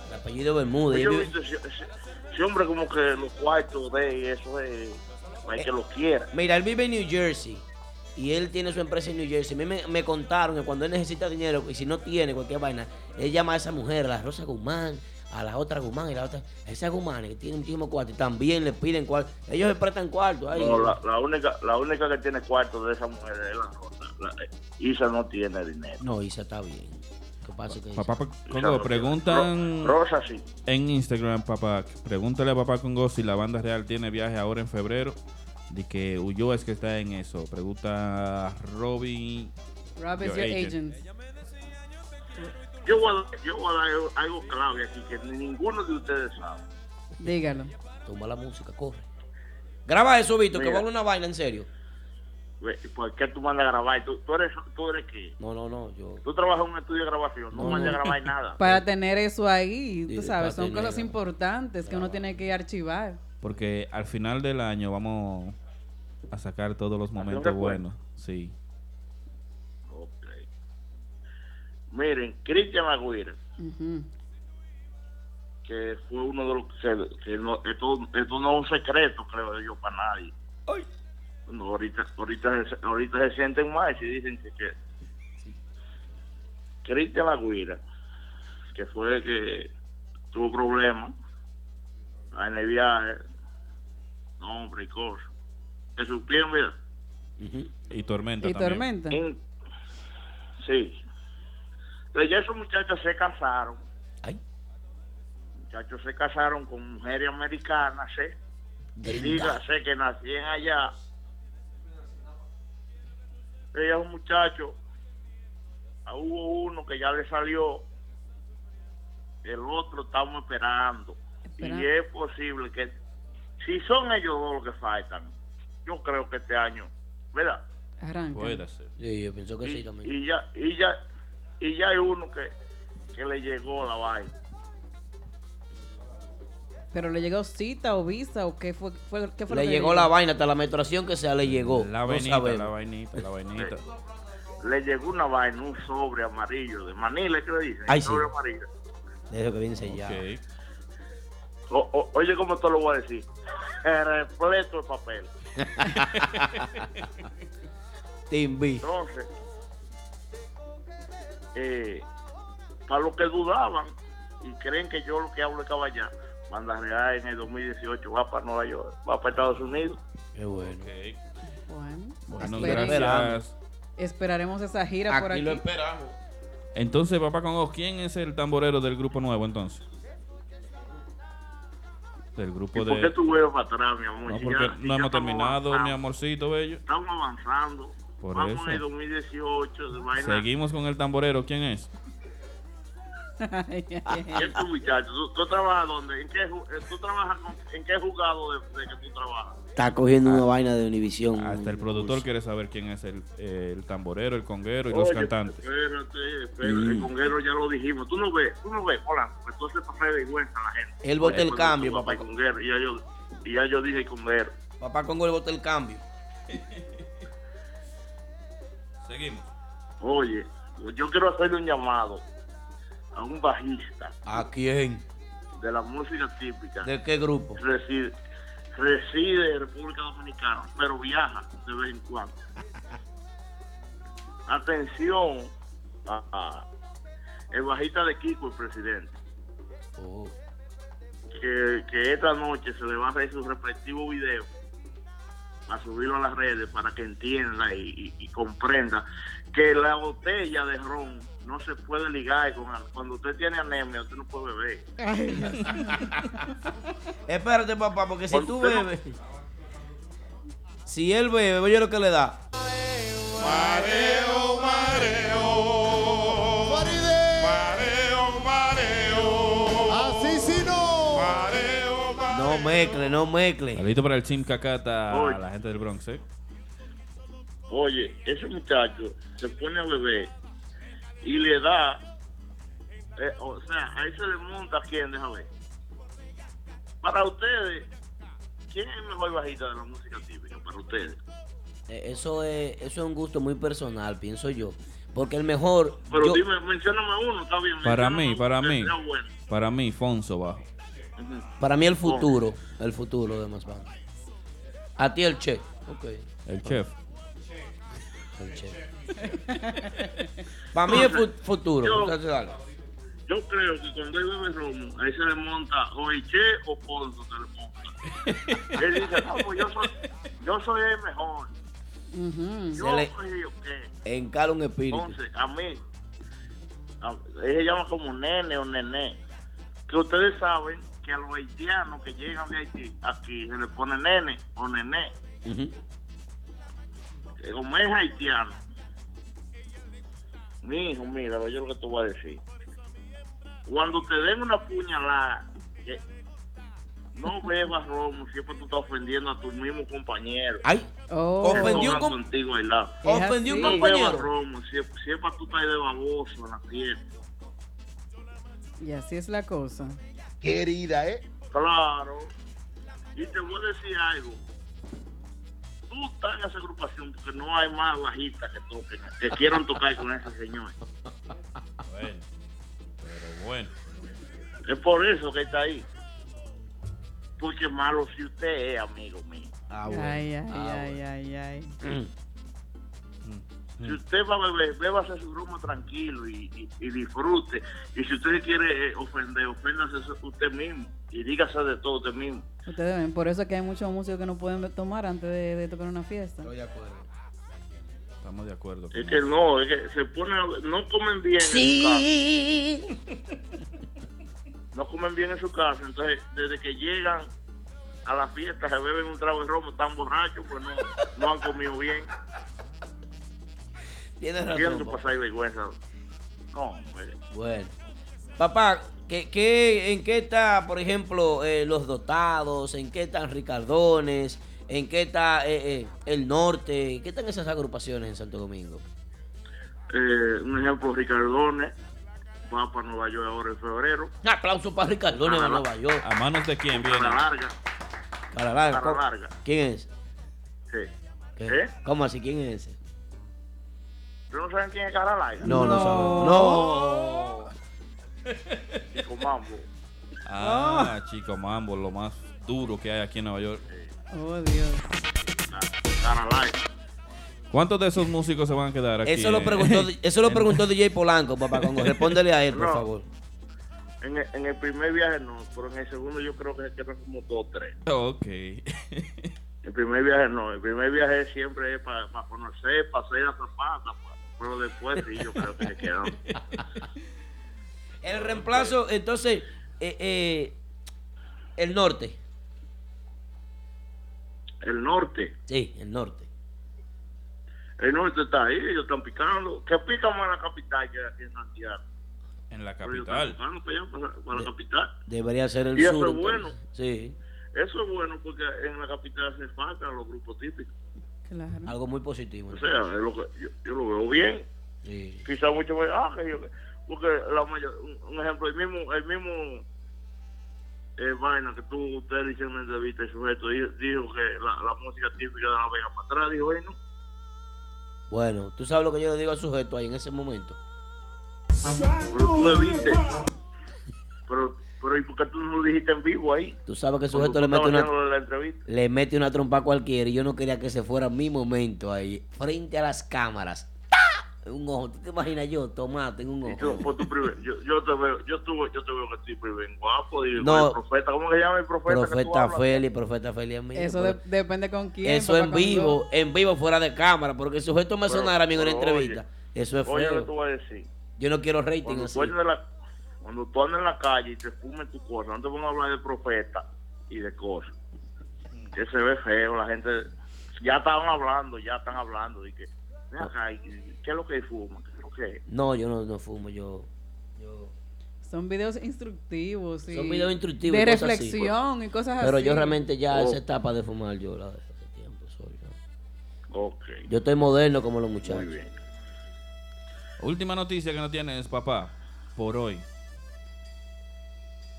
[SPEAKER 4] El apellido Bermúdez.
[SPEAKER 10] Yo
[SPEAKER 4] él
[SPEAKER 10] he
[SPEAKER 4] vive-
[SPEAKER 10] visto ese, ese- ese hombre como que los cuartos de él, eso es. no Hay que
[SPEAKER 4] Eh,
[SPEAKER 10] lo quiera.
[SPEAKER 4] Mira, él vive en New Jersey y él tiene su empresa en New Jersey. A mí me, me contaron que cuando él necesita dinero y si no tiene cualquier vaina, él llama a esa mujer, a la Rosa Guzmán, a la otra Guzmán y la otra. A esa Guzmán que tiene muchísimo cuarto y también le piden cuarto. Ellos le prestan cuarto. ahí.
[SPEAKER 10] No, la, la única, la única que tiene cuartos de esa mujer es la Rosa. La- eh, Isa no tiene dinero.
[SPEAKER 4] No, Isa está bien. ¿Qué pasa? Que
[SPEAKER 6] Papá pues,
[SPEAKER 4] Isa-
[SPEAKER 6] Congo, preguntan.
[SPEAKER 10] Ro- Rosa, sí.
[SPEAKER 6] En Instagram, papá. Pregúntale a papá Congo si la banda real tiene viaje ahora en febrero. De que Ulloa es que está en eso. Pregunta a Robin.
[SPEAKER 5] Rob is your agent.
[SPEAKER 10] Yo voy, a, yo voy a dar algo clave aquí que ninguno de ustedes sabe.
[SPEAKER 5] Dígalo.
[SPEAKER 4] Toma la música, corre. Graba eso, Vito, que
[SPEAKER 10] Mira.
[SPEAKER 4] va a una vaina en serio.
[SPEAKER 10] Ve, ¿Por qué tú mandas a grabar? ¿Tú, tú, eres, ¿Tú eres qué?
[SPEAKER 4] No, no, no, yo.
[SPEAKER 10] Tú trabajas en un estudio de grabación, no,
[SPEAKER 4] No,
[SPEAKER 10] mandas a
[SPEAKER 4] no.
[SPEAKER 10] grabar nada.
[SPEAKER 5] Para tener eso ahí, tú
[SPEAKER 6] Sí,
[SPEAKER 5] sabes,
[SPEAKER 6] para
[SPEAKER 5] son cosas
[SPEAKER 6] tener-
[SPEAKER 5] importantes que uno tiene que archivar.
[SPEAKER 6] Porque al final del año vamos a sacar todos los momentos
[SPEAKER 10] recuento.
[SPEAKER 6] buenos. Sí.
[SPEAKER 10] Miren, Cristian Agüero,
[SPEAKER 5] Ujú.
[SPEAKER 10] que fue uno de los que, que no- esto, esto no es un secreto, creo yo, para nadie. No, ahorita, ahorita, se- ahorita se sienten más y dicen que, que Cristian Agüera, que fue el que tuvo problemas en el viaje, nombre y cosas, que supieron, mira,
[SPEAKER 6] Y tormenta.
[SPEAKER 5] Y
[SPEAKER 6] también.
[SPEAKER 5] tormenta.
[SPEAKER 10] En- Sí. Pero ya esos muchachos se casaron.
[SPEAKER 4] Ay.
[SPEAKER 10] Muchachos se casaron con mujeres americanas, ¿eh?
[SPEAKER 4] Gringa.
[SPEAKER 10] Dígase que nacían allá. Ellos un muchacho, ah, hubo uno que ya le salió, el otro estamos esperando. Y es posible que, si son ellos dos los que faltan, yo creo que este año, ¿verdad?
[SPEAKER 5] Arranca.
[SPEAKER 4] Sí, yo pienso que sí también.
[SPEAKER 10] y ya y ya y ya hay uno que, que le llegó la vaina
[SPEAKER 5] Pero le llegó cita o visa o qué fue, fue- qué fue lo
[SPEAKER 4] Le
[SPEAKER 5] que
[SPEAKER 4] llegó
[SPEAKER 5] llegó?
[SPEAKER 4] la vaina, hasta la menstruación que sea le llegó.
[SPEAKER 6] La
[SPEAKER 4] No
[SPEAKER 6] vainita,
[SPEAKER 4] sabemos.
[SPEAKER 6] la vainita, la vainita.
[SPEAKER 10] le llegó una vaina un sobre amarillo de manila que le dicen
[SPEAKER 4] Ay,
[SPEAKER 10] un
[SPEAKER 4] sí.
[SPEAKER 10] sobre amarillo
[SPEAKER 4] Dejo que viene sellado.
[SPEAKER 10] O- o- oye cómo te lo voy a decir repleto de papel
[SPEAKER 4] Timbi.
[SPEAKER 10] entonces eh, para los que dudaban y creen que yo lo que hablo es caballá Banda Real en el 2018 va para Nueva York, va para Estados Unidos.
[SPEAKER 4] Qué bueno.
[SPEAKER 5] Bueno,
[SPEAKER 6] Bueno,
[SPEAKER 5] espere-
[SPEAKER 6] Ah, gracias.
[SPEAKER 5] Esperaremos esa gira por aquí.
[SPEAKER 4] esperamos.
[SPEAKER 6] Entonces, papá Congo, ¿quién es el tamborero del grupo nuevo entonces? Del
[SPEAKER 10] ¿Y
[SPEAKER 6] grupo
[SPEAKER 10] por qué
[SPEAKER 6] de.
[SPEAKER 10] tú vuelves para atrás, mi amor?
[SPEAKER 6] No,
[SPEAKER 10] Si
[SPEAKER 6] porque
[SPEAKER 10] ya- si
[SPEAKER 6] no
[SPEAKER 10] ya
[SPEAKER 6] hemos
[SPEAKER 10] estamos
[SPEAKER 6] terminado, mi
[SPEAKER 10] avanzando.
[SPEAKER 6] amorcito bello.
[SPEAKER 10] Estamos avanzando.
[SPEAKER 6] Por
[SPEAKER 10] Vamos
[SPEAKER 6] eso.
[SPEAKER 10] en el 2018 de vaina.
[SPEAKER 6] Seguimos con el tamborero, ¿quién es?
[SPEAKER 10] ¿Quién tú, muchacho? ¿Tú, tú trabajas dónde? ¿En qué, ju- eh, tú trabajas con- ¿En qué juzgado de, de que tú trabajas?
[SPEAKER 4] Está cogiendo una vaina de Univisión.
[SPEAKER 6] Ah. Hasta el productor quiere saber quién es el, eh, el tamborero, el conguero y los
[SPEAKER 10] Oye,
[SPEAKER 6] cantantes.
[SPEAKER 10] Espérate, espérate, el
[SPEAKER 6] Mm.
[SPEAKER 10] conguero ya lo dijimos. Tú no ves, tú no ves, hola, entonces pasa de vergüenza a la gente.
[SPEAKER 4] Él vota el
[SPEAKER 10] Después,
[SPEAKER 4] cambio,
[SPEAKER 10] tú,
[SPEAKER 4] papá.
[SPEAKER 10] el conguero, y ya yo, y ya yo dije el conguero.
[SPEAKER 4] Papá Congo le vota el cambio.
[SPEAKER 6] Seguimos.
[SPEAKER 10] Oye, yo quiero hacerle un llamado a un bajista
[SPEAKER 4] ¿A quién?
[SPEAKER 10] de la música típica.
[SPEAKER 4] ¿De qué grupo?
[SPEAKER 10] Reside, reside en República Dominicana, pero viaja de vez en cuando. Atención a, a el bajista de Kiko, el presidente. Que, que esta noche se le va a hacer su respectivo video a subirlo a las redes para que entienda y, y- y comprenda que la botella de ron no se puede ligar con al- cuando usted tiene anemia usted no puede beber
[SPEAKER 4] Espérate, papá, porque si tú bebes. Si él bebe, oye lo que le da.
[SPEAKER 1] Mareo, mareo. Mareo, mareo. Así sí no. Mareo,
[SPEAKER 4] No mezcle, no mezcle.
[SPEAKER 6] Saludito para el Chim Cacata,
[SPEAKER 10] Oye.
[SPEAKER 6] a la gente del Bronx, ¿eh?
[SPEAKER 10] Oye, ese muchacho se pone a beber y le da, eh, o sea, ahí se le monta quién, déjame ver. Para ustedes, ¿quién es el mejor bajista de la música típica? Para ustedes.
[SPEAKER 4] Eh, Eso es, eso es un gusto muy personal, pienso yo. Porque el mejor.
[SPEAKER 10] Pero
[SPEAKER 4] yo-
[SPEAKER 10] dime, mencióname uno, está bien.
[SPEAKER 6] Para
[SPEAKER 10] mencióname
[SPEAKER 6] mí,
[SPEAKER 10] uno
[SPEAKER 6] para
[SPEAKER 10] que
[SPEAKER 6] mí.
[SPEAKER 10] sea bueno.
[SPEAKER 6] Para mí, Fonso bajo.
[SPEAKER 10] Ujú.
[SPEAKER 4] para mí el futuro. El futuro de más bandas. A ti el chef. Ok.
[SPEAKER 6] El chef.
[SPEAKER 4] El chef. Para mí el fu- futuro.
[SPEAKER 10] Yo-
[SPEAKER 4] Entonces, dale.
[SPEAKER 10] Yo creo que cuando hay bebé romo, ahí se le monta o Eche o Ponzo se le monta. Él dice, no, pues yo soy, yo soy el mejor.
[SPEAKER 4] Se
[SPEAKER 10] Yo
[SPEAKER 4] le
[SPEAKER 10] soy el que.
[SPEAKER 4] encala un espíritu.
[SPEAKER 10] Entonces, a mí, a- ella llama como nene o nené. Que ustedes saben que a los haitianos que llegan de Haití, aquí se le pone nene o nené.
[SPEAKER 4] Ujú.
[SPEAKER 10] Que Como es haitiano. Mi hijo, mira, oye lo que te voy a decir. Cuando te den una puñalada, que no bebas romo, siempre tú estás ofendiendo a tu mismo compañero.
[SPEAKER 4] Ay,
[SPEAKER 10] ofendió
[SPEAKER 4] ofendió un
[SPEAKER 10] un
[SPEAKER 4] com-
[SPEAKER 10] contigo ahí lado.
[SPEAKER 4] Es Ofendió así. un
[SPEAKER 10] No
[SPEAKER 4] compañero.
[SPEAKER 10] bebas romo, siempre, siempre tú estás de baboso en la tierra.
[SPEAKER 5] Y así es la cosa.
[SPEAKER 10] herida, ¿eh? Claro. Y te voy a decir algo. Tú estás en esa agrupación porque no hay más bajistas que toquen, que quieran tocar con ese señor.
[SPEAKER 6] Bueno, pero bueno.
[SPEAKER 10] Es por eso que está ahí. Porque malo si usted es, amigo mío.
[SPEAKER 5] Ah,
[SPEAKER 4] Ah,
[SPEAKER 5] Ay, ay, ay, ay, ay.
[SPEAKER 4] Mm.
[SPEAKER 10] Si usted va a beber, bébase su grumo tranquilo y, y- y disfrute. Y si usted quiere eh, ofender, oféndase eso- usted mismo. Y dígase de todo usted mismo.
[SPEAKER 5] Ustedes ven, por eso es que hay muchos músicos que no pueden tomar antes de, de tocar una fiesta.
[SPEAKER 6] Estamos de acuerdo.
[SPEAKER 10] Es que no, es que se pone, no comen bien. en su casa. No comen bien en su casa. Entonces, desde que llegan a la fiesta, se beben un trago de romo, están borrachos, pues no, no han comido bien.
[SPEAKER 4] Tienes razón,
[SPEAKER 10] Quieren que
[SPEAKER 4] papá.
[SPEAKER 10] pasar vergüenza. No, hombre.
[SPEAKER 4] Bueno. Papá, ¿qué, qué, en qué está, por ejemplo, eh, los dotados? ¿En qué están Ricardones? ¿En qué está eh, eh, el norte? ¿Qué están esas agrupaciones en Santo Domingo?
[SPEAKER 10] Eh, un ejemplo, Ricardone va para Nueva York ahora en febrero.
[SPEAKER 4] Un aplauso para Ricardones de Nueva York.
[SPEAKER 6] ¿A manos de quién viene?
[SPEAKER 10] A la larga.
[SPEAKER 4] Cara larga.
[SPEAKER 10] Cara
[SPEAKER 4] ¿cómo?
[SPEAKER 10] larga.
[SPEAKER 4] ¿Quién es?
[SPEAKER 10] Sí.
[SPEAKER 4] ¿Qué?
[SPEAKER 10] ¿Eh?
[SPEAKER 4] ¿Cómo así? ¿Quién es ese?
[SPEAKER 10] ¿Ustedes no saben quién es Cara Larga?
[SPEAKER 4] No, no, sabemos. No.
[SPEAKER 10] Chico Mambo.
[SPEAKER 6] Ah, chico, mambo, lo más duro que hay aquí en Nueva York.
[SPEAKER 5] Oh, Dios.
[SPEAKER 10] Cara Larga.
[SPEAKER 6] ¿Cuántos de esos músicos se van a quedar aquí?
[SPEAKER 4] Eso lo
[SPEAKER 6] eh?
[SPEAKER 4] preguntó, eso lo preguntó DJ Polanco, papá Congo. Respóndele a él, por
[SPEAKER 10] No.
[SPEAKER 4] favor.
[SPEAKER 10] En el, en el primer viaje no, pero en el segundo yo creo que se quedan como dos o tres.
[SPEAKER 6] Ok.
[SPEAKER 10] El primer viaje no, el primer viaje siempre es para conocer, para hacer la zapata, pa- pero después sí yo creo que se quedan.
[SPEAKER 4] El reemplazo, entonces, eh, eh, el norte.
[SPEAKER 10] El norte,
[SPEAKER 4] Sí, el norte.
[SPEAKER 10] el norte está ahí, ellos están picando. ¿Qué pica más la capital que aquí en Santiago?
[SPEAKER 6] En la
[SPEAKER 10] Pero yo
[SPEAKER 6] capital.
[SPEAKER 10] tengo que ir para- para la capital.
[SPEAKER 4] Debería ser el
[SPEAKER 10] Y eso
[SPEAKER 4] sur.
[SPEAKER 10] es bueno.
[SPEAKER 4] entonces. Sí,
[SPEAKER 10] Eso es bueno porque en la capital se faltan los grupos típicos.
[SPEAKER 4] algo muy positivo.
[SPEAKER 10] O sea, es lo que- yo, yo lo veo bien.
[SPEAKER 4] Sí.
[SPEAKER 10] Quizás muchos vean, ah, que yo- porque la mayor- un- un ejemplo, el mismo, el mismo eh, vaina que tú, ustedes dicen en la entrevista, el sujeto dijo, dijo que la, la música típica de la Vega para atrás, dijo, bueno,
[SPEAKER 4] Bueno, tú sabes lo que yo le digo al sujeto ahí en ese momento.
[SPEAKER 10] pero tú me viste. Pero, pero ¿y por qué tú no lo dijiste en vivo ahí?
[SPEAKER 4] Tú sabes que el
[SPEAKER 10] Cuando tú
[SPEAKER 4] sujeto le mete
[SPEAKER 10] estabas
[SPEAKER 4] una,
[SPEAKER 10] haciendo la entrevista.
[SPEAKER 4] le mete una trompa a cualquiera y yo no quería que se fuera mi momento ahí, frente a las cámaras. ¡Ta! Un ojo, ¿tú te imaginas yo? Tomate en un
[SPEAKER 10] Yo,
[SPEAKER 4] ojo.
[SPEAKER 10] por tu primer- yo, yo te veo, yo, tuve, yo te veo que estoy bien guapo, digo,
[SPEAKER 4] No.
[SPEAKER 10] el profeta, ¿cómo que se llama el profeta? que tú
[SPEAKER 4] Profeta
[SPEAKER 10] hablas?
[SPEAKER 4] Feli, profeta Feli amigo.
[SPEAKER 5] Eso
[SPEAKER 4] pero-
[SPEAKER 5] de- depende con quién.
[SPEAKER 4] Eso
[SPEAKER 5] papá,
[SPEAKER 4] en
[SPEAKER 5] con
[SPEAKER 4] vivo,
[SPEAKER 5] Dios.
[SPEAKER 4] en vivo fuera de cámara, porque el sujeto me
[SPEAKER 10] Pero-
[SPEAKER 4] sonara a mí en una
[SPEAKER 10] pero
[SPEAKER 4] entrevista. Eso es
[SPEAKER 10] Oye, lo que
[SPEAKER 4] feo.
[SPEAKER 10] tú vas a decir.
[SPEAKER 4] Yo no quiero rating
[SPEAKER 10] Cuando
[SPEAKER 4] así.
[SPEAKER 10] tú, andes en la, cuando tú andes en la calle y te fumen tu cosa, no te pongas a hablar de profeta y de cosas. Que se ve feo, la gente. Ya estaban hablando, ya están hablando. Y que, ven acá, y- y- ¿qué es lo que fuma? ¿Qué es lo que
[SPEAKER 4] No, yo no, no fumo, yo. yo-
[SPEAKER 5] Son videos instructivos. y
[SPEAKER 4] Son videos instructivos.
[SPEAKER 5] De
[SPEAKER 4] y cosas así.
[SPEAKER 5] reflexión y cosas así.
[SPEAKER 4] Pero yo realmente ya
[SPEAKER 5] Oh.
[SPEAKER 4] esa etapa de fumar, yo la dejé hace tiempo, soy yo.
[SPEAKER 10] Ok.
[SPEAKER 4] Yo estoy moderno como los muchachos.
[SPEAKER 6] Última noticia que no tienes, papá. Por hoy.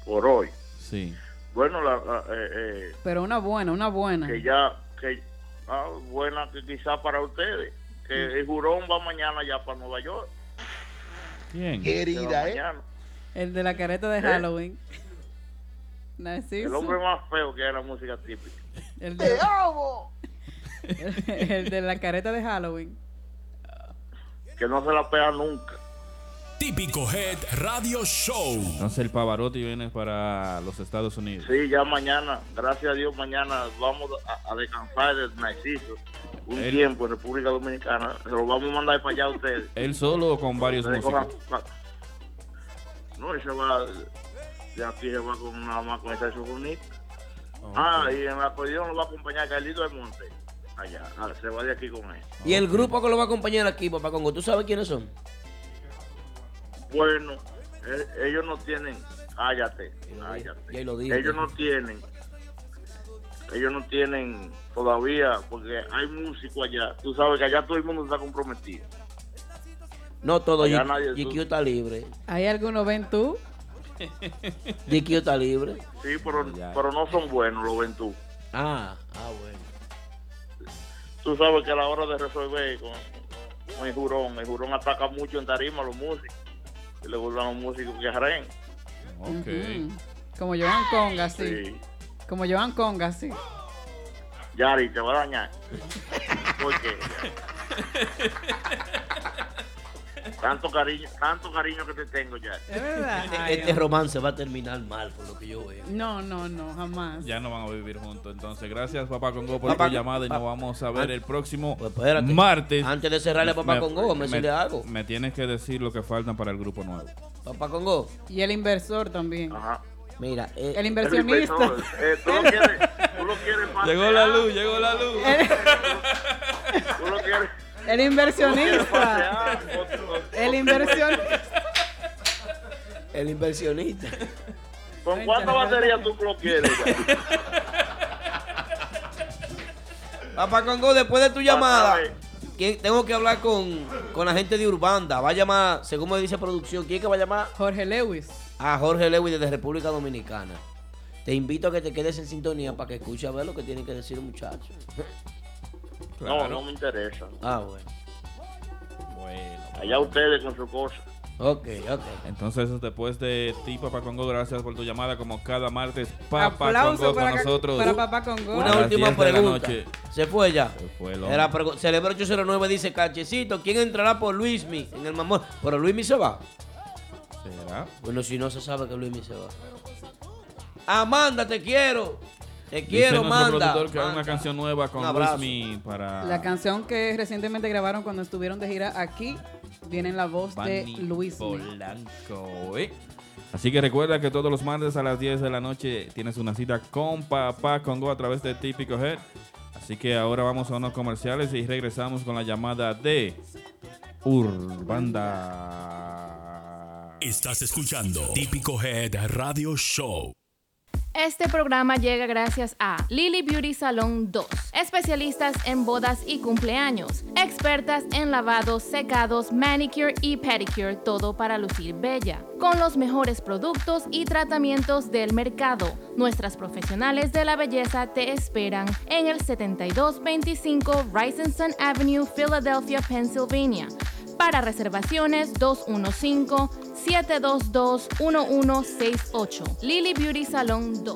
[SPEAKER 10] Por hoy.
[SPEAKER 6] Sí.
[SPEAKER 10] Bueno, la, la- eh, eh,
[SPEAKER 5] Pero una buena, una buena.
[SPEAKER 10] que ya. que ah, Buena, que quizá para ustedes. Que el jurón va mañana ya para Nueva York.
[SPEAKER 6] Bien.
[SPEAKER 10] Se va
[SPEAKER 5] ¿eh?
[SPEAKER 10] mañana.
[SPEAKER 5] El de la careta de
[SPEAKER 10] ¿Eh?
[SPEAKER 5] Halloween. Narciso.
[SPEAKER 10] El hombre más feo que era música típica.
[SPEAKER 5] El de... El- el de la careta de Halloween.
[SPEAKER 10] Que no se la pega nunca.
[SPEAKER 3] Típico Head Radio Show.
[SPEAKER 6] Entonces el Pavarotti viene para los Estados Unidos.
[SPEAKER 10] Sí, ya mañana, gracias a Dios, mañana vamos a, a descansar del Narciso. Un
[SPEAKER 6] El-
[SPEAKER 10] tiempo en República Dominicana. Se lo vamos a mandar para allá a ustedes.
[SPEAKER 6] Él solo o con varios
[SPEAKER 10] Ustedes
[SPEAKER 6] músicos.
[SPEAKER 10] cojan- No, él se va. De aquí se va con nada más con esa saxofonista. Ah, y en la acordeón lo va a acompañar Carlito del Monte. Allá, ah, se va de aquí con él.
[SPEAKER 4] Y el grupo que lo va a acompañar aquí, papá Congo, ¿tú sabes quiénes son?
[SPEAKER 10] Bueno, e- ellos no tienen, cállate, cállate.
[SPEAKER 4] ya lo dije.
[SPEAKER 10] ellos no tienen, ellos no tienen todavía, porque hay músicos allá. Tú sabes que allá todo el mundo está comprometido.
[SPEAKER 4] No todo,
[SPEAKER 10] Allá
[SPEAKER 4] G-
[SPEAKER 10] nadie-
[SPEAKER 4] GQ está libre.
[SPEAKER 5] ¿Hay alguno ven tú?
[SPEAKER 4] GQ está libre.
[SPEAKER 10] Sí, pero, pero no son buenos, lo ven tú.
[SPEAKER 4] Ah, ah, bueno.
[SPEAKER 10] Tú sabes que a la hora de resolver con, con el jurón, el jurón ataca mucho en tarima a los músicos. Y le gustan los músicos que jarren.
[SPEAKER 5] Ujú. Como Joan Conga, sí.
[SPEAKER 10] Sí.
[SPEAKER 5] Como Joan Conga, sí.
[SPEAKER 10] Yari, te va a dañar. ¿Por qué? Tanto cariño, tanto cariño que te tengo, Yari.
[SPEAKER 5] Es verdad.
[SPEAKER 4] Este-
[SPEAKER 5] Ay,
[SPEAKER 4] este
[SPEAKER 5] no.
[SPEAKER 4] romance va a terminar mal, por lo que yo veo.
[SPEAKER 5] No, no, no, jamás.
[SPEAKER 6] Ya no van a vivir juntos. Entonces, gracias, papá Congo, por
[SPEAKER 4] Papá-
[SPEAKER 6] tu llamada. Y nos
[SPEAKER 4] pa-
[SPEAKER 6] vamos a ver el próximo
[SPEAKER 4] Pues espérate.
[SPEAKER 6] martes.
[SPEAKER 4] Antes de cerrarle a papá Congo, vamos a decirle algo.
[SPEAKER 6] Me tienes que decir lo que faltan para el grupo nuevo.
[SPEAKER 4] Papá Congo.
[SPEAKER 5] Y el inversor también.
[SPEAKER 4] Mira, eh,
[SPEAKER 5] El inversionista.
[SPEAKER 10] Eh,
[SPEAKER 6] Llegó la luz, llegó la luz.
[SPEAKER 10] Tú lo quieres.
[SPEAKER 5] El inversionista. El inversionista.
[SPEAKER 4] El inversionista.
[SPEAKER 10] ¿Con cuánta batería tú lo quieres? Yari?
[SPEAKER 4] Papá Congo, después de tu llamada, ¿quién- tengo que hablar con, con la gente de Urbanda. Va a llamar, según me dice producción, ¿quién es que va a llamar?
[SPEAKER 5] Jorge Lewis.
[SPEAKER 4] A Jorge Lewis desde República Dominicana. Te invito a que te quedes en sintonía para que escuches a ver lo que tienen que decir los muchachos.
[SPEAKER 10] No, no me interesa.
[SPEAKER 4] Ah, bueno.
[SPEAKER 10] Allá ustedes con su cosa.
[SPEAKER 4] Ok, ok.
[SPEAKER 6] Entonces, después de ti, Papá Congo, gracias por tu llamada. Como cada martes, Papá
[SPEAKER 4] Aplauso
[SPEAKER 6] Congo
[SPEAKER 4] para
[SPEAKER 6] con
[SPEAKER 4] ca-
[SPEAKER 6] nosotros.
[SPEAKER 4] para
[SPEAKER 5] Papá Congo.
[SPEAKER 6] A
[SPEAKER 4] Una
[SPEAKER 6] las
[SPEAKER 4] última
[SPEAKER 6] 10 de la
[SPEAKER 4] pregunta.
[SPEAKER 6] noche.
[SPEAKER 4] Se fue ya.
[SPEAKER 6] fue el hombre.
[SPEAKER 4] Era pregu- Cerebro 809 dice, Cachecito, ¿quién entrará por Luismi en el mamón? Pero Luismi se va.
[SPEAKER 6] ¿Será?
[SPEAKER 4] Bueno, si no se sabe que Luismi se va. Amanda, te quiero. Te
[SPEAKER 6] Dice
[SPEAKER 4] quiero,
[SPEAKER 6] nuestro
[SPEAKER 4] Manda.
[SPEAKER 6] productor que hay una
[SPEAKER 4] Manda.
[SPEAKER 6] canción nueva con
[SPEAKER 4] Un abrazo.
[SPEAKER 6] Luismi para
[SPEAKER 5] La canción que recientemente grabaron cuando estuvieron de gira aquí viene en la voz de
[SPEAKER 6] Vanny
[SPEAKER 5] Luis.
[SPEAKER 6] Polanco, ¿eh? Así que recuerda que todos los martes a las 10 de la noche tienes una cita con Papá Congo a través de Típico Head. Así que ahora vamos a unos comerciales y regresamos con la llamada de Urbanda.
[SPEAKER 3] Estás escuchando Típico Head Radio Show.
[SPEAKER 13] Este programa llega gracias a Lily Beauty Salon 2, especialistas en bodas y cumpleaños, expertas en lavados, secados, manicure y pedicure, todo para lucir bella, con los mejores productos y tratamientos del mercado. Nuestras profesionales de la belleza te esperan en el 7225 Risington Avenue, Philadelphia, Pennsylvania. Para reservaciones 215-722-1168. Lily Beauty Salón 2.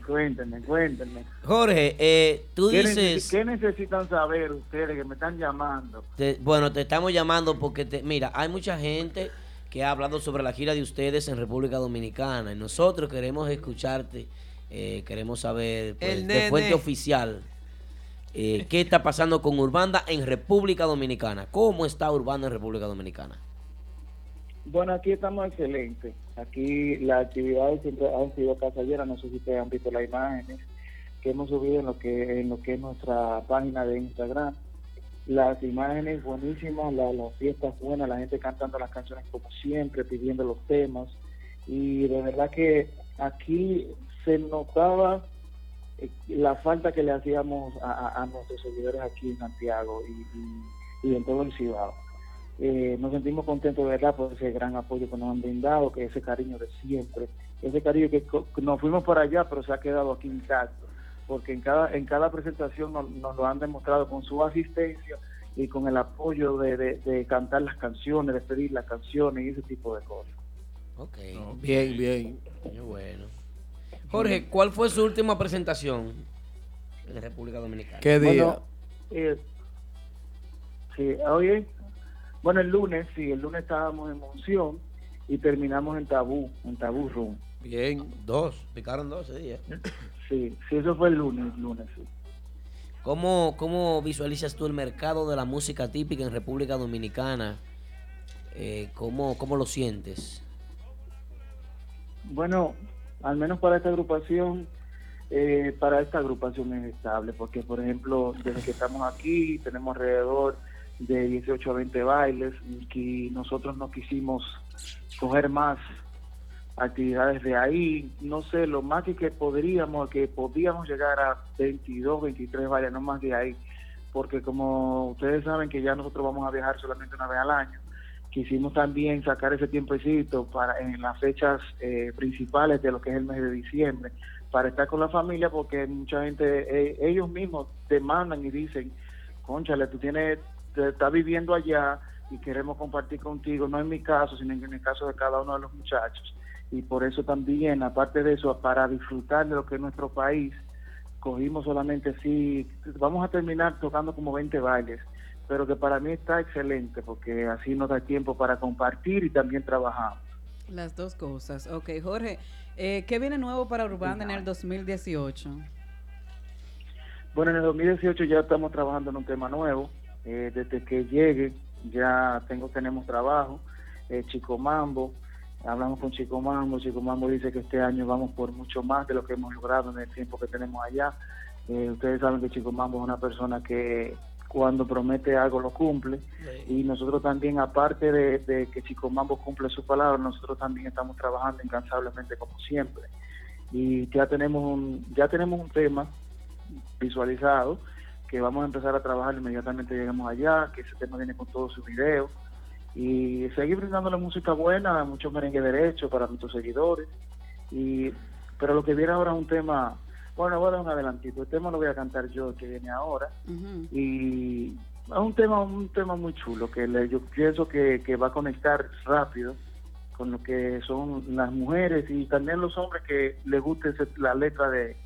[SPEAKER 14] cuéntenme, cuéntenme.
[SPEAKER 4] Jorge, eh, tú
[SPEAKER 14] ¿Qué
[SPEAKER 4] dices...
[SPEAKER 14] necesi- ¿Qué necesitan saber ustedes que me están llamando?
[SPEAKER 4] Te- bueno, te estamos llamando porque, te, mira, hay mucha gente que ha hablado sobre la gira de ustedes en República Dominicana. Y nosotros queremos escucharte, eh, queremos saber pues,
[SPEAKER 15] El
[SPEAKER 4] de
[SPEAKER 15] nene.
[SPEAKER 4] fuente oficial eh, qué está pasando con Urbanda en República Dominicana. ¿Cómo está Urbanda en República Dominicana?
[SPEAKER 14] Bueno, aquí estamos excelentes. Aquí las actividades siempre han sido casalleras. No sé si ustedes han visto las imágenes que hemos subido en lo que en lo que es nuestra página de Instagram. Las imágenes buenísimas, la- las fiestas buenas, la gente cantando las canciones como siempre, pidiendo los temas. Y de verdad que aquí se notaba eh, la falta que le hacíamos a, a- a nuestros seguidores aquí en Santiago y, y- y en todo el Cibao. Eh, nos sentimos contentos, de verdad, por ese gran apoyo que nos han brindado, que ese cariño de siempre, ese cariño que co- que nos fuimos para allá, pero se ha quedado aquí intacto, porque en cada, en cada presentación nos, nos lo han demostrado con su asistencia y con el apoyo de, de- de cantar las canciones, de pedir las canciones y ese tipo de cosas.
[SPEAKER 4] Ok.
[SPEAKER 2] Bien, bien.
[SPEAKER 4] Qué bueno. Jorge, ¿cuál fue su última presentación en República Dominicana?
[SPEAKER 14] Bueno, eh, sí, oye, bueno, el lunes, sí, el lunes estábamos en Monción y terminamos en Tabú, en Tabú Room.
[SPEAKER 4] Bien, dos, picaron dos ese día.
[SPEAKER 14] Sí, sí, eso fue el lunes, lunes, sí.
[SPEAKER 4] ¿Cómo, ¿Cómo visualizas tú el mercado de la música típica en República Dominicana? Eh, ¿cómo, ¿Cómo lo sientes?
[SPEAKER 14] Bueno, al menos para esta agrupación, eh, para esta agrupación es estable, porque por ejemplo, desde que estamos aquí tenemos alrededor de 18 a 20 bailes y nosotros no quisimos coger más actividades de ahí, no sé, lo más que, que podríamos, que podíamos llegar a 22, 23 bailes, no más de ahí, porque como ustedes saben que ya nosotros vamos a viajar solamente una vez al año, quisimos también sacar ese tiempecito para en las fechas eh, principales de lo que es el mes de diciembre, para estar con la familia, porque mucha gente, eh, ellos mismos demandan y dicen, conchale, tú tienes, te- estás viviendo allá y queremos compartir contigo, no en mi caso, sino en el caso de cada uno de los muchachos. Y por eso también, aparte de eso, para disfrutar de lo que es nuestro país, cogimos solamente sí, vamos a terminar tocando como 20 bailes, pero que para mí está excelente, porque así nos da tiempo para compartir y también trabajar.
[SPEAKER 5] Las dos cosas. Ok, Jorge, eh, ¿qué viene nuevo para Urbanda en el 2018?
[SPEAKER 14] Bueno, en el 2018 ya estamos trabajando en un tema nuevo. Eh, desde que llegue ya tengo tenemos trabajo. Eh, Chico Mambo, hablamos con Chico Mambo. Chico Mambo dice que este año vamos por mucho más de lo que hemos logrado en el tiempo que tenemos allá. Eh, ustedes saben que Chico Mambo es una persona que cuando promete algo lo cumple. Y nosotros también, aparte de, de que Chico Mambo cumple su palabra, nosotros también estamos trabajando incansablemente como siempre. Y ya tenemos un, ya tenemos un tema visualizado que vamos a empezar a trabajar inmediatamente lleguemos allá, que ese tema viene con todos sus videos. Y seguir brindando la música buena, mucho merengue derecho para nuestros seguidores. Y, pero lo que viene ahora es un tema, bueno, voy a dar un adelantito, el tema lo voy a cantar yo, el que viene ahora. Y es un tema, un tema muy chulo, que le- yo pienso que, que va a conectar rápido con lo que son las mujeres y también los hombres que les guste ese- la letra de,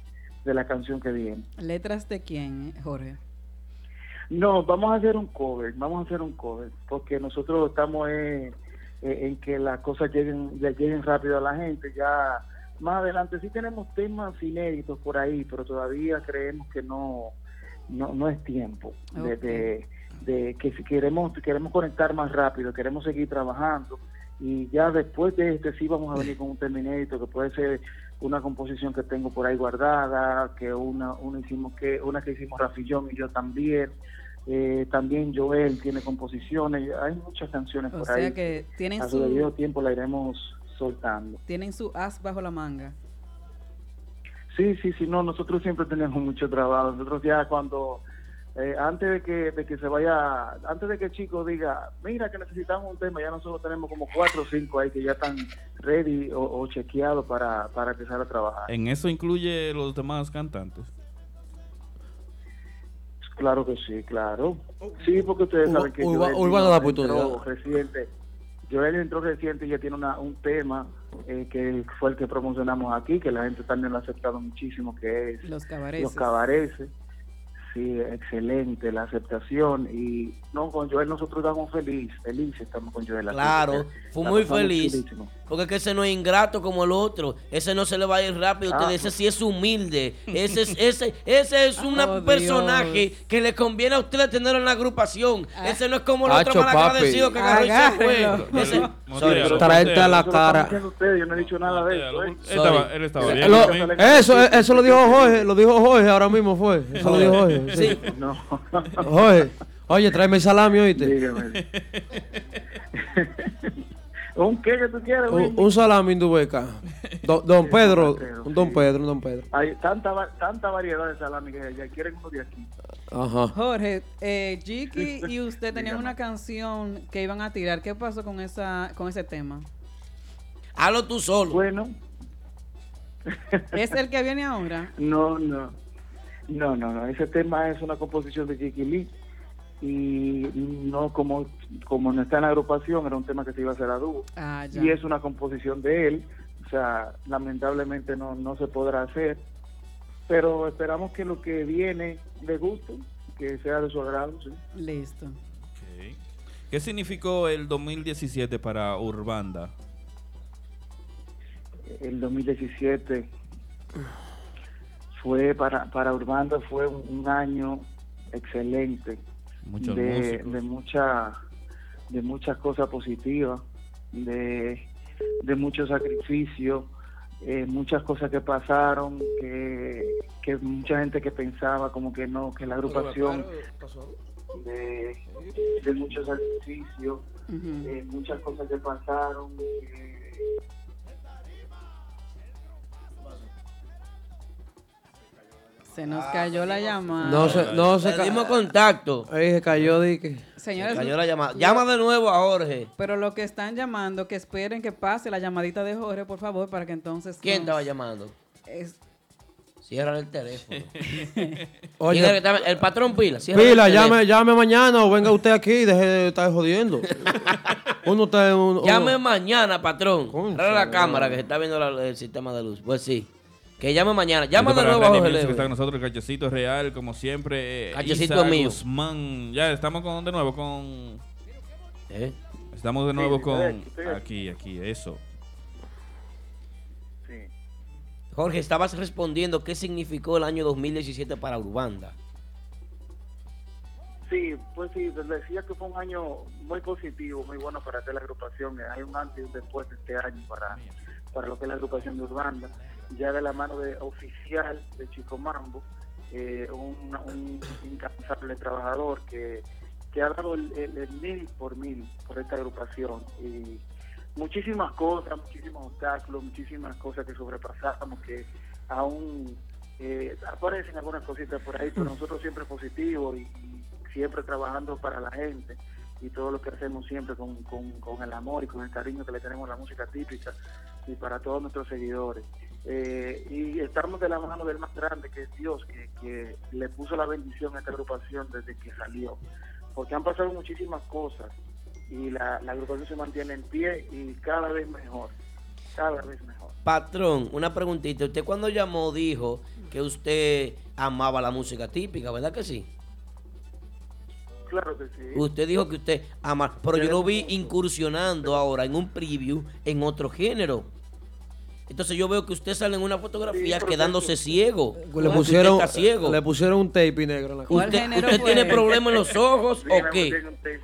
[SPEAKER 14] de la canción que viene.
[SPEAKER 5] ¿Letras de quién, eh, Jorge?
[SPEAKER 14] No, vamos a hacer un cover, vamos a hacer un cover, porque nosotros estamos eh, eh, en que las cosas lleguen, le lleguen rápido a la gente. Ya más adelante sí tenemos temas inéditos por ahí, pero todavía creemos que no, no, no es tiempo de, de- de que si queremos queremos conectar más rápido, queremos seguir trabajando y ya después de este sí vamos a venir con un tema inédito que puede ser una composición que tengo por ahí guardada, que una, una hicimos que una que hicimos Rafillón y yo también, eh, también Joel tiene composiciones, hay muchas canciones
[SPEAKER 5] O
[SPEAKER 14] por
[SPEAKER 5] sea
[SPEAKER 14] ahí.
[SPEAKER 5] que tienen
[SPEAKER 14] a su
[SPEAKER 5] su-
[SPEAKER 14] debido tiempo la iremos soltando.
[SPEAKER 5] Tienen su as bajo la manga.
[SPEAKER 14] Sí, sí, sí, no, nosotros siempre tenemos mucho trabajo. Nosotros ya cuando, eh, antes de que, de que se vaya, antes de que el chico diga, mira que necesitamos un tema, ya nosotros tenemos como cuatro o cinco ahí que ya están ready o, o chequeados para, para empezar a trabajar.
[SPEAKER 6] En eso incluye los demás cantantes.
[SPEAKER 14] Claro que sí, claro. Sí, porque ustedes
[SPEAKER 2] Urba-
[SPEAKER 14] saben que
[SPEAKER 2] Urba-
[SPEAKER 14] Joel
[SPEAKER 2] Urbano da
[SPEAKER 14] entró
[SPEAKER 2] oportunidad.
[SPEAKER 14] Reciente. Joel entró reciente y ya tiene una- un tema eh, que fue el que promocionamos aquí, que la gente también lo ha aceptado muchísimo, que es
[SPEAKER 5] Los cabareces.
[SPEAKER 14] Los cabareces. Sí, excelente la aceptación. Y no, con Joel nosotros estamos felices, felices estamos con Joel. aquí.
[SPEAKER 4] Claro, fue
[SPEAKER 14] La
[SPEAKER 4] muy
[SPEAKER 14] pasamos
[SPEAKER 4] feliz.
[SPEAKER 14] chulísimo.
[SPEAKER 4] Porque es que ese no es ingrato como el otro. Ese no se le va a ir rápido. a
[SPEAKER 14] Ah.
[SPEAKER 4] ustedes. Ese sí es humilde. Ese es, ese, ese es un
[SPEAKER 14] Oh,
[SPEAKER 4] personaje que le conviene a usted tenerlo en la agrupación. Ese no es como el
[SPEAKER 2] Hacho,
[SPEAKER 4] otro mal agradecido
[SPEAKER 2] papi.
[SPEAKER 4] que agarró y se
[SPEAKER 2] Agárrenlo.
[SPEAKER 4] fue. Ese-
[SPEAKER 2] Sorry, sorry. Traerte a la
[SPEAKER 14] Eso lo están
[SPEAKER 2] cara.
[SPEAKER 14] diciendo ustedes, yo no he dicho nada de eso. ¿eh?
[SPEAKER 6] estaba- él estaba bien.
[SPEAKER 2] Lo- eso, eh, eso lo dijo Jorge, lo dijo Jorge ahora mismo fue. Eso lo dijo Jorge. sí.
[SPEAKER 14] No.
[SPEAKER 2] Jorge, oye, tráeme el salami, oíste.
[SPEAKER 14] ¿Un qué que tú quieres,
[SPEAKER 2] Un,
[SPEAKER 14] Wendy?
[SPEAKER 2] un salami indubeca. Don, don Pedro, un don Pedro, un don Pedro.
[SPEAKER 14] Hay tanta, va- tanta variedad de salami que ya quieren uno de aquí.
[SPEAKER 2] Ajá.
[SPEAKER 5] Jorge, eh, Jiki y usted tenían una canción que iban a tirar. ¿Qué pasó con esa con ese tema?
[SPEAKER 4] Halo tú solo.
[SPEAKER 14] Bueno.
[SPEAKER 5] ¿Es el que viene ahora?
[SPEAKER 14] No, no. No, no, no. Ese tema es una composición de Jiki Lee. Y no, como, como no está en la agrupación, era un tema que se iba a hacer a dúo.
[SPEAKER 5] Ah, ya.
[SPEAKER 14] Y es una composición de él. O sea, lamentablemente no, no se podrá hacer. Pero esperamos que lo que viene le guste, que sea de su agrado. ¿sí?
[SPEAKER 5] Listo.
[SPEAKER 6] ¿Qué significó el 2017 para Urbanda?
[SPEAKER 14] el 2017 fue para, para Urbanda fue un un año excelente
[SPEAKER 6] Muchos
[SPEAKER 14] de,
[SPEAKER 6] músicos.
[SPEAKER 14] de mucha de muchas cosas positivas de, de mucho sacrificio eh, muchas cosas que pasaron que, que mucha gente que pensaba como que no que la agrupación de, de mucho sacrificio, eh, muchas cosas que pasaron. eh,
[SPEAKER 5] Se nos cayó la llamada.
[SPEAKER 2] Ah, No se, no se
[SPEAKER 4] Perdimos contacto.
[SPEAKER 2] Ahí se cayó, di que.
[SPEAKER 5] Señores,
[SPEAKER 4] Se cayó la llamada. Llama de nuevo a Jorge.
[SPEAKER 5] Pero lo que están llamando, que esperen que pase la llamadita de Jorge, por favor, para que entonces.
[SPEAKER 4] ¿Quién
[SPEAKER 5] nos-
[SPEAKER 4] estaba llamando?
[SPEAKER 5] Es-
[SPEAKER 4] Cierra el teléfono.
[SPEAKER 2] Oye.
[SPEAKER 4] Oye, el patrón Pila. cierra el
[SPEAKER 2] Pila,
[SPEAKER 4] teléfono.
[SPEAKER 2] llame, llame mañana o venga usted aquí y deje de estar jodiendo. Uno está en un. uno-
[SPEAKER 4] Llame mañana, patrón. Trae la cámara que se está viendo la- el sistema de luz. Pues sí. Que llame mañana. Llama de
[SPEAKER 6] Para
[SPEAKER 4] nuevo a
[SPEAKER 6] Randy
[SPEAKER 4] Jorge
[SPEAKER 6] Music,
[SPEAKER 4] Leo.
[SPEAKER 6] Está con nosotros Cachecito Real, como siempre. eh,
[SPEAKER 4] Cachecito
[SPEAKER 6] Isa
[SPEAKER 4] es mío.
[SPEAKER 6] Guzmán. Ya estamos con, de nuevo con.
[SPEAKER 4] ¿Eh?
[SPEAKER 6] Estamos de
[SPEAKER 4] Sí,
[SPEAKER 6] nuevo
[SPEAKER 4] estoy
[SPEAKER 6] con.
[SPEAKER 4] aquí, estoy
[SPEAKER 6] aquí, aquí, eso.
[SPEAKER 4] Jorge, estabas respondiendo qué significó el año 2017 para Urbanda.
[SPEAKER 14] Sí, pues sí, les decía que fue un año muy positivo, muy bueno para toda la agrupación. Hay un antes y un después de este año para, para lo que es la agrupación de Urbanda. Ya de la mano de oficial de Chico Mambo, eh, un, un incansable trabajador que, que ha dado el, el- el mil por mil por esta agrupación. Y muchísimas cosas, muchísimos obstáculos, muchísimas cosas que sobrepasamos, que aún eh, aparecen algunas cositas por ahí, pero nosotros siempre positivos y siempre trabajando para la gente y todo lo que hacemos siempre con, con- con el amor y con el cariño que le tenemos a la música típica y para todos nuestros seguidores. Eh, y estamos de la mano del más grande, que es Dios, que, que le puso la bendición a esta agrupación desde que salió, porque han pasado muchísimas cosas y la, la agrupación se mantiene en pie y cada vez mejor, cada vez mejor.
[SPEAKER 4] Patrón, una preguntita. Usted cuando llamó dijo que usted amaba la música típica, ¿verdad que sí?
[SPEAKER 14] Claro que sí.
[SPEAKER 4] Usted dijo que usted ama, pero yo lo vi incursionando ahora en un preview en otro género. Entonces yo veo que usted sale en una fotografía quedándose ciego.
[SPEAKER 2] Le
[SPEAKER 4] Porque
[SPEAKER 2] pusieron,
[SPEAKER 4] usted está ciego.
[SPEAKER 2] le pusieron un tape negro en la cara.
[SPEAKER 4] ¿Usted, usted tiene problemas en los ojos o qué?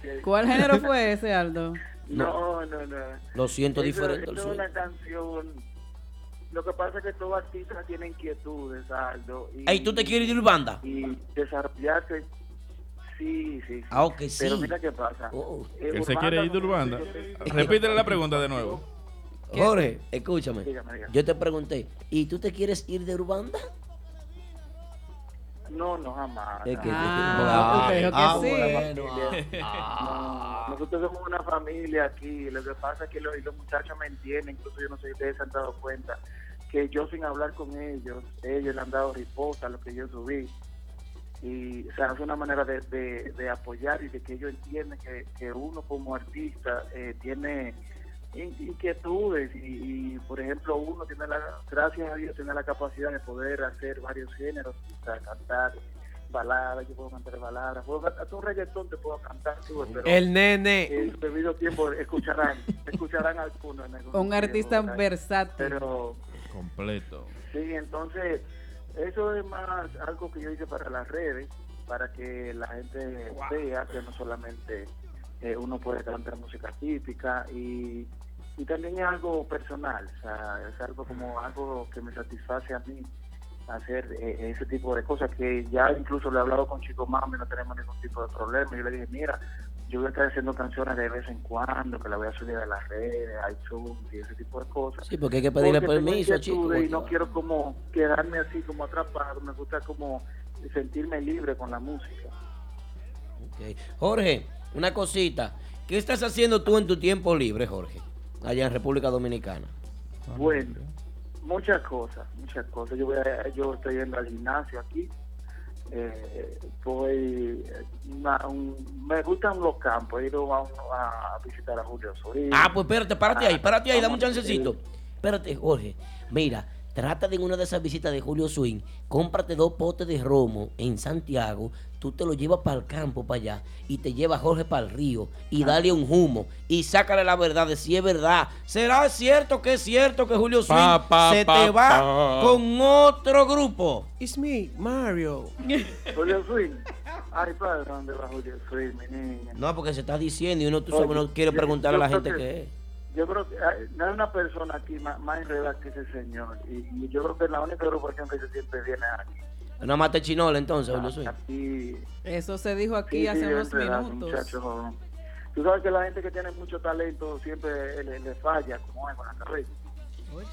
[SPEAKER 5] pues, ¿Cuál género fue ese, Aldo?
[SPEAKER 14] No, no, no.
[SPEAKER 4] Lo siento
[SPEAKER 14] Eso-
[SPEAKER 4] diferente al
[SPEAKER 14] eso
[SPEAKER 4] suyo.
[SPEAKER 14] es una canción. Lo que pasa es que todo artista tiene inquietudes, Aldo. Y
[SPEAKER 4] Ey, ¿tú te quieres ir de Urbanda?
[SPEAKER 14] Y desarrollarse. Sí, sí, sí.
[SPEAKER 4] Ah, ok, sí. Oh,
[SPEAKER 14] Pero mira qué pasa. Eh,
[SPEAKER 6] Él se
[SPEAKER 14] Urbanda
[SPEAKER 6] quiere ir de
[SPEAKER 14] no-
[SPEAKER 6] Urbanda. Repítele la pregunta de nuevo.
[SPEAKER 4] Jorge, escúchame.
[SPEAKER 14] Dígame, dígame.
[SPEAKER 4] Yo te pregunté, ¿y tú te quieres ir de Urbanda?
[SPEAKER 14] No, no, jamás.
[SPEAKER 4] Es que-
[SPEAKER 14] Ah,
[SPEAKER 4] Ah,
[SPEAKER 14] ah,
[SPEAKER 4] usted dijo que sí.
[SPEAKER 14] bueno, ah. No, Nosotros somos una familia aquí. Lo que pasa es que los, y los muchachos me entienden. Incluso yo no sé si ustedes se han dado cuenta que yo sin hablar con ellos, ellos le han dado respuesta a lo que yo subí. Y o sea, es una manera de, de- de apoyar y de que ellos entiendan que, que uno como artista eh, tiene in- inquietudes y, y, por ejemplo uno tiene la gracias a Dios tiene la capacidad de poder hacer varios géneros o sea, cantar baladas yo puedo cantar baladas puedo cantar hasta un reggaetón te puedo cantar tú, pero
[SPEAKER 2] El nene.
[SPEAKER 14] en su debido tiempo escucharán escucharán alguno en algún
[SPEAKER 5] Un artista
[SPEAKER 14] tiempo, ¿verdad?
[SPEAKER 5] versátil.
[SPEAKER 14] pero
[SPEAKER 6] Completo.
[SPEAKER 14] Sí, entonces, eso es más algo que yo hice para las redes, para que la gente vea que no solamente eh, uno puede cantar música típica y, y también es algo personal, o sea, es algo como algo que me satisface a mí hacer eh, ese tipo de cosas que ya incluso lo he hablado con Chico Mami, no tenemos ningún tipo de problema. Yo le dije, mira, yo voy a estar haciendo canciones de vez en cuando, que la voy a subir a las redes, a iTunes y ese tipo de cosas.
[SPEAKER 4] Sí, porque hay que pedirle
[SPEAKER 14] Porque tengo
[SPEAKER 4] permiso, chico,
[SPEAKER 14] inquietudes Y
[SPEAKER 4] porque-
[SPEAKER 14] no quiero como quedarme así como atrapado, me gusta como sentirme libre con la música.
[SPEAKER 4] Ok. Jorge, una cosita. ¿Qué estás haciendo tú en tu tiempo libre, Jorge? Allá en República Dominicana.
[SPEAKER 14] Bueno, muchas cosas, muchas cosas. Yo, voy a- yo estoy yendo al gimnasio aquí. Eh, voy eh, una- un- me gustan los campos, he ido a, un- a visitar a Julio Soria.
[SPEAKER 4] Ah, pues espérate, párate ahí, párate ahí, dame un
[SPEAKER 14] vamos,
[SPEAKER 4] chancecito. Espérate, Jorge. Mira, trata de en una de esas visitas de Julio Swing, cómprate dos potes de romo en Santiago, tú te lo llevas para el campo, para allá, y te llevas a Jorge para el río, y dale un humo, y sácale la verdad de si es verdad. ¿Será cierto que es cierto que Julio Swing
[SPEAKER 2] Pa, pa,
[SPEAKER 4] se
[SPEAKER 2] pa,
[SPEAKER 4] te va
[SPEAKER 2] pa.
[SPEAKER 4] con otro grupo?
[SPEAKER 2] It's me, Mario.
[SPEAKER 14] Julio Swing. Ay, padre, ¿dónde va Julio Swing, mi niña?
[SPEAKER 4] No, porque se está diciendo y uno, tú
[SPEAKER 14] Oye,
[SPEAKER 4] sabes, uno quiere
[SPEAKER 14] yo-
[SPEAKER 4] preguntarle a
[SPEAKER 14] yo
[SPEAKER 4] la
[SPEAKER 14] creo
[SPEAKER 4] gente
[SPEAKER 14] que-
[SPEAKER 4] qué es.
[SPEAKER 14] Yo creo que hay- no hay una persona aquí más, más enredada que ese señor. Y, y yo creo que es la única agrupación que se siempre viene aquí.
[SPEAKER 4] Una mata chinola entonces, Julio Swing.
[SPEAKER 14] Y
[SPEAKER 5] Eso se dijo aquí
[SPEAKER 14] Sí, sí,
[SPEAKER 5] hace unos
[SPEAKER 14] es verdad,
[SPEAKER 5] minutos.
[SPEAKER 14] muchacho joven. Tú sabes que la gente que tiene mucho talento siempre le, le falla, como es con la carrera.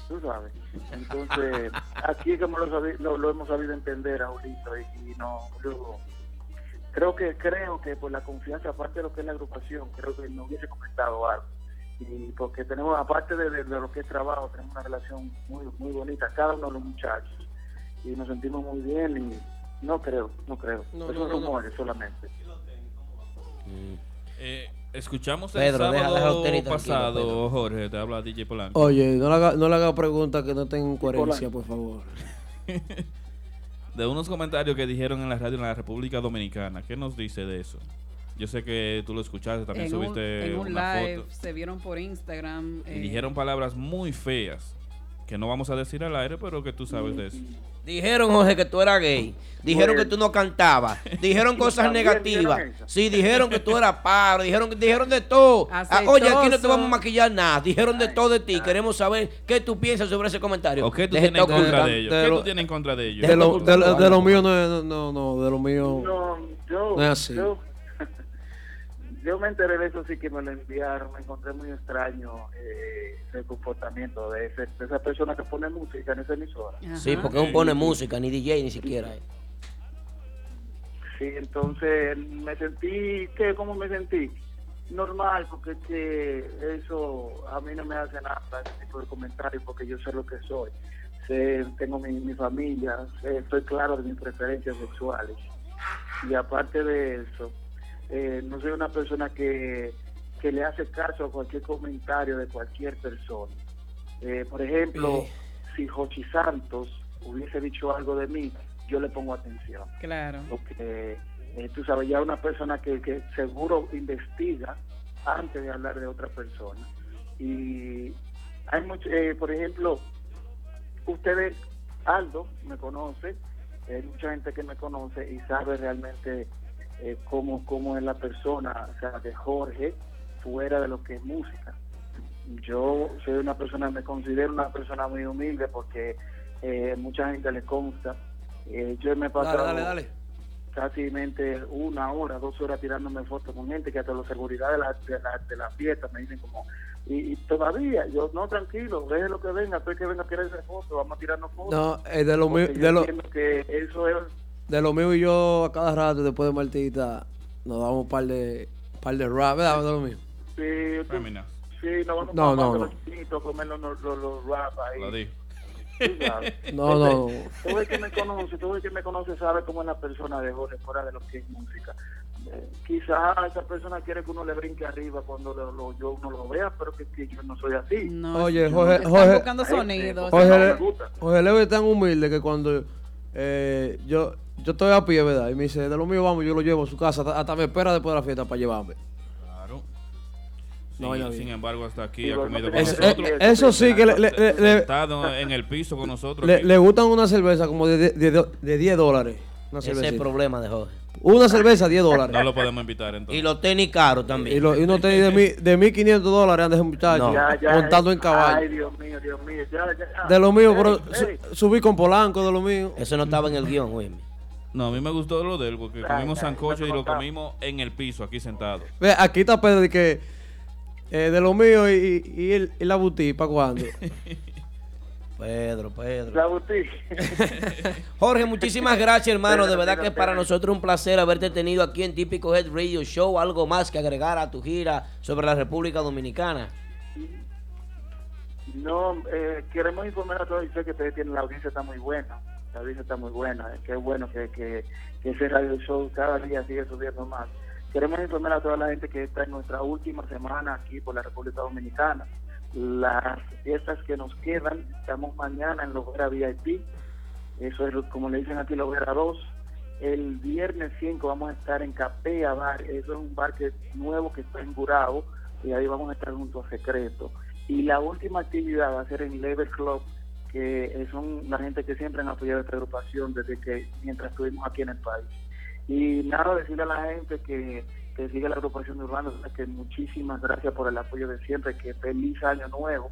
[SPEAKER 14] Tú sabes. Entonces, aquí como lo, sabi- lo- lo hemos sabido entender a Julito y, y no, Julio, creo que creo que por la confianza, aparte de lo que es la agrupación, creo que no hubiese comentado algo. Y porque tenemos, aparte de, de- de lo que es trabajo, tenemos una relación muy, muy bonita, cada uno de los muchachos. Y nos sentimos muy bien y no creo, no creo.
[SPEAKER 1] No,
[SPEAKER 14] Esos
[SPEAKER 1] no, no, no.
[SPEAKER 14] rumores solamente.
[SPEAKER 6] Eh, escuchamos
[SPEAKER 4] Pedro,
[SPEAKER 6] el
[SPEAKER 4] deja-
[SPEAKER 6] sábado
[SPEAKER 4] deja a Oteri tranquilo,
[SPEAKER 6] pasado,
[SPEAKER 4] Pedro. Oh.
[SPEAKER 6] Jorge, te habla DJ Polanco.
[SPEAKER 2] Oye, no le haga, no le haga preguntas que no tengan coherencia, por favor.
[SPEAKER 6] De unos comentarios que dijeron en la radio en la República Dominicana, ¿qué nos dice de eso? Yo sé que tú lo escuchaste, también
[SPEAKER 5] En un,
[SPEAKER 6] subiste
[SPEAKER 5] en un
[SPEAKER 6] una
[SPEAKER 5] live,
[SPEAKER 6] foto.
[SPEAKER 5] se vieron por Instagram.
[SPEAKER 6] Y
[SPEAKER 5] eh,
[SPEAKER 6] dijeron palabras muy feas, que no vamos a decir al aire, pero que tú sabes de eso. Pues,
[SPEAKER 4] Dijeron, Jorge, que tú eras gay. Dijeron que tú no cantabas. Dijeron cosas
[SPEAKER 6] También dijeron
[SPEAKER 4] negativas. Sí, dijeron que tú eras paro. Dijeron, dijeron de todo. Ah, oye, aquí no te
[SPEAKER 5] Aceitoso.
[SPEAKER 4] vamos a maquillar nada. Dijeron de todo de ti. Queremos saber qué tú piensas sobre ese comentario.
[SPEAKER 6] ¿O qué tú
[SPEAKER 4] Les
[SPEAKER 6] tienes en
[SPEAKER 4] está
[SPEAKER 6] contra
[SPEAKER 4] ocultando.
[SPEAKER 6] de ellos?
[SPEAKER 2] de
[SPEAKER 6] ¿Qué
[SPEAKER 2] lo-
[SPEAKER 6] tú tienes en contra de ellos?
[SPEAKER 2] De lo, de, lo- de lo mío no es, no, no, de lo mío.
[SPEAKER 14] No, yo,
[SPEAKER 2] No es así.
[SPEAKER 14] yo, yo me enteré de eso, sí que me lo enviaron, me encontré muy extraño eh, el comportamiento de, ese- de esa persona que pone música en esa emisora.
[SPEAKER 4] Sí, porque no pone música, ni DJ, ni siquiera. eh.
[SPEAKER 14] Sí, entonces me sentí, ¿qué? ¿Cómo me sentí? Normal, porque es que eso a mí no me hace nada, ese tipo de comentarios, porque yo sé lo que soy. Sé, tengo mi, mi familia, sé, estoy claro de mis preferencias sexuales. Y aparte de eso, eh, no soy una persona que, que le hace caso a cualquier comentario de cualquier persona. Eh, por ejemplo, si Jochi Santos hubiese dicho algo de mí, yo le pongo atención
[SPEAKER 5] Claro.
[SPEAKER 14] porque eh, tú sabes, ya una persona que, que seguro investiga antes de hablar de otra persona. Y hay mucho, eh, por ejemplo, ustedes, Aldo, me conoce, eh, hay mucha gente que me conoce y sabe realmente eh, cómo, cómo es la persona, o sea, de Jorge, fuera de lo que es música. Yo soy una persona, me considero una persona muy humilde porque eh, mucha gente le consta. Eh, yo me
[SPEAKER 2] Dale,
[SPEAKER 14] he pasado
[SPEAKER 2] dale, dale.
[SPEAKER 14] casi mente una hora, dos horas tirándome fotos con gente que hasta la seguridad de la, de la, de la fiesta me dicen como, y, y todavía, yo no, tranquilo, ve lo que venga, tú es que venga a tirarse fotos, vamos a tirarnos fotos.
[SPEAKER 2] No, es de lo mío-
[SPEAKER 14] Porque yo
[SPEAKER 2] de lo-
[SPEAKER 14] entiendo que eso es
[SPEAKER 2] De lo mío y yo, a cada rato, después de Martita, nos damos un par de, par de rap, ¿verdad? De lo mío.
[SPEAKER 14] Sí, tú- sí, no vamos
[SPEAKER 2] No,
[SPEAKER 14] a
[SPEAKER 2] no,
[SPEAKER 14] comer
[SPEAKER 2] no.
[SPEAKER 14] los chinitos, comer los, los, los- los wrap ahí.
[SPEAKER 6] Lo dijo.
[SPEAKER 14] Tú sabes.
[SPEAKER 2] No, no, no.
[SPEAKER 14] Todo el que me conoce, todo el que me conoce sabe cómo es la persona de Jorge fuera de lo que es música. Eh, quizás esa persona quiere que uno le brinque arriba cuando lo, lo- yo uno lo vea, pero que, que yo no soy así.
[SPEAKER 2] Oye, Jorge,
[SPEAKER 14] Están
[SPEAKER 2] Jorge,
[SPEAKER 14] buscando sonidos.
[SPEAKER 2] Jorge,
[SPEAKER 14] No me
[SPEAKER 2] Le-
[SPEAKER 14] gusta.
[SPEAKER 2] Jorge Leo es tan humilde que cuando eh, yo, yo estoy a pie, ¿verdad? Y me dice, de lo mío vamos, yo lo llevo a su casa, hasta, hasta me espera después de la fiesta para llevarme.
[SPEAKER 6] Claro.
[SPEAKER 2] No,
[SPEAKER 6] Sin-
[SPEAKER 2] ya vi.
[SPEAKER 6] sin embargo, hasta aquí
[SPEAKER 2] Sí,
[SPEAKER 6] ha
[SPEAKER 2] bueno,
[SPEAKER 6] comido
[SPEAKER 2] no
[SPEAKER 6] con
[SPEAKER 2] tenía
[SPEAKER 6] nosotros.
[SPEAKER 2] sentido. Eh, eso sí que le- le- le- le-
[SPEAKER 6] Sentado en el piso con nosotros.
[SPEAKER 2] Le,
[SPEAKER 6] aquí.
[SPEAKER 2] le gustan una cerveza como de, de- de do- de 10 dólares. Una
[SPEAKER 4] Ese es el
[SPEAKER 2] cervecita.
[SPEAKER 4] problema de Jorge.
[SPEAKER 2] Una cerveza, 10 dólares.
[SPEAKER 6] No lo podemos invitar entonces.
[SPEAKER 4] Y los tenis caros también.
[SPEAKER 2] Y, lo, y uno tiene de, mil- de 1.500 dólares, anda ese muchacho,
[SPEAKER 14] Ya, ya,
[SPEAKER 2] montando
[SPEAKER 14] eh.
[SPEAKER 2] en caballo.
[SPEAKER 14] Ay, Dios mío, Dios mío. Ya, ya, ya. Eh,
[SPEAKER 2] De lo mío,
[SPEAKER 14] Ey,
[SPEAKER 2] pero
[SPEAKER 14] ey.
[SPEAKER 2] su- subí con Polanco, de lo mío.
[SPEAKER 4] Eso no estaba en el guión, güey.
[SPEAKER 6] No, a mí me gustó lo de él porque
[SPEAKER 2] Ay,
[SPEAKER 6] comimos
[SPEAKER 2] ay,
[SPEAKER 6] sancocho
[SPEAKER 2] no
[SPEAKER 6] y lo
[SPEAKER 2] contamos.
[SPEAKER 6] comimos en el piso, aquí sentado.
[SPEAKER 2] Ve, aquí está Pedro de que eh, de lo mío y, y, y el- y la butí, ¿para cuándo?
[SPEAKER 4] Pedro, Pedro.
[SPEAKER 14] La boutique.
[SPEAKER 4] Jorge, muchísimas gracias, hermano. De verdad que es para nosotros un placer haberte tenido aquí en Típico Head Radio Show. Algo más que agregar a tu gira sobre la República Dominicana.
[SPEAKER 14] No, eh, queremos informar a todos. Yo sé que ustedes tienen la audiencia, está muy buena. La audiencia está muy buena. eh, Qué bueno que, que, que ese radio show cada día sigue subiendo más. Queremos informar a toda la gente que está en nuestra última semana aquí por la República Dominicana. Las fiestas que nos quedan, estamos mañana en Logera VIP. Eso es lo- como le dicen aquí, Logera 2. El viernes 5 vamos a estar en Capea Bar. Eso es un bar que nuevo que está en Gurabo. Y ahí vamos a estar junto a Secreto. Y la última actividad va a ser en Lever Club, que son la gente que siempre han apoyado esta agrupación desde que mientras estuvimos aquí en el país. Y nada, decirle a la gente que, que sigue la agrupación de Urbanos, que muchísimas gracias por el apoyo de siempre, que feliz año nuevo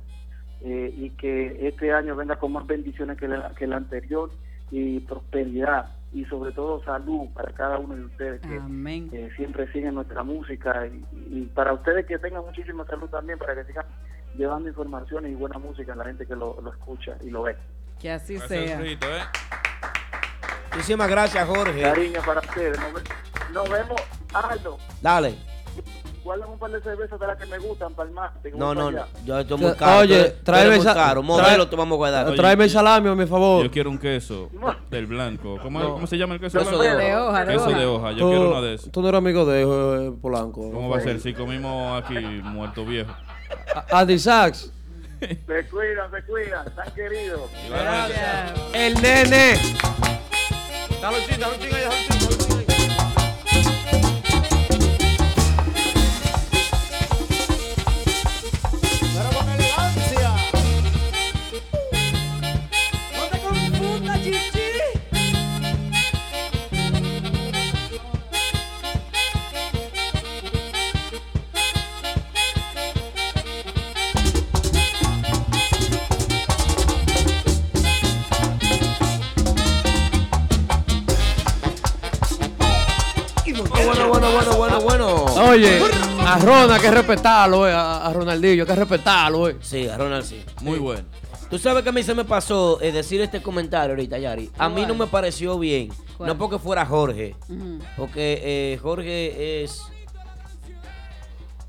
[SPEAKER 14] eh, y que este año venga con más bendiciones que el, que el anterior y prosperidad. y sobre todo salud para cada uno de ustedes que eh, siempre siguen nuestra música y, y para ustedes que tengan muchísima salud también, para que sigan llevando informaciones y buena música a la gente que lo, lo escucha y lo ve.
[SPEAKER 5] Que así
[SPEAKER 14] Gracias,
[SPEAKER 5] sea.
[SPEAKER 14] Rito,
[SPEAKER 4] Muchísimas gracias, Jorge.
[SPEAKER 14] Cariño para ustedes. Nos, ve- nos vemos. Aldo,
[SPEAKER 4] Dale.
[SPEAKER 14] guardan un par de cervezas de las que me gustan para el máster.
[SPEAKER 4] No, no,
[SPEAKER 14] no.
[SPEAKER 4] yo estoy
[SPEAKER 2] Oye,
[SPEAKER 4] muy caro. tú eres- tú
[SPEAKER 2] tráeme
[SPEAKER 4] eres muy
[SPEAKER 2] esa-
[SPEAKER 4] caro. Modelo te vamos a guardar.
[SPEAKER 2] Oye, Tráeme el salami, a mi favor.
[SPEAKER 6] Yo quiero un queso del blanco. ¿Cómo,
[SPEAKER 2] No.
[SPEAKER 6] cómo se llama el queso?
[SPEAKER 2] Queso
[SPEAKER 6] blanco?
[SPEAKER 2] de hoja, de
[SPEAKER 6] Queso
[SPEAKER 2] hoja.
[SPEAKER 6] de hoja. Yo
[SPEAKER 2] Tú-
[SPEAKER 6] quiero uno de esos.
[SPEAKER 2] Tú no eres amigo de eh, Polanco.
[SPEAKER 6] ¿Cómo va a ser si comimos aquí muerto viejo?
[SPEAKER 2] Andy Sachs.
[SPEAKER 14] Se cuidan, se cuidan. Están queridos.
[SPEAKER 6] Gracias.
[SPEAKER 2] El nene.
[SPEAKER 1] Dale un ching, dale un ching ahí, dale un ching.
[SPEAKER 2] Ah, Bueno, bueno, bueno, bueno, bueno.
[SPEAKER 4] Oye,
[SPEAKER 2] Oye, a Ron hay que respetarlo, eh, a a Ronaldinho, hay que respetarlo. eh.
[SPEAKER 4] Sí, a Ronald sí. Muy bueno. Tú sabes que a mí se me pasó eh, decir este comentario ahorita, Yari. A mí no me pareció bien.
[SPEAKER 5] ¿Cuál?
[SPEAKER 4] No porque fuera Jorge.
[SPEAKER 5] Ujú.
[SPEAKER 4] Porque eh, Jorge es.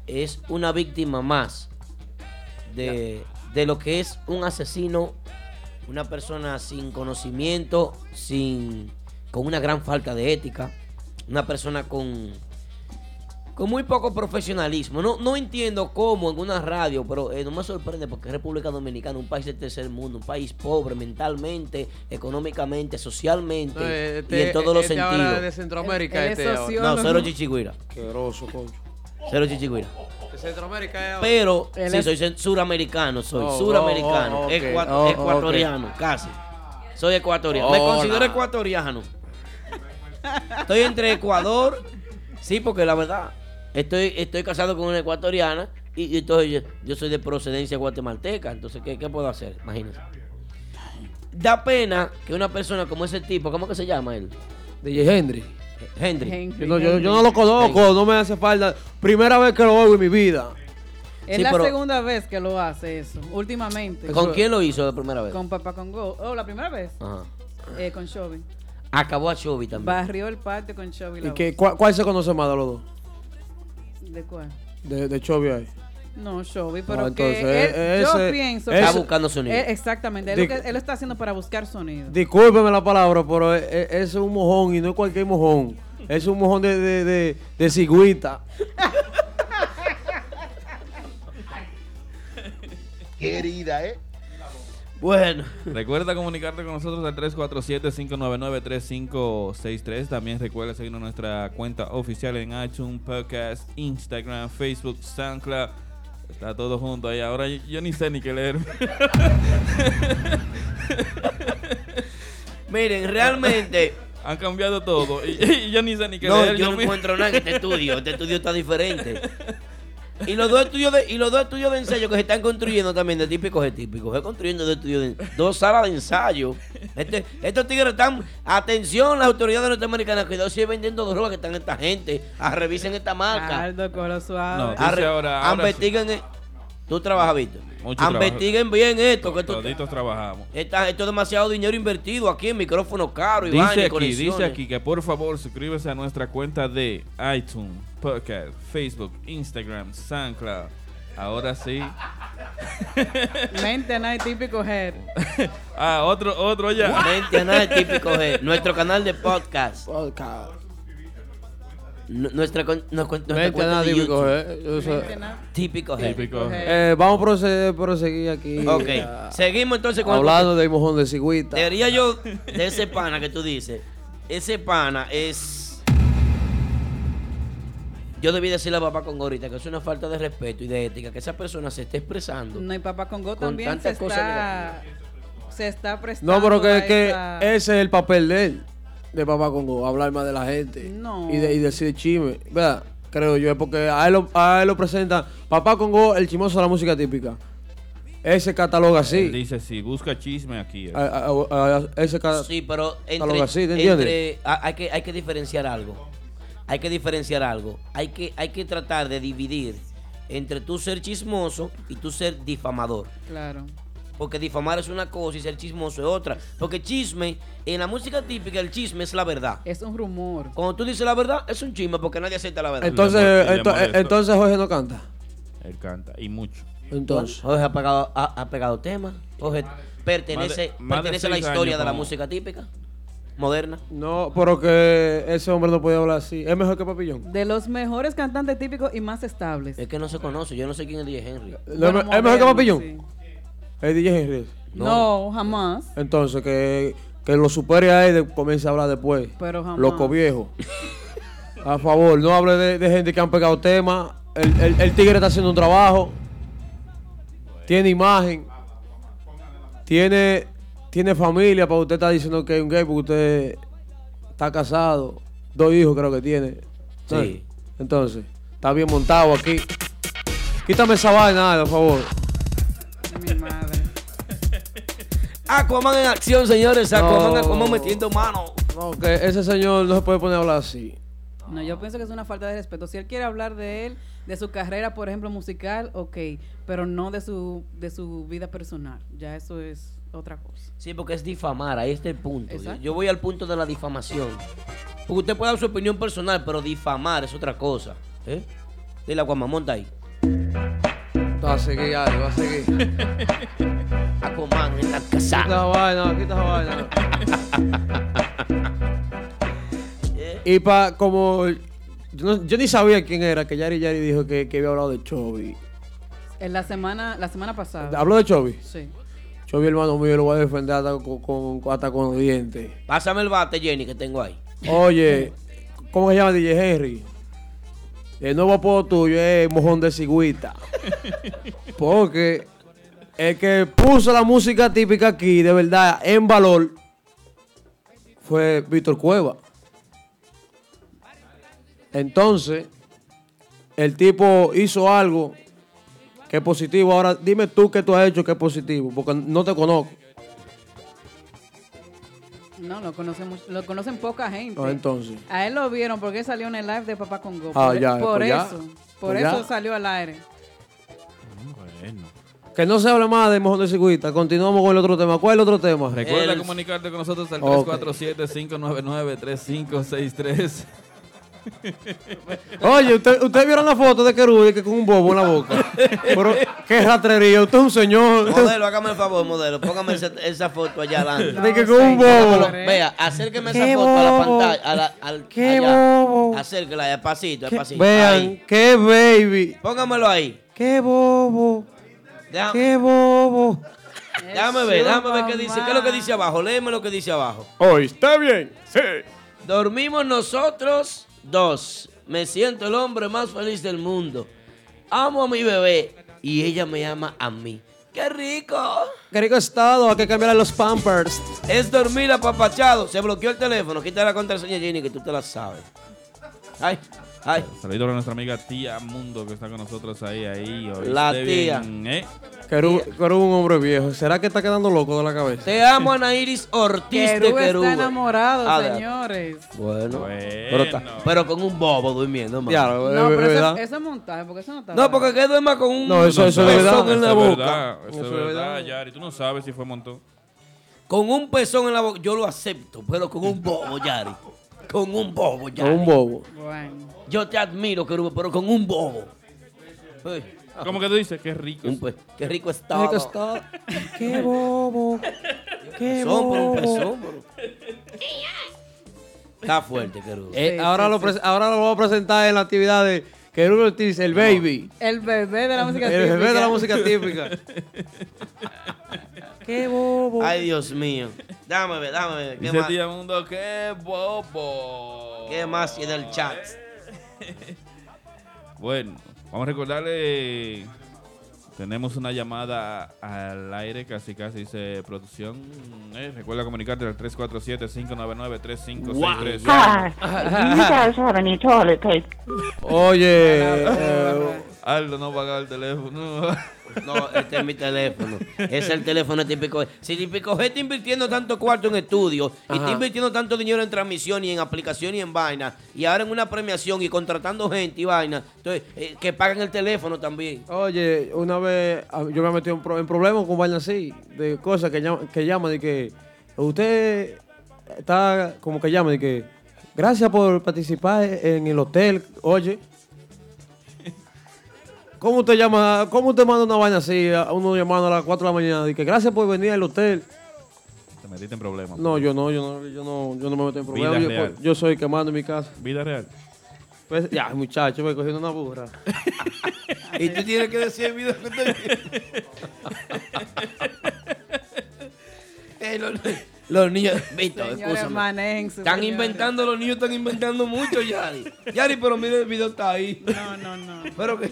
[SPEAKER 4] Es una víctima más de, de lo que es un asesino, una persona sin conocimiento, sin con una gran falta de ética, una persona con, con muy poco profesionalismo. No, no entiendo cómo en una radio, pero eh, no me sorprende porque es República Dominicana, un país del tercer mundo, un país pobre mentalmente, económicamente, socialmente
[SPEAKER 2] Eh,
[SPEAKER 4] y
[SPEAKER 2] este-
[SPEAKER 4] en todos los
[SPEAKER 2] este ahora
[SPEAKER 4] sentidos.
[SPEAKER 2] de Centroamérica, Él- él es este ahora.
[SPEAKER 4] No,
[SPEAKER 2] sociólogo.
[SPEAKER 4] cero chichigüira.
[SPEAKER 2] Queroso, coño.
[SPEAKER 4] Cero chichigüira.
[SPEAKER 2] De Centroamérica es-
[SPEAKER 4] Pero
[SPEAKER 2] Él
[SPEAKER 4] sí,
[SPEAKER 2] es-
[SPEAKER 4] soy cen- suramericano, soy
[SPEAKER 2] Oh,
[SPEAKER 4] suramericano,
[SPEAKER 2] oh, oh, ok.
[SPEAKER 4] ecua-
[SPEAKER 2] Oh, oh,
[SPEAKER 4] ecuatoriano, casi. Soy ecuatoriano. Me
[SPEAKER 2] Hola.
[SPEAKER 4] considero ecuatoriano. Estoy entre Ecuador, sí, porque la verdad, estoy, estoy casado con una ecuatoriana y, y entonces yo, yo soy de procedencia guatemalteca, entonces ¿qué, qué puedo hacer? Imagínense. Da pena que una persona como ese tipo, ¿cómo que se llama él?
[SPEAKER 2] DJ Henry.
[SPEAKER 4] Henry.
[SPEAKER 2] Yo no, yo- yo no lo conozco, no me hace falta. Primera vez que lo oigo en mi vida.
[SPEAKER 5] Es
[SPEAKER 2] Sí,
[SPEAKER 5] la
[SPEAKER 2] pero-
[SPEAKER 5] segunda vez que lo hace eso, últimamente.
[SPEAKER 4] ¿Con quién lo hizo la primera vez?
[SPEAKER 5] Con Papá Congo. Oh, la primera vez.
[SPEAKER 4] Ajá.
[SPEAKER 5] Eh, con Chovy.
[SPEAKER 4] Acabó a Chovy también.
[SPEAKER 5] Barrió el patio con Chovy.
[SPEAKER 2] ¿Y
[SPEAKER 5] la
[SPEAKER 2] qué,
[SPEAKER 5] voz.
[SPEAKER 2] cuál, cuál se conoce más de los dos?
[SPEAKER 5] ¿De cuál?
[SPEAKER 2] De, de Chovy ahí.
[SPEAKER 5] No, Chovy, pero
[SPEAKER 2] No, entonces,
[SPEAKER 5] que él-
[SPEAKER 2] eh,
[SPEAKER 5] yo
[SPEAKER 2] ese-
[SPEAKER 5] pienso
[SPEAKER 2] Está
[SPEAKER 5] que-
[SPEAKER 2] buscando sonido.
[SPEAKER 5] Eh, exactamente, él, lo
[SPEAKER 2] Dic-
[SPEAKER 5] que- él lo está haciendo para buscar sonido.
[SPEAKER 2] Discúlpeme la palabra, pero e- e- ese es un mojón y no es cualquier mojón. Es un mojón de, de, de, de cigüita.
[SPEAKER 1] Querida, ¿eh?
[SPEAKER 4] Bueno.
[SPEAKER 6] Recuerda comunicarte con nosotros al 347-599-3563. También recuerda seguirnos en nuestra cuenta oficial en iTunes, Podcast, Instagram, Facebook, SoundCloud. Está todo junto ahí. Ahora yo, yo ni sé ni qué leer.
[SPEAKER 4] Miren, realmente.
[SPEAKER 6] Han cambiado todo. Y, y yo ni sé ni qué
[SPEAKER 4] No,
[SPEAKER 6] leer.
[SPEAKER 4] yo no
[SPEAKER 6] mismo.
[SPEAKER 4] encuentro nada en este estudio. Este estudio está diferente. Y los dos estudios de, y los dos estudios de ensayo que se están construyendo también, de típicos de típicos, se están construyendo dos estudios de- dos salas de ensayo. Este- estos tigres están, atención, las autoridades norteamericanas, que sí vendiendo drogas que están esta gente. Ah, revisen esta marca.
[SPEAKER 5] Aldo, coro suave.
[SPEAKER 4] Ah, re- ah, investiguen. eh, Tú trabajas, Víctor.
[SPEAKER 6] Mucho
[SPEAKER 4] Ah,
[SPEAKER 6] trabajo.
[SPEAKER 4] Investiguen bien esto. Que esto,
[SPEAKER 6] Toditos trabajamos.
[SPEAKER 4] esta- esto es demasiado dinero invertido aquí en micrófono caro y vaina y
[SPEAKER 6] Dice aquí,
[SPEAKER 4] conexiones.
[SPEAKER 6] dice aquí que por favor suscríbase a nuestra cuenta de iTunes, Podcast, Facebook, Instagram, SoundCloud. Ahora sí.
[SPEAKER 5] Mente nada típico head.
[SPEAKER 6] Ah, otro, otro ya.
[SPEAKER 4] Mente nada de típico G. Nuestro canal de podcast.
[SPEAKER 2] Podcast.
[SPEAKER 4] Nuestra, con- no, cuen- nuestra
[SPEAKER 2] Mente
[SPEAKER 4] cuenta
[SPEAKER 2] nada
[SPEAKER 4] de
[SPEAKER 2] típico eh, G,
[SPEAKER 4] YouTube.
[SPEAKER 2] yo sé. Mente
[SPEAKER 4] Típico G.
[SPEAKER 2] Eh, vamos a proceder, proseguir aquí.
[SPEAKER 4] Ok.
[SPEAKER 2] ah,
[SPEAKER 4] Seguimos entonces con el-
[SPEAKER 2] hablando del mojón de cigüita.
[SPEAKER 4] Debería yo, de ese pana que tú dices, ese pana es. Yo debí decirle a papá con ahorita que es una falta de respeto y de ética que esa persona se esté expresando.
[SPEAKER 5] No, y Papá Congo
[SPEAKER 4] Con
[SPEAKER 5] también se
[SPEAKER 4] tantas cosas
[SPEAKER 5] está, se está prestando.
[SPEAKER 2] No, pero
[SPEAKER 5] a
[SPEAKER 2] que, que
[SPEAKER 5] esa-
[SPEAKER 2] ese es el papel de él, de Papá Congo, hablar más de la gente
[SPEAKER 5] No.
[SPEAKER 2] y, de, y decir chisme, ¿verdad? Creo yo, es porque a él, lo, a él lo presenta Papá Congo, el chimoso de la música típica. Ese cataloga así.
[SPEAKER 6] Dice, si busca chisme aquí. es.
[SPEAKER 2] A- a- a- ese ca-
[SPEAKER 4] Sí, pero entre,
[SPEAKER 2] cataloga así, ¿te entiendes?
[SPEAKER 4] entre- ha- hay, que, hay que diferenciar algo. Hay que diferenciar algo. Hay que, hay que tratar de dividir entre tú ser chismoso y tú ser difamador.
[SPEAKER 5] Claro.
[SPEAKER 4] Porque difamar es una cosa y ser chismoso es otra. Porque chisme, en la música típica, el chisme es la verdad.
[SPEAKER 5] Es un rumor.
[SPEAKER 4] Cuando tú dices la verdad, es un chisme porque nadie acepta la verdad.
[SPEAKER 2] Entonces, ento- entonces Jorge no canta.
[SPEAKER 6] Él canta, y mucho.
[SPEAKER 2] Entonces.
[SPEAKER 4] Jorge ha pegado, ha, ha pegado temas. Jorge pertenece,
[SPEAKER 6] Más de- más de
[SPEAKER 4] pertenece a la
[SPEAKER 6] seis
[SPEAKER 4] historia
[SPEAKER 6] años
[SPEAKER 4] de la
[SPEAKER 6] como-
[SPEAKER 4] música típica moderna.
[SPEAKER 2] No, pero que ese hombre no puede hablar así. Es mejor que Papillón.
[SPEAKER 5] De los mejores cantantes típicos y más estables.
[SPEAKER 4] Es que no se conoce. Yo no sé quién es DJ Henry.
[SPEAKER 2] No, ¿Es mejor que Papillón? Es DJ Henry.
[SPEAKER 5] No, jamás.
[SPEAKER 2] Entonces, que, que lo supere a él y comience a hablar después.
[SPEAKER 5] Pero jamás.
[SPEAKER 2] Loco viejo. A favor, no hable de, de gente que han pegado temas. El, el- el tigre está haciendo un trabajo. Tiene imagen. Tiene, tiene familia, pero usted está diciendo que es un gay porque usted está casado. Dos hijos creo que tiene.
[SPEAKER 4] Sí.
[SPEAKER 2] Entonces, está bien montado aquí. Quítame esa vaina, por favor.
[SPEAKER 4] Aquaman en acción, señores. Aquaman, Aquaman metiendo mano.
[SPEAKER 2] No, que ese señor no se puede poner a hablar así.
[SPEAKER 5] No, yo pienso que es una falta de respeto. Si él quiere hablar de él, de su carrera, por ejemplo, musical, ok, pero no de su, de su vida personal. Ya eso es otra cosa.
[SPEAKER 4] Sí, porque es difamar, ahí está el punto. Yo,
[SPEAKER 5] Exacto.
[SPEAKER 4] yo voy al punto de la difamación. Porque usted puede dar su opinión personal, pero difamar es otra cosa. ¿eh? Dile a Aquaman, monta ahí.
[SPEAKER 2] Va a seguir, Ale, va a seguir. ¿eh?
[SPEAKER 4] Aquaman en la casa.
[SPEAKER 2] Quita esa vaina, quita esa vaina. Y pa, como. Yo, no- yo ni sabía quién era, que Yari Yari dijo que, que había hablado de Chovy.
[SPEAKER 5] En la semana, la semana pasada.
[SPEAKER 2] ¿Habló de Chovy?
[SPEAKER 5] Sí.
[SPEAKER 2] Chovy, hermano mío, lo voy a defender hasta con, con- hasta con los dientes.
[SPEAKER 4] Pásame el bate, Jenny, que tengo ahí.
[SPEAKER 2] Oye, ¿cómo se llama DJ Henry? El nuevo apodo tuyo es Mojón de Cigüita. Porque el que puso la música típica aquí, de verdad, en valor, fue Víctor Cueva. Entonces, el tipo hizo algo que es positivo. Ahora, dime tú qué tú has hecho que es positivo, porque no te conozco.
[SPEAKER 5] No, lo conocen, much- lo conocen poca gente.
[SPEAKER 2] Ah, entonces.
[SPEAKER 5] A él lo vieron porque él salió en el live de Papá con Go.
[SPEAKER 2] Ah,
[SPEAKER 5] por
[SPEAKER 2] ya,
[SPEAKER 5] por
[SPEAKER 2] pues ya.
[SPEAKER 5] eso. Por
[SPEAKER 2] Pues ya.
[SPEAKER 5] eso salió al aire.
[SPEAKER 2] Que no se hable más de Mojón de Cigüita. Continuamos con el otro tema. ¿Cuál es el otro tema?
[SPEAKER 6] Recuerda comunicarte con nosotros al
[SPEAKER 2] Ok.
[SPEAKER 6] 347-599-3563.
[SPEAKER 2] Oye, usted- ustedes vieron la foto de Kerudi que con un bobo en la boca. Pero qué ratrería, usted es un señor.
[SPEAKER 4] Modelo, hágame el favor, modelo. Póngame esa, esa foto allá adelante.
[SPEAKER 2] De que con un bobo.
[SPEAKER 4] Vea, acérqueme esa
[SPEAKER 2] Qué
[SPEAKER 4] foto a la
[SPEAKER 2] bobo.
[SPEAKER 4] pantalla. a la- al,
[SPEAKER 2] Qué
[SPEAKER 4] allá.
[SPEAKER 2] bobo.
[SPEAKER 4] Acérquela, despacito,
[SPEAKER 2] Qué-
[SPEAKER 4] despacito. Ahí.
[SPEAKER 2] Vean, qué baby.
[SPEAKER 4] Póngamelo ahí.
[SPEAKER 2] Qué bobo.
[SPEAKER 4] Déjame-
[SPEAKER 2] Qué bobo.
[SPEAKER 4] Déjame ver, déjame ver qué dice. ¿Qué es lo que dice abajo? Léeme lo que dice abajo.
[SPEAKER 2] Hoy está bien. Sí.
[SPEAKER 4] Dormimos nosotros dos. Me siento el hombre más feliz del mundo. Amo a mi bebé y ella me ama a mí. ¡Qué rico!
[SPEAKER 2] Qué rico estado, hay que cambiar los pampers.
[SPEAKER 4] Es dormir apapachado. Se bloqueó el teléfono. Quita la contraseña, Jenny, que tú te la sabes. Ay, ay.
[SPEAKER 6] Saludos a nuestra amiga Tía Mundo que está con nosotros ahí, ahí. ¿oíste
[SPEAKER 4] La
[SPEAKER 6] bien, eh?
[SPEAKER 2] Querú Querú es un hombre viejo. ¿Será que está quedando loco de la cabeza?
[SPEAKER 4] Te amo, Ana Iris Ortiz de
[SPEAKER 5] Querú
[SPEAKER 4] Querú.
[SPEAKER 5] está enamorado,
[SPEAKER 4] Ada.
[SPEAKER 5] señores.
[SPEAKER 4] Bueno, Pero, ta- pero con un bobo durmiendo. mira.
[SPEAKER 2] eh,
[SPEAKER 5] No, pero eso, eso es montaje, porque eso no está.
[SPEAKER 4] No, porque que duerma con un
[SPEAKER 2] No, eso- eso es
[SPEAKER 4] pezón
[SPEAKER 2] verdad.
[SPEAKER 4] en
[SPEAKER 2] Eso
[SPEAKER 4] la
[SPEAKER 2] es
[SPEAKER 4] boca.
[SPEAKER 6] verdad, eso
[SPEAKER 2] Eso
[SPEAKER 6] es
[SPEAKER 2] es
[SPEAKER 6] verdad, Yari. Tú no sabes si fue montón.
[SPEAKER 4] Con un pezón en la boca, yo lo acepto, pero con un bobo, Yari. Con un bobo, Yari.
[SPEAKER 2] Con un bobo.
[SPEAKER 4] Yo te admiro, querubín, pero con un bobo. Eh.
[SPEAKER 6] ¿Cómo que tú dices? Qué rico.
[SPEAKER 4] Un pe- qué rico está.
[SPEAKER 2] Qué rico está. Qué bobo. Qué
[SPEAKER 4] Pezón, pero
[SPEAKER 2] bobo.
[SPEAKER 4] un pezón, pero- Está fuerte, querubín.
[SPEAKER 2] Eh, ahora, lo pres- ahora lo voy a presentar en la actividad de Querú Ortiz, el baby.
[SPEAKER 5] El bebé de la música
[SPEAKER 2] El
[SPEAKER 5] típica.
[SPEAKER 2] bebé de la música típica. Qué bobo.
[SPEAKER 4] Ay, Dios mío. Dame, ver, dame. ver, ¿Qué
[SPEAKER 6] Dice
[SPEAKER 4] más?
[SPEAKER 6] Tía Mundo, qué bobo.
[SPEAKER 4] ¿Qué más tiene el chat?
[SPEAKER 6] Bueno, vamos a recordarle. Tenemos una llamada al aire, casi casi dice producción. Eh, recuerda comunicarte al 347-599-3563.
[SPEAKER 16] Hi. You guys having any toilet paper?
[SPEAKER 2] Oye, eh,
[SPEAKER 6] Aldo no pagaba el teléfono.
[SPEAKER 4] No, este es mi teléfono. Es el teléfono típico. Si típico G está invirtiendo tanto cuarto en estudios y
[SPEAKER 6] Ajá.
[SPEAKER 4] está invirtiendo tanto dinero en transmisión y en aplicación y en vaina, y ahora en una premiación y contratando gente y vaina, entonces eh, que pagan el teléfono también.
[SPEAKER 2] Oye, una vez a- yo me metí en, pro- en problemas con vainas así, de cosas que, llama- que llaman de que usted está como que llama de que gracias por participar en el hotel, oye. ¿Cómo usted llama, cómo usted manda una vaina así a uno llamando a las 4 de la mañana de que gracias por venir al hotel?
[SPEAKER 6] Te metiste en problemas.
[SPEAKER 2] No, yo no, yo no, yo no, yo no me meto en
[SPEAKER 6] Vida
[SPEAKER 2] problemas.
[SPEAKER 6] real.
[SPEAKER 2] Yo, yo soy el que mando en mi casa.
[SPEAKER 6] Vida real.
[SPEAKER 2] Pues, ya, muchacho, me cogiendo una burra.
[SPEAKER 4] y tú tienes que decir el video que estoy Eh, los, los niños, Víctor,
[SPEAKER 5] Señores,
[SPEAKER 4] escúchame.
[SPEAKER 5] manejen su
[SPEAKER 4] Están
[SPEAKER 5] señores.
[SPEAKER 4] inventando, los niños están inventando mucho, Yari. Yari, pero mire, el video está ahí.
[SPEAKER 5] No, no, no.
[SPEAKER 4] Pero que...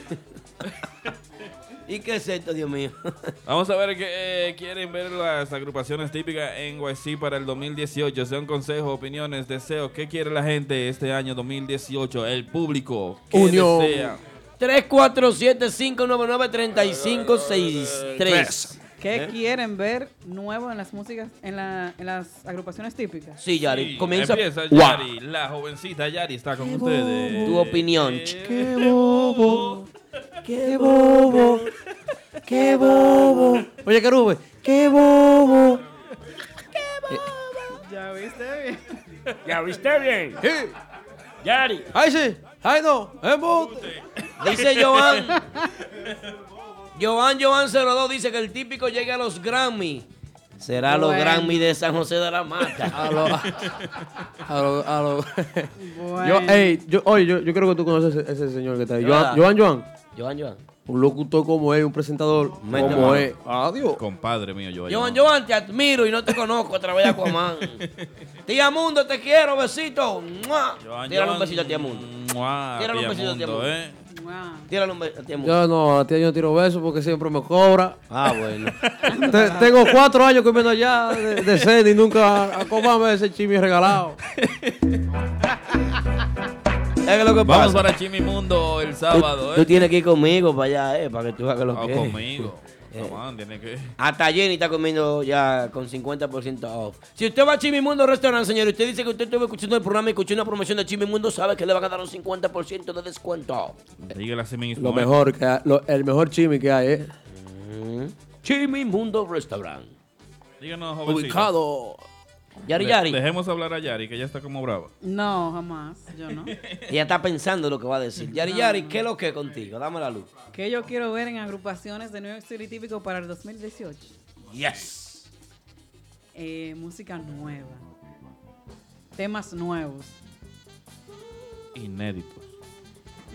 [SPEAKER 4] ¿Y qué es esto, Dios mío?
[SPEAKER 6] Vamos a ver qué eh, quieren ver las agrupaciones típicas en YC para el 2018. Sean consejos, opiniones, deseos. ¿Qué quiere la gente este año 2018? El público. ¿Qué
[SPEAKER 4] Unión.
[SPEAKER 6] desea?
[SPEAKER 4] 347-599-3563.
[SPEAKER 5] ¿Qué
[SPEAKER 4] ¿Eh?
[SPEAKER 5] quieren ver nuevo en las músicas, en, la- en las agrupaciones típicas?
[SPEAKER 4] Sí, Yari,
[SPEAKER 6] Sí,
[SPEAKER 4] comienza.
[SPEAKER 6] Empieza
[SPEAKER 4] Wow.
[SPEAKER 6] Yari. La jovencita Yari está con ustedes. Eh,
[SPEAKER 4] Tu opinión.
[SPEAKER 2] Qué bobo, qué bobo, qué bobo. Oye, Carube, qué bobo.
[SPEAKER 5] Ya viste bien.
[SPEAKER 16] ¿Ya viste bien?
[SPEAKER 2] Sí.
[SPEAKER 16] Yari.
[SPEAKER 2] Ay, sí, ay, no,
[SPEAKER 4] Dice Joan. Joan Joan 02 dice que el típico llega a los Grammy. Será los
[SPEAKER 2] Bueno.
[SPEAKER 4] Grammy de San José de la Mata.
[SPEAKER 2] A lo- A lo- a lo- Yo,
[SPEAKER 4] Bueno.
[SPEAKER 2] ey, yo, oye, yo, yo creo que tú conoces ese, ese señor que está ahí.
[SPEAKER 4] ¿Verdad?
[SPEAKER 2] Joan, Joan, Joan.
[SPEAKER 4] Joan Joan.
[SPEAKER 2] Un locutor como él, un presentador
[SPEAKER 4] Mete
[SPEAKER 2] como
[SPEAKER 4] mano.
[SPEAKER 2] él. Adiós.
[SPEAKER 6] Compadre mío, yo.
[SPEAKER 4] Joan Joan, te admiro y no te conozco a través de Aquaman. Tía Mundo, te quiero, besito. ¡Mua! Tírale un
[SPEAKER 6] Joan.
[SPEAKER 4] besito a Tía Mundo.
[SPEAKER 6] Mua,
[SPEAKER 4] Tírale un
[SPEAKER 6] Ah, tía
[SPEAKER 4] besito a Tía
[SPEAKER 6] Mundo,
[SPEAKER 4] Mundo.
[SPEAKER 6] ¿eh?
[SPEAKER 4] Tírale un besito a Tía Mundo.
[SPEAKER 2] Yo no, a ti yo no tiro besos porque siempre me cobra.
[SPEAKER 4] Ah, bueno.
[SPEAKER 2] Te- tengo cuatro años comiendo allá de, de cena y nunca a comerme ese chimi regalado.
[SPEAKER 6] Vamos
[SPEAKER 4] pasa?
[SPEAKER 6] para Chimimundo el
[SPEAKER 4] Tú,
[SPEAKER 6] sábado.
[SPEAKER 4] tú
[SPEAKER 6] ¿eh?
[SPEAKER 4] tienes que ir conmigo para allá, eh, para que tú hagas lo
[SPEAKER 6] Ah,
[SPEAKER 4] que es.
[SPEAKER 6] conmigo. Joan, tiene que.
[SPEAKER 4] Eh. Hasta Jenny está comiendo ya con 50% off. Si usted va a Chimimundo Restaurant, señor, y usted dice que usted estuvo escuchando el programa y escuchó una promoción de Chimimundo, sabe que le van a dar un 50% de descuento.
[SPEAKER 6] Dígale así mismo.
[SPEAKER 2] Lo
[SPEAKER 6] ¿eh?
[SPEAKER 2] mejor, que, ha- lo- el mejor chimi que hay, ¿eh?
[SPEAKER 4] Chimimundo Mm. Restaurant.
[SPEAKER 6] Díganos, jovencito.
[SPEAKER 4] Ubicado. Yari,
[SPEAKER 6] De-
[SPEAKER 4] Yari.
[SPEAKER 6] Dejemos hablar a Yari, que ella está como brava.
[SPEAKER 5] No, jamás. Yo no.
[SPEAKER 4] Ella está pensando lo que va a decir. Yari, Yari, ¿qué es lo que es contigo? Dame la luz.
[SPEAKER 5] ¿Qué yo quiero ver en agrupaciones de New York City típico para el 2018?
[SPEAKER 4] Yes.
[SPEAKER 5] Eh, música nueva. Temas nuevos.
[SPEAKER 6] Inédito.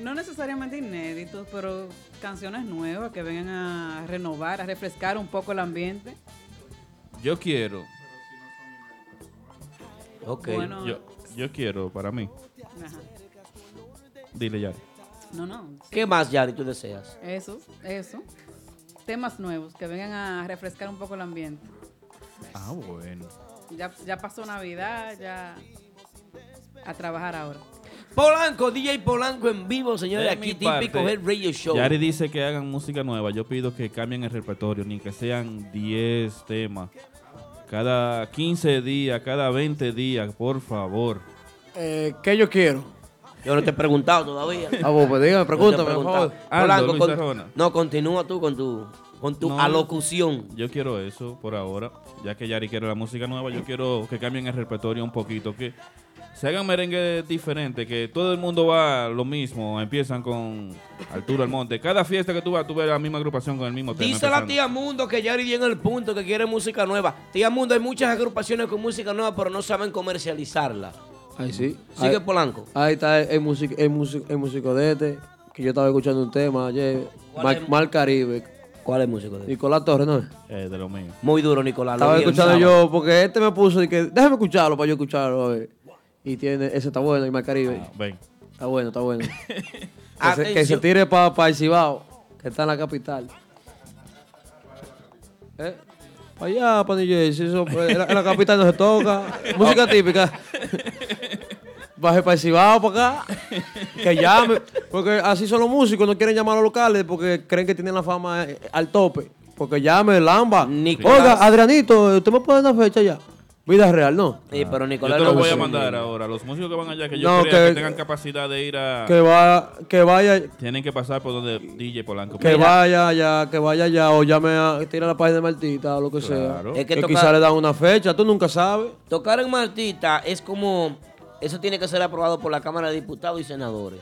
[SPEAKER 5] No necesariamente inéditos, pero canciones nuevas que vengan a renovar, a refrescar un poco el ambiente.
[SPEAKER 6] Yo quiero.
[SPEAKER 4] Ok.
[SPEAKER 5] Bueno.
[SPEAKER 6] Yo, yo quiero para mí.
[SPEAKER 5] Ajá.
[SPEAKER 6] Dile Yari.
[SPEAKER 5] No, no.
[SPEAKER 4] ¿Qué más, Yari, tú deseas?
[SPEAKER 5] Eso, eso. Temas nuevos que vengan a refrescar un poco el ambiente.
[SPEAKER 6] Ah, bueno.
[SPEAKER 5] Ya, ya pasó Navidad, ya a trabajar ahora.
[SPEAKER 4] Polanco, DJ Polanco en vivo, señores,
[SPEAKER 6] De
[SPEAKER 4] aquí
[SPEAKER 6] mi parte,
[SPEAKER 4] típico el radio show.
[SPEAKER 6] Yari dice que hagan música nueva. Yo pido que cambien el repertorio, ni que sean 10 temas. Cada 15 días, cada 20 días, por favor.
[SPEAKER 2] Eh, ¿Qué yo quiero?
[SPEAKER 4] Yo no te he preguntado todavía.
[SPEAKER 2] Ah, vos, pues dígame,
[SPEAKER 4] No te he
[SPEAKER 2] pregúntame, por
[SPEAKER 4] preguntado.
[SPEAKER 2] favor.
[SPEAKER 6] Aldo,
[SPEAKER 4] Polanco,
[SPEAKER 6] Luis
[SPEAKER 4] con-
[SPEAKER 6] Arjona.
[SPEAKER 4] no, continúa tú con tu, con tu
[SPEAKER 6] No,
[SPEAKER 4] alocución.
[SPEAKER 6] Yo quiero eso por ahora. Ya que Yari quiere la música nueva, yo quiero que cambien el repertorio un poquito. Que se hagan merengue diferente, que todo el mundo va lo mismo. Empiezan con Arturo Almonte. Cada fiesta que tú vas, tú ves la misma agrupación con el mismo tema.
[SPEAKER 4] Dice la
[SPEAKER 6] empezando.
[SPEAKER 4] tía Mundo que Yari viene al punto, que quiere música nueva. Tía Mundo, hay muchas agrupaciones con música nueva, pero no saben comercializarla.
[SPEAKER 2] Ahí sí.
[SPEAKER 4] Sigue
[SPEAKER 2] Ahí-
[SPEAKER 4] Polanco.
[SPEAKER 2] Ahí está el, el, music- el music- el músico de este, que yo estaba escuchando un tema ayer.
[SPEAKER 4] ¿Cuál
[SPEAKER 2] Mar,
[SPEAKER 4] es?
[SPEAKER 2] Mar Caribe.
[SPEAKER 4] ¿Cuál es el músico de este?
[SPEAKER 2] Nicolás Torres, ¿no?
[SPEAKER 6] Eh, de lo mío.
[SPEAKER 4] Muy duro, Nicolás. lo
[SPEAKER 2] Estaba
[SPEAKER 4] vi el
[SPEAKER 2] escuchando
[SPEAKER 4] sábado.
[SPEAKER 2] yo, porque este me puso y que déjame escucharlo para yo escucharlo. a ver". Y tiene, ese está bueno, y Mar Caribe.
[SPEAKER 6] ven.
[SPEAKER 2] Está bueno, está bueno. que, se, que se tire para el Cibao, que está en la capital. ¿Eh? Para allá, pues, para New Jersey, eso, eh, en la, en la capital no se toca. Música típica. baje para el Cibao, para acá. Que llame. Porque así son los músicos, no quieren llamar a los locales porque creen que tienen la fama eh, al tope. Porque llame, lamba. Oiga, Adrianito, ¿usted me puede dar fecha ya? Vida real, ¿no?
[SPEAKER 4] Sí,
[SPEAKER 6] Yo
[SPEAKER 4] pero Nicolás
[SPEAKER 6] te lo
[SPEAKER 4] no
[SPEAKER 6] voy a
[SPEAKER 4] sé.
[SPEAKER 6] mandar ahora. Los músicos que van allá, que yo
[SPEAKER 2] No,
[SPEAKER 6] crea que,
[SPEAKER 2] que-
[SPEAKER 6] tengan capacidad de ir a.
[SPEAKER 2] Que, va, que vaya,
[SPEAKER 6] Tienen que pasar por donde DJ Polanco.
[SPEAKER 2] que vaya ya, que vaya ya, o llame a, tira la página de Martita o lo que sea.
[SPEAKER 4] Es que
[SPEAKER 2] que
[SPEAKER 4] toca-
[SPEAKER 2] quizá le dan una fecha, tú nunca sabes.
[SPEAKER 4] Tocar en Martita es como. Eso tiene que ser aprobado por la Cámara de Diputados y Senadores.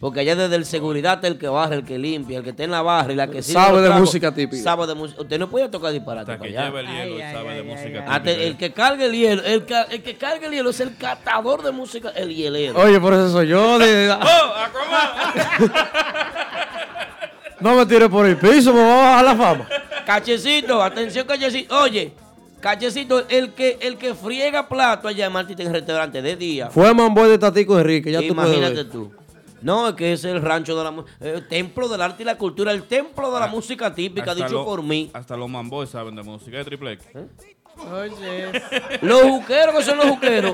[SPEAKER 4] Porque allá desde el seguridad está el que barre, el que limpia, el que está en la barra y la que sirve
[SPEAKER 2] Sabe
[SPEAKER 4] los
[SPEAKER 2] de
[SPEAKER 4] tragos,
[SPEAKER 2] música típica.
[SPEAKER 4] Sabe de música. Usted no puede tocar disparate. para allá.
[SPEAKER 6] lleva el hielo y Ay, sabe ay, de ay, música ay, ay.
[SPEAKER 4] Hasta el- el que carga el hielo, el, ca- el que carga el hielo es el catador de música, el hielero.
[SPEAKER 2] Oye, por eso soy yo. de-
[SPEAKER 6] ¡Oh,
[SPEAKER 2] no me tires por el piso, me va a bajar la fama.
[SPEAKER 4] Cachecito, atención, cachecito. Oye, cachecito, el que, el que friega plato allá en Martita en el restaurante de día.
[SPEAKER 2] Fue Mamboy de Tatico Enrique, ya tú puedes
[SPEAKER 4] Imagínate
[SPEAKER 2] ver.
[SPEAKER 4] tú. No, es que es el rancho de la mu- el templo del arte y la cultura, el templo de la música
[SPEAKER 6] Ah,
[SPEAKER 4] típica,
[SPEAKER 6] Hasta
[SPEAKER 4] dicho
[SPEAKER 6] lo-
[SPEAKER 4] por mí.
[SPEAKER 6] Hasta los mamboys saben de música de triple X.
[SPEAKER 2] ¿Eh?
[SPEAKER 5] Oye.
[SPEAKER 4] Los juqueros que son los juqueros.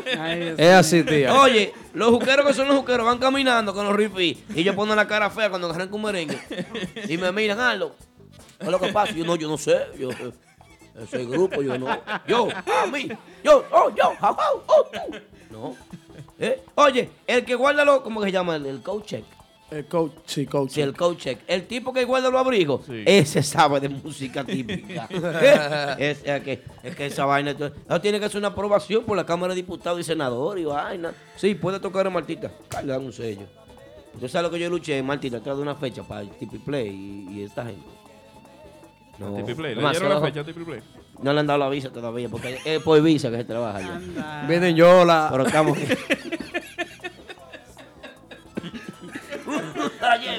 [SPEAKER 2] Es así, tía.
[SPEAKER 4] Oye, los juqueros que son los juqueros van caminando con los ripis y yo pongo la cara fea cuando arranco un merengue. Y me miran, Arlo. ¿Qué es lo que pasa? Yo no, yo no sé. Yo, eh, ese grupo, yo no. Yo, a mí. Yo, oh, yo, ja, ja, oh, tú. No. Eh, Oye, el que guarda los, ¿cómo que se llama? El, el coat check.
[SPEAKER 2] El coach, sí, coach.
[SPEAKER 4] Sí, el coat check. El tipo que guarda los abrigos,
[SPEAKER 2] Sí.
[SPEAKER 4] ese sabe de música típica. Eh, es, es que, es que esa vaina. tú- Eso tiene que ser una aprobación por la Cámara de Diputados y Senadores y vaina. Sí, puede tocar en Martita. Ah, Le dan un sello. Yo sabes lo que yo luché, Martita, atrás de una fecha para el Tipi Play y, y esta gente.
[SPEAKER 6] A Tipi Play. ¿Le
[SPEAKER 4] Además,
[SPEAKER 6] dieron la
[SPEAKER 4] solo-
[SPEAKER 6] fecha a Tipi Play?
[SPEAKER 4] No le han dado la visa todavía, porque es por visa que se trabaja allá.
[SPEAKER 2] Vienen yola.
[SPEAKER 4] Pero estamos.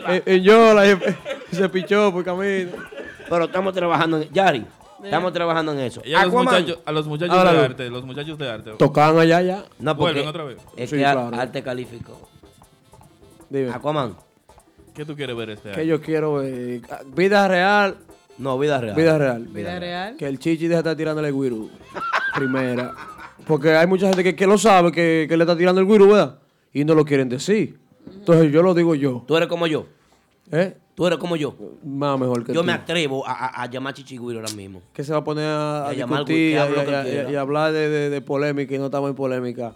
[SPEAKER 2] En, en Yola se, se pichó por camino.
[SPEAKER 4] Pero estamos trabajando en. Yari, estamos trabajando en eso.
[SPEAKER 6] Y a los
[SPEAKER 4] Aquaman.
[SPEAKER 6] muchachos, a los muchachos
[SPEAKER 4] Ahora
[SPEAKER 6] de
[SPEAKER 4] lo-
[SPEAKER 6] arte, los muchachos de arte.
[SPEAKER 2] Tocaban allá ya.
[SPEAKER 4] No, porque
[SPEAKER 6] Vuelven otra vez.
[SPEAKER 4] es
[SPEAKER 2] Sí,
[SPEAKER 4] que a-
[SPEAKER 2] claro.
[SPEAKER 4] arte calificó.
[SPEAKER 2] Dime.
[SPEAKER 4] Aquaman.
[SPEAKER 6] ¿Qué tú quieres ver este año?
[SPEAKER 2] Que yo quiero ver. Vida real.
[SPEAKER 4] No, vida real.
[SPEAKER 2] Vida real.
[SPEAKER 5] Vida real.
[SPEAKER 2] Que el chichi deja de estar tirándole el guirú. Primera. Porque hay mucha gente que, que lo sabe que, que le está tirando el guirú, ¿verdad? Y no lo quieren decir. Entonces yo lo digo yo.
[SPEAKER 4] Tú eres como yo.
[SPEAKER 2] ¿Eh?
[SPEAKER 4] Tú eres como yo.
[SPEAKER 2] Más mejor que
[SPEAKER 4] Yo
[SPEAKER 2] tú.
[SPEAKER 4] me atrevo a, a- a llamar a Chichigüiro ahora mismo.
[SPEAKER 2] que se va a poner a,
[SPEAKER 4] Y a
[SPEAKER 2] a
[SPEAKER 4] llamar al
[SPEAKER 2] discutir y a-
[SPEAKER 4] güey, que
[SPEAKER 2] y
[SPEAKER 4] hable lo que
[SPEAKER 2] a- y a-
[SPEAKER 4] quiera. Ah.
[SPEAKER 2] y a hablar de, de- de polémica y no estamos en polémica.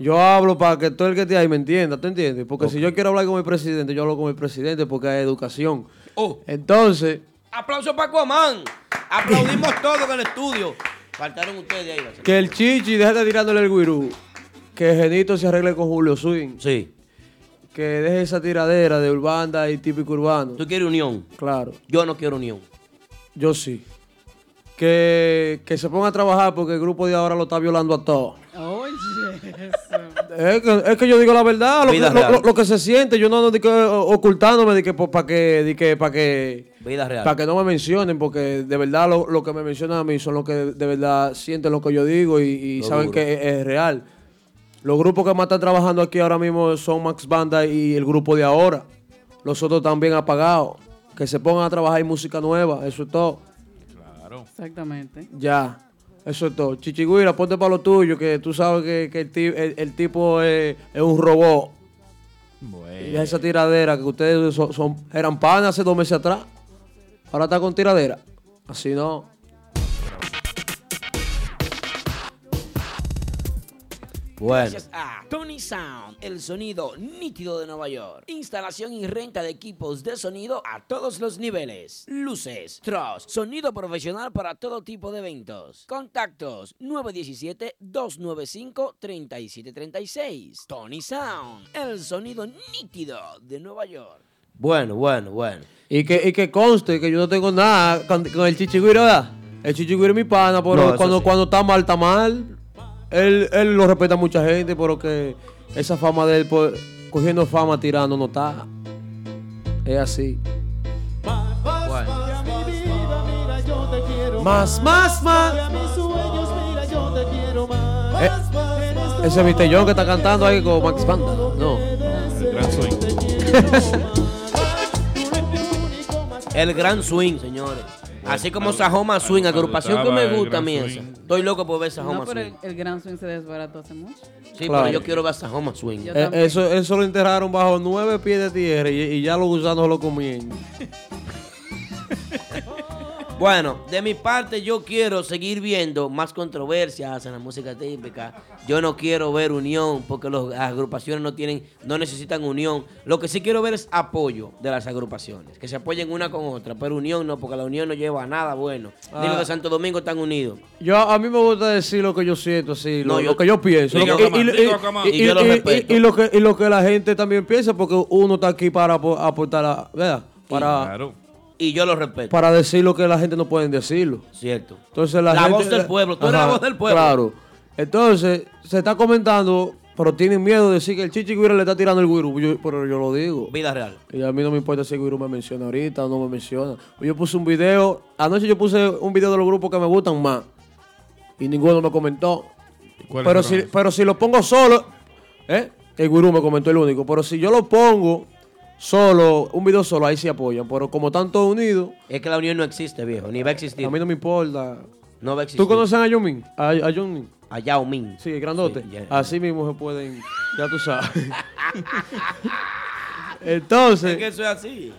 [SPEAKER 2] Yo hablo para que todo el que esté ahí me entienda, ¿tú entiendes? Porque si yo quiero hablar con mi presidente, yo hablo con mi presidente porque hay educación. Oh. Entonces,
[SPEAKER 4] Aplauso para Aquaman. Aplaudimos todos en el estudio. Faltaron ustedes ahí. gracias.
[SPEAKER 2] que el chichi deje de tirándole el guirú. Que Genito se arregle con Julio Swing.
[SPEAKER 4] Sí.
[SPEAKER 2] Que deje esa tiradera de urbanda y típico urbano.
[SPEAKER 4] Tú quieres unión.
[SPEAKER 2] Claro.
[SPEAKER 4] Yo no quiero unión.
[SPEAKER 2] Yo sí. Que, que se ponga a trabajar porque el grupo de ahora lo está violando a todos.
[SPEAKER 5] Oye,
[SPEAKER 2] Es que, es que yo digo la verdad, lo que,
[SPEAKER 4] Vida
[SPEAKER 2] lo-
[SPEAKER 4] real.
[SPEAKER 2] lo- lo que se siente, yo no ando de que, eh, ocultándome de que para que, de que, pa' que,
[SPEAKER 4] Vida real.
[SPEAKER 2] pa' que no me mencionen, porque de verdad lo, lo que me mencionan a mí son los que de, de verdad sienten lo que yo digo y, y
[SPEAKER 4] Lo
[SPEAKER 2] saben
[SPEAKER 4] duro.
[SPEAKER 2] que es, es real. Los grupos que más están trabajando aquí ahora mismo son Max Banda y el grupo de ahora. Los otros están bien apagados. Que se pongan a trabajar en música nueva, eso es todo.
[SPEAKER 5] Exactamente.
[SPEAKER 2] Ya, eso es todo. Chichigüira, ponte para lo tuyo, que tú sabes que, que el, ti- el- el tipo es, es un robot. Y esa tiradera que ustedes son, son- eran panas hace dos meses atrás. Ahora está con tiradera. Así no.
[SPEAKER 4] Bueno.
[SPEAKER 17] Gracias a Tony Sound, el sonido nítido de Nueva York. Instalación y renta de equipos de sonido a todos los niveles. Luces, truss, sonido profesional para todo tipo de eventos. Contactos 917-295-3736. Tony Sound, el sonido nítido de Nueva York.
[SPEAKER 4] Bueno, bueno, bueno.
[SPEAKER 2] Y que, y que conste que yo no tengo nada con, con el chichigüira, ¿verdad? El chichigüira es mi pana,
[SPEAKER 4] No,
[SPEAKER 2] pero
[SPEAKER 4] eso
[SPEAKER 2] cuando,
[SPEAKER 4] sí.
[SPEAKER 2] cuando está mal, está mal. Él, él lo respeta a mucha gente, pero que esa fama de él, pues, cogiendo fama, tirando, no está. Es así. Más, más, más. Eh, ese es mi Tellón que está cantando ahí con Max Panda. No.
[SPEAKER 6] El gran swing.
[SPEAKER 4] El gran swing, señores. Así como Sajoma Swing, agrupación que me
[SPEAKER 6] gustaba el
[SPEAKER 4] gusta a mí
[SPEAKER 6] Gran
[SPEAKER 4] esa.
[SPEAKER 6] Swing.
[SPEAKER 4] Estoy loco por ver Sajoma
[SPEAKER 5] No, pero
[SPEAKER 4] Swing.
[SPEAKER 5] el, el Gran Swing se desbarató hace mucho.
[SPEAKER 4] Sí, pero yo quiero ver Sajoma Swing.
[SPEAKER 2] Eh, eso, eso lo enterraron bajo nueve pies de tierra y, y ya los gusanos lo comían.
[SPEAKER 4] Bueno, de mi parte yo quiero seguir viendo más controversias en la música típica. Yo no quiero ver unión porque los- las agrupaciones no tienen, no necesitan unión. Lo que sí quiero ver es apoyo de las agrupaciones, que se apoyen una con otra, pero unión no, porque la unión no lleva a nada bueno.
[SPEAKER 2] Ah.
[SPEAKER 4] Ni los de Santo Domingo están unidos.
[SPEAKER 2] Yo, a mí me gusta decir lo que yo siento, así, lo,
[SPEAKER 4] No, yo-
[SPEAKER 2] lo que yo pienso.
[SPEAKER 4] Digo
[SPEAKER 2] lo que-
[SPEAKER 4] jamás,
[SPEAKER 2] y- y-
[SPEAKER 4] digo jamás.
[SPEAKER 2] y-
[SPEAKER 4] Y yo lo
[SPEAKER 2] y- y-
[SPEAKER 4] respeto.
[SPEAKER 2] y lo que- y lo que la gente también piensa, porque uno está aquí para apo- aportar, a- ¿verdad? Para,
[SPEAKER 4] Y yo lo respeto.
[SPEAKER 2] para decir lo que la gente no puede decirlo.
[SPEAKER 4] Cierto.
[SPEAKER 2] Entonces la,
[SPEAKER 4] La
[SPEAKER 2] gente-
[SPEAKER 4] voz del pueblo, tú eres la voz del pueblo.
[SPEAKER 2] Claro. Entonces, se está comentando, pero tienen miedo de decir que el Chichi Guira le está tirando el guiru, yo- pero yo lo digo.
[SPEAKER 4] Vida real.
[SPEAKER 2] Y a mí no me importa si el guiru me menciona ahorita o no me menciona. Yo puse un video, anoche yo puse un video de los grupos que me gustan más. Y ninguno me comentó.
[SPEAKER 6] cuáles
[SPEAKER 2] Pero
[SPEAKER 6] fueron
[SPEAKER 2] si, pero si lo pongo solo, ¿eh? el gurú me comentó el único. Pero si yo lo pongo solo, un video solo, ahí sí apoyan. Pero como están todos unidos,
[SPEAKER 4] Es que la unión no existe, viejo, ni va a existir.
[SPEAKER 2] a mí no me importa.
[SPEAKER 4] No va a existir.
[SPEAKER 2] ¿Tú conoces a Yao Ming? A, a Yao Ming.
[SPEAKER 4] A Yao Ming.
[SPEAKER 2] Sí, el grandote. Así mismo se pueden, ya tú sabes. Entonces,
[SPEAKER 4] Es que eso es así.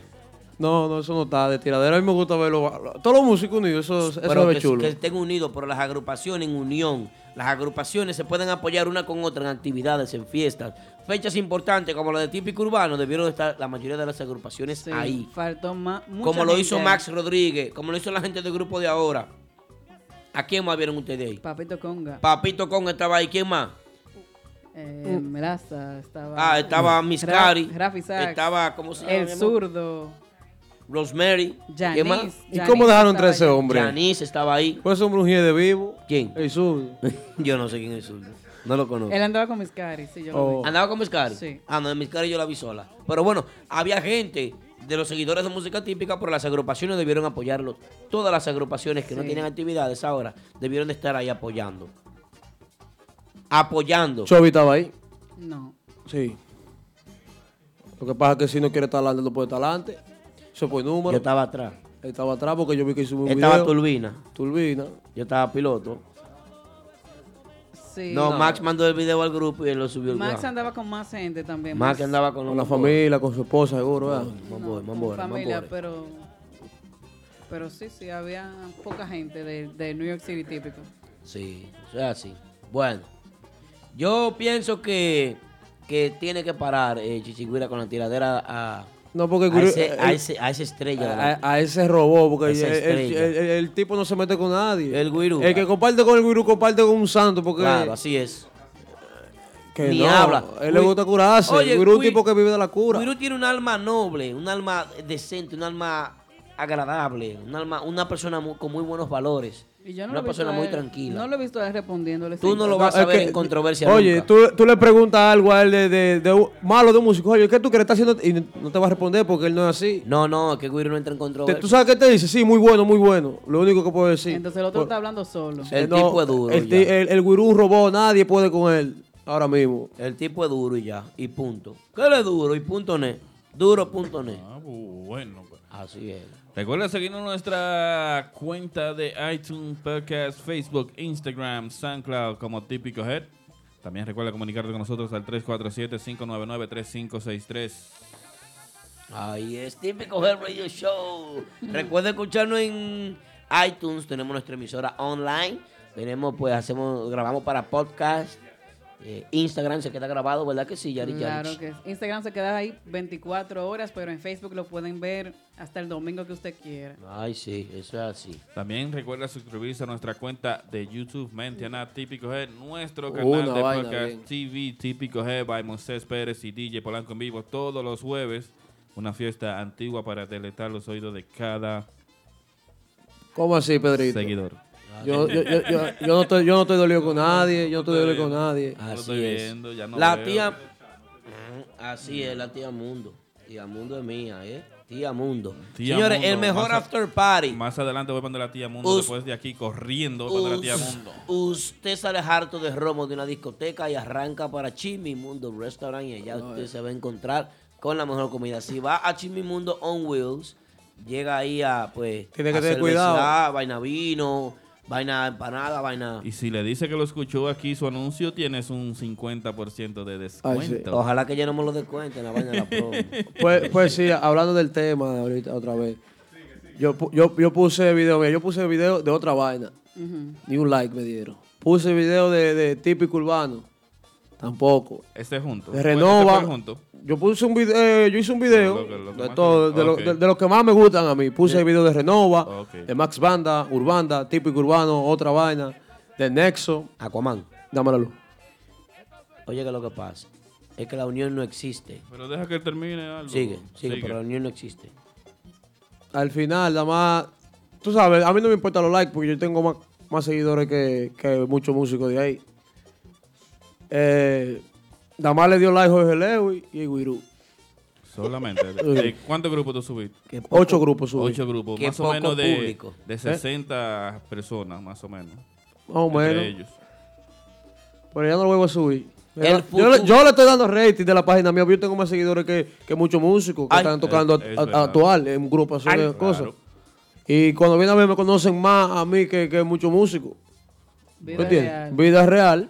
[SPEAKER 2] no, no, eso no está de tiradera. A mí me gusta verlo. Todos los músicos unidos, eso, eso
[SPEAKER 4] pero
[SPEAKER 2] es
[SPEAKER 4] que,
[SPEAKER 2] chulo.
[SPEAKER 4] que estén unidos, pero las agrupaciones en unión, las agrupaciones se pueden apoyar una con otra en actividades, en fiestas, fechas importantes como la de típico urbano, debieron estar la mayoría de las agrupaciones
[SPEAKER 5] Sí,
[SPEAKER 4] ahí.
[SPEAKER 5] Faltó más.
[SPEAKER 4] Como lo hizo Max Rodríguez, como lo hizo la gente del grupo de ahora. ¿A quién más vieron ustedes ahí?
[SPEAKER 5] Papito Conga.
[SPEAKER 4] Papito Con estaba ahí, ¿quién más?
[SPEAKER 5] Eh, Melaza estaba.
[SPEAKER 4] Uh. Ah, estaba Miscari,
[SPEAKER 5] Ra- Rafi Sachs,
[SPEAKER 4] estaba, ¿cómo se llama,
[SPEAKER 5] El
[SPEAKER 4] mi amor?
[SPEAKER 5] zurdo.
[SPEAKER 4] Rosemary.
[SPEAKER 5] Janice,
[SPEAKER 4] ¿Quién más?
[SPEAKER 2] ¿Y cómo dejaron 13 hombres?
[SPEAKER 4] Janice estaba ahí.
[SPEAKER 2] Fue ese hombre un de vivo.
[SPEAKER 4] ¿Quién?
[SPEAKER 2] El sur.
[SPEAKER 4] Yo no sé quién es zurdo. No lo conozco.
[SPEAKER 5] Él andaba con Miscari, sí, yo lo vi.
[SPEAKER 4] ¿Andaba con Miscari?
[SPEAKER 5] Sí.
[SPEAKER 4] Ah, no, de Miscari yo la vi sola. Pero bueno, había gente de los seguidores de música típica, pero las agrupaciones debieron apoyarlo. Todas las agrupaciones que no
[SPEAKER 5] Sí.
[SPEAKER 4] tienen actividades ahora debieron de estar ahí apoyando. Apoyando.
[SPEAKER 2] Chovy estaba ahí.
[SPEAKER 5] No.
[SPEAKER 2] Sí. Lo que pasa es que si no quiere estar adelante, no puede estar adelante. Eso fue número.
[SPEAKER 4] Yo estaba atrás.
[SPEAKER 2] Él Estaba atrás porque yo vi que hizo un
[SPEAKER 4] Estaba
[SPEAKER 2] video.
[SPEAKER 4] Turbina.
[SPEAKER 2] Turbina.
[SPEAKER 4] Yo estaba piloto.
[SPEAKER 5] Sí.
[SPEAKER 4] No, Max mandó el video al grupo y él lo subió. al
[SPEAKER 5] Max
[SPEAKER 4] grupo.
[SPEAKER 5] andaba con más gente también. pues.
[SPEAKER 4] Max andaba con,
[SPEAKER 2] Con la familia, con su esposa, seguro, ¿verdad?
[SPEAKER 4] Mambo,
[SPEAKER 5] con familia, pero. Pero sí, sí, había poca gente de, de New York City típico.
[SPEAKER 4] Sí, eso es así. Bueno, yo pienso que, que tiene que parar eh, Chichigüira con la tiradera a,
[SPEAKER 2] No, porque
[SPEAKER 4] a,
[SPEAKER 2] Guru-
[SPEAKER 4] ese, a,
[SPEAKER 2] el-
[SPEAKER 4] ese- a esa estrella.
[SPEAKER 2] A,
[SPEAKER 4] ¿verdad?
[SPEAKER 2] a- a ese robó, porque
[SPEAKER 4] Esa
[SPEAKER 2] el, el-
[SPEAKER 4] estrella.
[SPEAKER 2] el- el- el tipo no se mete con nadie.
[SPEAKER 4] El guirú.
[SPEAKER 2] El que comparte con el guirú comparte con un santo, porque.
[SPEAKER 4] Claro, así es.
[SPEAKER 2] que
[SPEAKER 4] Ni
[SPEAKER 2] no,
[SPEAKER 4] habla.
[SPEAKER 2] a Él le
[SPEAKER 4] Gui-
[SPEAKER 2] gusta curarse.
[SPEAKER 4] Oye,
[SPEAKER 2] el guirú es un
[SPEAKER 4] Gui-
[SPEAKER 2] tipo que vive de la cura.
[SPEAKER 4] Guirú tiene un alma noble, un alma decente, un alma agradable, un alma, una persona mu- con muy buenos valores,
[SPEAKER 5] Y yo no lo
[SPEAKER 4] una
[SPEAKER 5] he visto
[SPEAKER 4] persona
[SPEAKER 5] a
[SPEAKER 4] muy
[SPEAKER 5] él-
[SPEAKER 4] tranquila.
[SPEAKER 5] No lo he visto a él respondiéndole.
[SPEAKER 4] Tú
[SPEAKER 5] sí.
[SPEAKER 4] no lo vas a
[SPEAKER 2] es
[SPEAKER 4] ver
[SPEAKER 2] que-
[SPEAKER 4] en controversia
[SPEAKER 2] Oye,
[SPEAKER 4] nunca.
[SPEAKER 2] tú, tú le preguntas algo a él de, de- de un- malo de un músico. Oye, ¿qué tú quieres estar haciendo? Y no te va a responder porque él no es así.
[SPEAKER 4] No, no, es que Guirú no entra en
[SPEAKER 2] Te-
[SPEAKER 4] controversia.
[SPEAKER 2] ¿Tú sabes qué te dice? Sí, muy bueno, muy bueno. Lo único que puedo decir. Eh,
[SPEAKER 5] Entonces el otro está hablando solo.
[SPEAKER 4] El
[SPEAKER 2] No,
[SPEAKER 4] tipo es duro
[SPEAKER 2] El,
[SPEAKER 4] ya.
[SPEAKER 2] ti- el, el gurú robó, nadie puede con él ahora mismo.
[SPEAKER 4] El tipo es duro y ya, y punto. ¿Qué le duro? Y punto net. Duro.net.
[SPEAKER 6] Ah, bueno. pues.
[SPEAKER 4] Así es.
[SPEAKER 6] Recuerda seguirnos en nuestra cuenta de iTunes, Podcast, Facebook, Instagram, SoundCloud como Típico Head. También recuerda comunicarte con nosotros al 347-599-3563.
[SPEAKER 4] Ahí es típico Head Radio Show. Recuerda escucharnos en iTunes, tenemos nuestra emisora online. Tenemos, pues, hacemos, grabamos para podcast. Eh, Instagram se queda grabado, ¿verdad que sí, Yari?
[SPEAKER 5] Claro
[SPEAKER 4] Yari?
[SPEAKER 5] que sí. Instagram se queda ahí 24 horas, pero en Facebook lo pueden ver hasta el domingo que usted quiera.
[SPEAKER 4] Ay, sí, eso es así.
[SPEAKER 6] También recuerda suscribirse a nuestra cuenta de YouTube, Mentiana Típico Head, nuestro canal
[SPEAKER 2] Una
[SPEAKER 6] de
[SPEAKER 2] vaina
[SPEAKER 6] podcast
[SPEAKER 2] bien.
[SPEAKER 6] TV Típico Head by Moisés Pérez y DJ Polanco en vivo todos los jueves. Una fiesta antigua para deleitar los oídos de cada
[SPEAKER 2] ¿Cómo así, Pedrito?
[SPEAKER 6] seguidor.
[SPEAKER 2] Yo, yo, yo, yo, yo no estoy, yo no estoy dolido con nadie, yo no estoy dolido con nadie.
[SPEAKER 4] Así es.
[SPEAKER 6] ya no
[SPEAKER 4] la
[SPEAKER 6] veo.
[SPEAKER 4] tía. Ajá, Así es, la tía Mundo. Tía Mundo es mía, ¿eh? Tía Mundo.
[SPEAKER 6] Tía
[SPEAKER 4] Señores,
[SPEAKER 6] Mundo,
[SPEAKER 4] el mejor
[SPEAKER 6] más a-
[SPEAKER 4] after party.
[SPEAKER 6] Más adelante voy a poner la tía Mundo,
[SPEAKER 4] Us-
[SPEAKER 6] después de aquí corriendo voy a poner la tía
[SPEAKER 4] Us-
[SPEAKER 6] Mundo.
[SPEAKER 4] Usted sale harto de romo de una discoteca y arranca para Chimimundo
[SPEAKER 2] eh.
[SPEAKER 4] Restaurant y allá usted se va a encontrar con la mejor comida. Si va a Chimimundo on Wheels, llega ahí a, pues,
[SPEAKER 2] Tiene que
[SPEAKER 4] a
[SPEAKER 2] tener
[SPEAKER 4] cerveza,
[SPEAKER 2] cuidado.
[SPEAKER 4] vaina vino, vaina empanada, vaina...
[SPEAKER 6] Y si le dice que lo escuchó aquí su anuncio, tienes un 50% de descuento.
[SPEAKER 2] Ay, sí.
[SPEAKER 4] Ojalá que ya no me lo descuenten la vaina de la promo.
[SPEAKER 2] Pues, pues sí, hablando del tema ahorita otra vez. Yo, pu- yo, yo puse video, mira, yo puse video de otra vaina.
[SPEAKER 5] Ujú.
[SPEAKER 2] Ni un like me dieron. Puse video de, de típico urbano. Tampoco.
[SPEAKER 6] Este junto.
[SPEAKER 2] De
[SPEAKER 6] Este
[SPEAKER 2] Renova.
[SPEAKER 6] fue junto.
[SPEAKER 2] Yo puse un video, yo hice un video
[SPEAKER 6] Lo que- lo que
[SPEAKER 2] de
[SPEAKER 6] más
[SPEAKER 2] todo,
[SPEAKER 6] te-
[SPEAKER 2] de, lo,
[SPEAKER 6] ok.
[SPEAKER 2] de- de los que más me gustan a mí. Puse
[SPEAKER 6] De-
[SPEAKER 2] el video de Renova,
[SPEAKER 6] Ok.
[SPEAKER 2] de Max Banda, Urbanda, típico urbano, otra vaina, de Nexo.
[SPEAKER 4] Aquaman.
[SPEAKER 2] Dame la luz.
[SPEAKER 4] Oye, que lo que pasa es que la unión no existe.
[SPEAKER 6] Pero deja que termine algo.
[SPEAKER 4] Sigue, sigue, pero la unión no existe.
[SPEAKER 2] Al final, nada más, tú sabes, a mí no me importan los likes porque yo tengo más, más seguidores que, que muchos músicos de ahí. Eh, nada más le dio like Jorge Lewy y Guirú.
[SPEAKER 6] Solamente.
[SPEAKER 2] Sí.
[SPEAKER 6] Eh, ¿Cuántos grupos tú subiste?
[SPEAKER 2] Qué poco- Ocho grupos subí.
[SPEAKER 6] Ocho grupos.
[SPEAKER 2] Qué
[SPEAKER 6] Más o
[SPEAKER 2] poco
[SPEAKER 6] menos de,
[SPEAKER 2] público.
[SPEAKER 6] de
[SPEAKER 2] ¿Eh?
[SPEAKER 6] 60 personas, más o menos.
[SPEAKER 2] Más o
[SPEAKER 6] Entre
[SPEAKER 2] menos.
[SPEAKER 6] ellos.
[SPEAKER 2] Pero ya no lo vuelvo a subir.
[SPEAKER 6] El
[SPEAKER 2] Yo,
[SPEAKER 6] futuro-
[SPEAKER 2] le, yo le estoy dando rating de la página mía, porque yo tengo más seguidores que, que muchos músicos que
[SPEAKER 6] Ay.
[SPEAKER 2] están tocando
[SPEAKER 6] Eh, Es- es
[SPEAKER 2] a- a-
[SPEAKER 6] verdad.
[SPEAKER 2] actual en un grupo así
[SPEAKER 6] Ay,
[SPEAKER 2] de cosas.
[SPEAKER 6] claro.
[SPEAKER 2] Y cuando vienen a ver me conocen más a mí que, que muchos músicos. ¿Me
[SPEAKER 4] Vida
[SPEAKER 2] entiendes?
[SPEAKER 4] real.
[SPEAKER 2] Vida real.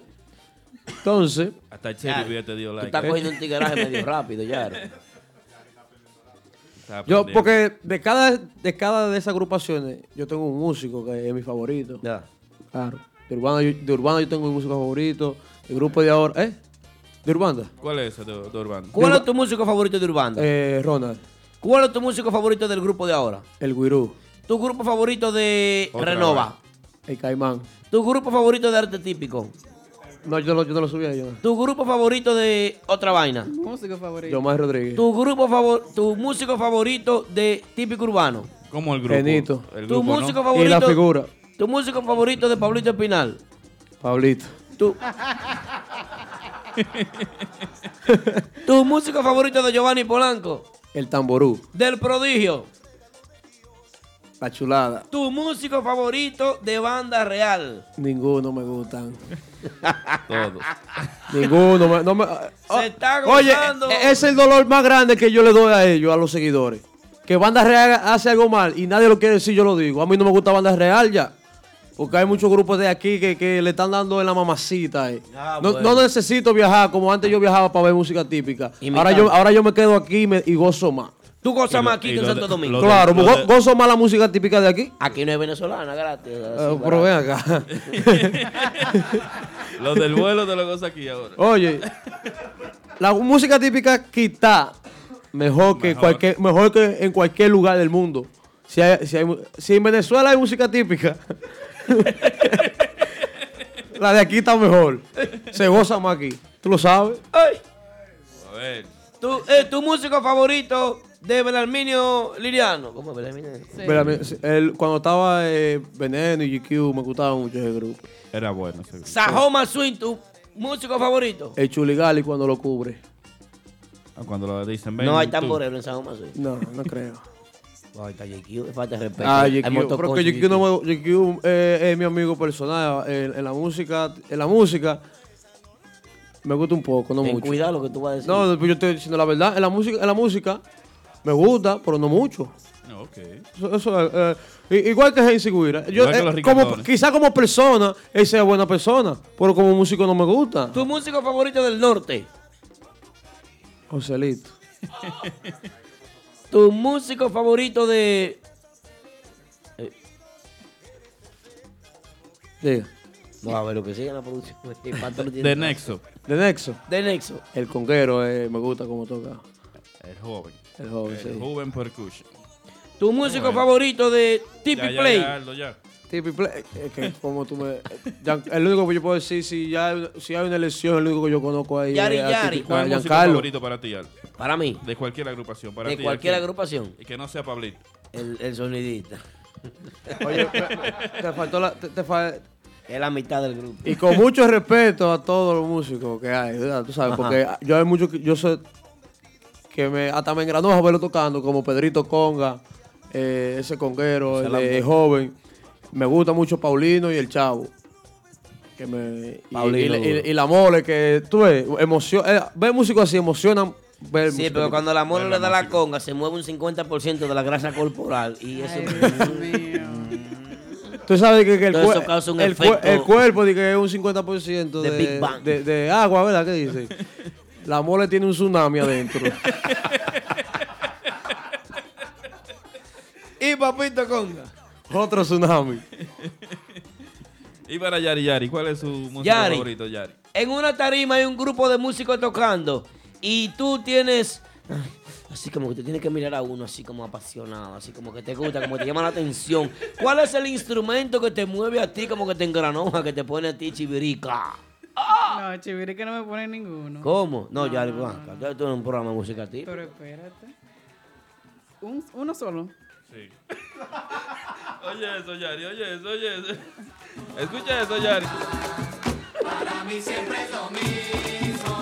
[SPEAKER 2] Entonces,
[SPEAKER 6] Hasta Cherry hubiera te dio
[SPEAKER 4] Tú
[SPEAKER 6] like.
[SPEAKER 4] estás cogiendo un tigreaje medio rápido, ya.
[SPEAKER 6] Está
[SPEAKER 2] yo,
[SPEAKER 6] pendejo.
[SPEAKER 2] porque de cada, de cada de esas agrupaciones, yo tengo un músico que es mi favorito. Claro. De Urbana, yo, de Urbana yo tengo mi músico favorito. El grupo de ahora, ¿eh? De Urbana.
[SPEAKER 6] ¿Cuál es ese de, de Urbano?
[SPEAKER 4] ¿Cuál es tu músico favorito de Urbanda?
[SPEAKER 2] Eh, Ronald.
[SPEAKER 4] ¿Cuál es tu músico favorito del grupo de ahora?
[SPEAKER 2] El Guirú.
[SPEAKER 4] ¿Tu grupo favorito de
[SPEAKER 2] Otra
[SPEAKER 4] Renova?
[SPEAKER 2] El Caimán.
[SPEAKER 4] ¿Tu grupo favorito de Arte Típico?
[SPEAKER 2] No, yo no, yo no lo subía yo.
[SPEAKER 4] ¿Tu grupo favorito de Otra Vaina?
[SPEAKER 5] Músico favorito.
[SPEAKER 2] Yomar Rodríguez.
[SPEAKER 4] ¿Tu grupo favor, tu músico favorito de Típico Urbano?
[SPEAKER 6] ¿Cómo el
[SPEAKER 2] grupo? Genito. El
[SPEAKER 4] ¿Tu
[SPEAKER 2] grupo, ¿no?
[SPEAKER 4] músico
[SPEAKER 2] Y
[SPEAKER 4] favorito?
[SPEAKER 2] la figura.
[SPEAKER 4] ¿Tu músico favorito de Pablito Espinal?
[SPEAKER 2] Pablito.
[SPEAKER 4] ¿Tu, tu músico favorito de Giovanni Polanco?
[SPEAKER 2] El tamború.
[SPEAKER 4] Del Prodigio.
[SPEAKER 2] La chulada.
[SPEAKER 4] ¿Tu músico favorito de Banda Real?
[SPEAKER 2] Ninguno me gustan.
[SPEAKER 6] Todos.
[SPEAKER 2] Ninguno me, no me- ah,
[SPEAKER 4] Se está
[SPEAKER 2] Oye,
[SPEAKER 4] gozando.
[SPEAKER 2] e- es el dolor más grande que yo le doy a ellos, a los seguidores. Que Banda Real hace algo mal y nadie lo quiere decir, yo lo digo. A mí no me gusta Banda Real ya. Porque hay muchos grupos de aquí que, que le están dando en la mamacita. eh.
[SPEAKER 4] Ah,
[SPEAKER 2] no,
[SPEAKER 4] bueno.
[SPEAKER 2] no necesito viajar como antes yo viajaba para ver música típica.
[SPEAKER 4] Imitar.
[SPEAKER 2] Ahora yo, ahora yo me quedo aquí y, me- y gozo más.
[SPEAKER 4] ¿Tú gozas
[SPEAKER 2] Y lo-
[SPEAKER 4] más aquí
[SPEAKER 2] y
[SPEAKER 4] que en
[SPEAKER 2] lo
[SPEAKER 4] Santo
[SPEAKER 2] de-
[SPEAKER 4] Domingo?
[SPEAKER 2] claro, go- gozo más la música típica de aquí.
[SPEAKER 4] Aquí no es venezolana, gratis.
[SPEAKER 2] Eh, pero ven acá.
[SPEAKER 6] Los del vuelo te lo goza aquí ahora.
[SPEAKER 2] Oye, la música típica quita mejor que cualquier, mejor que en cualquier lugar del mundo. Si, hay- si hay mu- si en Venezuela hay música típica, la de aquí está mejor. Se goza más aquí. Tú lo sabes.
[SPEAKER 4] Ay.
[SPEAKER 6] A ver.
[SPEAKER 4] ¿Tu, eh, tu músico favorito de Belarminio Liriano? ¿Cómo Belarminio?
[SPEAKER 2] Pero a mí, si- el- cuando estaba eh, Veneno y GQ, me gustaba mucho ese grupo.
[SPEAKER 6] Era bueno ese
[SPEAKER 4] Sajoma Swing, tu músico favorito.
[SPEAKER 2] El Chuligali cuando lo cubre.
[SPEAKER 6] Ah, Cuando lo dicen, ven.
[SPEAKER 4] No hay
[SPEAKER 6] tú.
[SPEAKER 4] tamborero en Sajoma Swing.
[SPEAKER 2] No, no creo.
[SPEAKER 4] Ay, está JQ, le falta de respeto.
[SPEAKER 2] Ah,
[SPEAKER 4] Hay
[SPEAKER 2] GQ. Pero
[SPEAKER 4] motoconcho,
[SPEAKER 2] que GQ, no me- GQ, eh, es mi amigo personal. En, en la música, en la música, me gusta un poco, no
[SPEAKER 4] Ten
[SPEAKER 2] mucho.
[SPEAKER 4] cuidado lo que tú vas a decir.
[SPEAKER 2] No, pues yo estoy diciendo la verdad. En la música, en la música me gusta, pero no mucho.
[SPEAKER 6] Ok.
[SPEAKER 2] Eso, eso es, eh, i- igual que Hensi Guira. Yo,
[SPEAKER 6] Igual que
[SPEAKER 2] eh,
[SPEAKER 6] los
[SPEAKER 2] como,
[SPEAKER 6] Ricardones.
[SPEAKER 2] quizá como persona, él sea buena persona, pero como músico no me gusta.
[SPEAKER 4] ¿Tu músico favorito del norte?
[SPEAKER 2] Joselito.
[SPEAKER 4] ¿Tu músico favorito de
[SPEAKER 2] Diga.
[SPEAKER 4] No, a ver lo que sigue en la producción. este pato lo tiene
[SPEAKER 6] De
[SPEAKER 4] todo.
[SPEAKER 6] Nexo.
[SPEAKER 2] De Nexo.
[SPEAKER 4] De Nexo.
[SPEAKER 2] El conguero eh, me gusta como toca.
[SPEAKER 6] El joven.
[SPEAKER 2] El joven, sí.
[SPEAKER 6] El joven percussion.
[SPEAKER 4] ¿Tu músico
[SPEAKER 6] Bueno.
[SPEAKER 4] favorito de Tipi
[SPEAKER 6] Ya, ya,
[SPEAKER 4] Play?
[SPEAKER 6] ya, Aldo, ya.
[SPEAKER 2] Tipi Play. Es que como tú me. ya- el único que yo puedo decir, si, ya, si hay una elección, el único que yo conozco ahí.
[SPEAKER 4] Yari,
[SPEAKER 2] es a
[SPEAKER 4] Yari.
[SPEAKER 2] Tipi-
[SPEAKER 6] ¿Cuál
[SPEAKER 2] a
[SPEAKER 6] es el músico
[SPEAKER 2] Giancarlo.
[SPEAKER 6] favorito para ti, Aldo?
[SPEAKER 4] Para mí.
[SPEAKER 6] De cualquier agrupación. Para
[SPEAKER 4] ¿De
[SPEAKER 6] ti,
[SPEAKER 4] cualquier
[SPEAKER 6] Aldo.
[SPEAKER 4] agrupación?
[SPEAKER 6] Y que no sea Pablito.
[SPEAKER 4] El, el sonidista.
[SPEAKER 2] Oye, te faltó la. Te, te fal-
[SPEAKER 4] Es la mitad del grupo.
[SPEAKER 2] Y con mucho respeto a todos los músicos que hay, ¿verdad? Tú sabes,
[SPEAKER 4] Ajá.
[SPEAKER 2] porque yo hay muchos que yo sé que me, hasta me engranó a verlo tocando, como Pedrito Conga, eh, ese conguero, el, de
[SPEAKER 4] Salambo.
[SPEAKER 2] joven. Me gusta mucho Paulino y el Chavo. Que me, y- y,
[SPEAKER 4] Paulino,
[SPEAKER 2] y-
[SPEAKER 4] duro.
[SPEAKER 2] y la mole, que tú ves, emoción, eh, ver músicos así emocionan ver
[SPEAKER 4] Sí,
[SPEAKER 2] música.
[SPEAKER 4] pero cuando la mono
[SPEAKER 2] Ver
[SPEAKER 4] le da la conga, se mueve un 50% de la grasa corporal. Y eso.
[SPEAKER 2] Tú sabes que, que el,
[SPEAKER 4] Entonces,
[SPEAKER 2] cuer-
[SPEAKER 4] eso causa un
[SPEAKER 2] el, cuer-
[SPEAKER 4] efecto-
[SPEAKER 2] el cuerpo di que es un 50% de,
[SPEAKER 4] De Big Bang.
[SPEAKER 2] de- de agua, ¿verdad? ¿Qué dice? La mole tiene un tsunami adentro.
[SPEAKER 4] y papito conga.
[SPEAKER 2] Otro tsunami.
[SPEAKER 6] Y para Yari Yari, ¿cuál es su músico
[SPEAKER 4] Yari.
[SPEAKER 6] favorito, Yari?
[SPEAKER 4] En una tarima hay un grupo de músicos tocando y tú tienes ay, así como que tú tienes que mirar a uno así como apasionado, así como que te gusta, como que te llama la atención. ¿Cuál es el instrumento que te mueve a ti como que te engranoja, que te pone a ti chivirica?
[SPEAKER 5] No, chiviri que no me pone ninguno.
[SPEAKER 4] ¿Cómo? No, Yari,
[SPEAKER 2] Ah.
[SPEAKER 4] ven acá, tú eres un programa de música a ti.
[SPEAKER 5] Pero espérate. Un- uno solo.
[SPEAKER 6] Oye eso, Yari, oye eso, oye eso. Escucha eso, Yari.
[SPEAKER 1] Para mí siempre es lo mismo.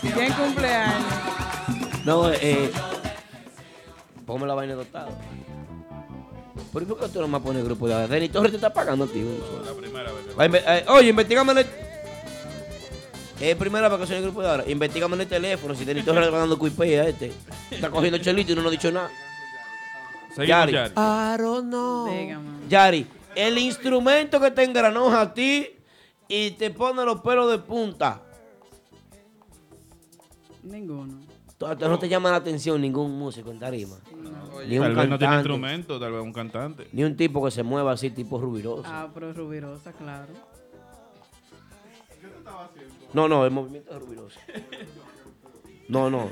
[SPEAKER 5] ¿Quién cumpleaños?
[SPEAKER 4] No, eh, eh ponme la vaina dotada. ¿Por qué tú no me pones grupo de ahora? Denis Torres te está pagando, tío.
[SPEAKER 6] La primera vez.
[SPEAKER 4] Va, inve- eh, oye, investigame en el. Es primera vez que soy el grupo de ahora. Investigame en el teléfono. Si Denis Torres le va dando cuipé a este. Está cogiendo chelito y no nos ha dicho nada.
[SPEAKER 6] Seguimos,
[SPEAKER 4] Yari.
[SPEAKER 6] Yari.
[SPEAKER 2] no.
[SPEAKER 4] Yari, el instrumento que te engranoja a ti y te pone los pelos de punta.
[SPEAKER 5] Ninguno.
[SPEAKER 4] Tú- tú No te llama la atención ningún músico en tarima. Ni
[SPEAKER 6] Tal vez no
[SPEAKER 4] un
[SPEAKER 6] tiene
[SPEAKER 4] cantante.
[SPEAKER 6] instrumento, tal vez un cantante.
[SPEAKER 4] Ni un tipo que se mueva así, tipo rubiroso.
[SPEAKER 5] Ah, pero Rubirosa, claro.
[SPEAKER 4] No, no, el movimiento es rubiroso. No, no.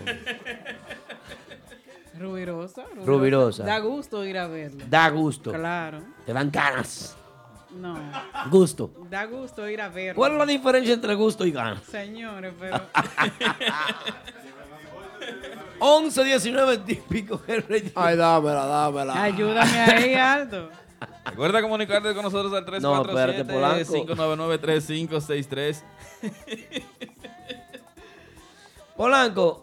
[SPEAKER 5] Rubirosa. Rubirosa.
[SPEAKER 4] Rubirosa.
[SPEAKER 5] Da gusto ir a verlo.
[SPEAKER 4] Da gusto.
[SPEAKER 5] Claro.
[SPEAKER 4] Te dan ganas.
[SPEAKER 5] No.
[SPEAKER 4] Gusto.
[SPEAKER 5] Da gusto ir a verlo.
[SPEAKER 4] ¿Cuál es la diferencia entre gusto y ganas?
[SPEAKER 5] Señores, pero.
[SPEAKER 4] 11, 19 típico Henry.
[SPEAKER 2] Ay, dámela, dámela.
[SPEAKER 5] Ayúdame ahí, Aldo.
[SPEAKER 6] Recuerda comunicarte con nosotros al
[SPEAKER 4] No, espérate,
[SPEAKER 6] 347-599-3563.
[SPEAKER 4] Polanco,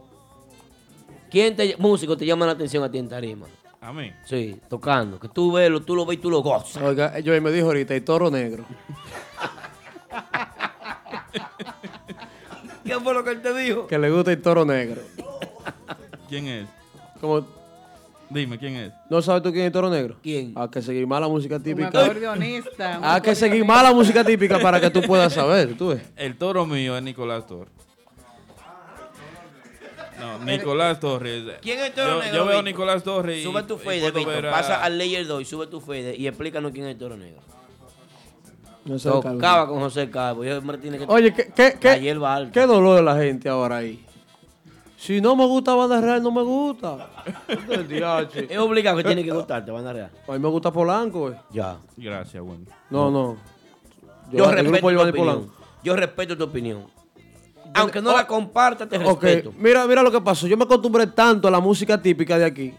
[SPEAKER 4] ¿quién te, músico te llama la atención a ti en tarima?
[SPEAKER 6] A mí.
[SPEAKER 4] Sí, tocando. Que tú ves, lo- tú lo ves y tú lo gozas.
[SPEAKER 2] Oiga, yo me dijo ahorita, y toro negro.
[SPEAKER 4] ¿Qué fue lo que él te dijo?
[SPEAKER 2] Que le gusta el toro negro.
[SPEAKER 6] ¿Quién es?
[SPEAKER 2] Como,
[SPEAKER 6] Dime, ¿quién es?
[SPEAKER 2] ¿No sabes tú quién es el toro negro?
[SPEAKER 4] ¿Quién?
[SPEAKER 2] Hay que seguir más la música
[SPEAKER 5] Un
[SPEAKER 2] típica.
[SPEAKER 5] acordeonista. un
[SPEAKER 2] Hay que seguir más la música típica para que tú puedas saber, tú ves.
[SPEAKER 6] El toro mío es Nicolás Torres. No, Nicolás Torres.
[SPEAKER 4] Eh, ¿Quién es el toro
[SPEAKER 6] yo,
[SPEAKER 4] negro?
[SPEAKER 6] Yo veo a
[SPEAKER 4] Víctor?
[SPEAKER 6] Nicolás Torres. y-
[SPEAKER 4] Sube tu
[SPEAKER 6] y
[SPEAKER 4] Fede,
[SPEAKER 6] puedo
[SPEAKER 4] Víctor.
[SPEAKER 6] ver a-
[SPEAKER 4] Pasa al layer 2 y sube tu Fede y explícanos quién es el toro negro.
[SPEAKER 2] No sé, Carlos.
[SPEAKER 4] Tocaba con José Calvo. Yo, Martínez, que-
[SPEAKER 2] Oye, ¿qué, qué, qué,
[SPEAKER 4] La hierba alta.
[SPEAKER 2] qué dolor de la gente ahora ahí? Si no me gusta Banda Real, no me gusta.
[SPEAKER 4] Es obligado que tiene que gustarte, van a real.
[SPEAKER 2] A mí me gusta Polanco, güey.
[SPEAKER 4] Ya.
[SPEAKER 6] Gracias, bueno.
[SPEAKER 2] No, no.
[SPEAKER 4] Yo,
[SPEAKER 2] el
[SPEAKER 4] respeto
[SPEAKER 2] grupo
[SPEAKER 4] tu
[SPEAKER 2] Giovanni
[SPEAKER 4] opinión.
[SPEAKER 2] Polanco. Oh.
[SPEAKER 4] Yo respeto tu opinión. Aunque no la comparta, te
[SPEAKER 2] Ok,
[SPEAKER 4] respeto.
[SPEAKER 2] mira, mira lo que pasó. Yo me acostumbré tanto a la música típica de aquí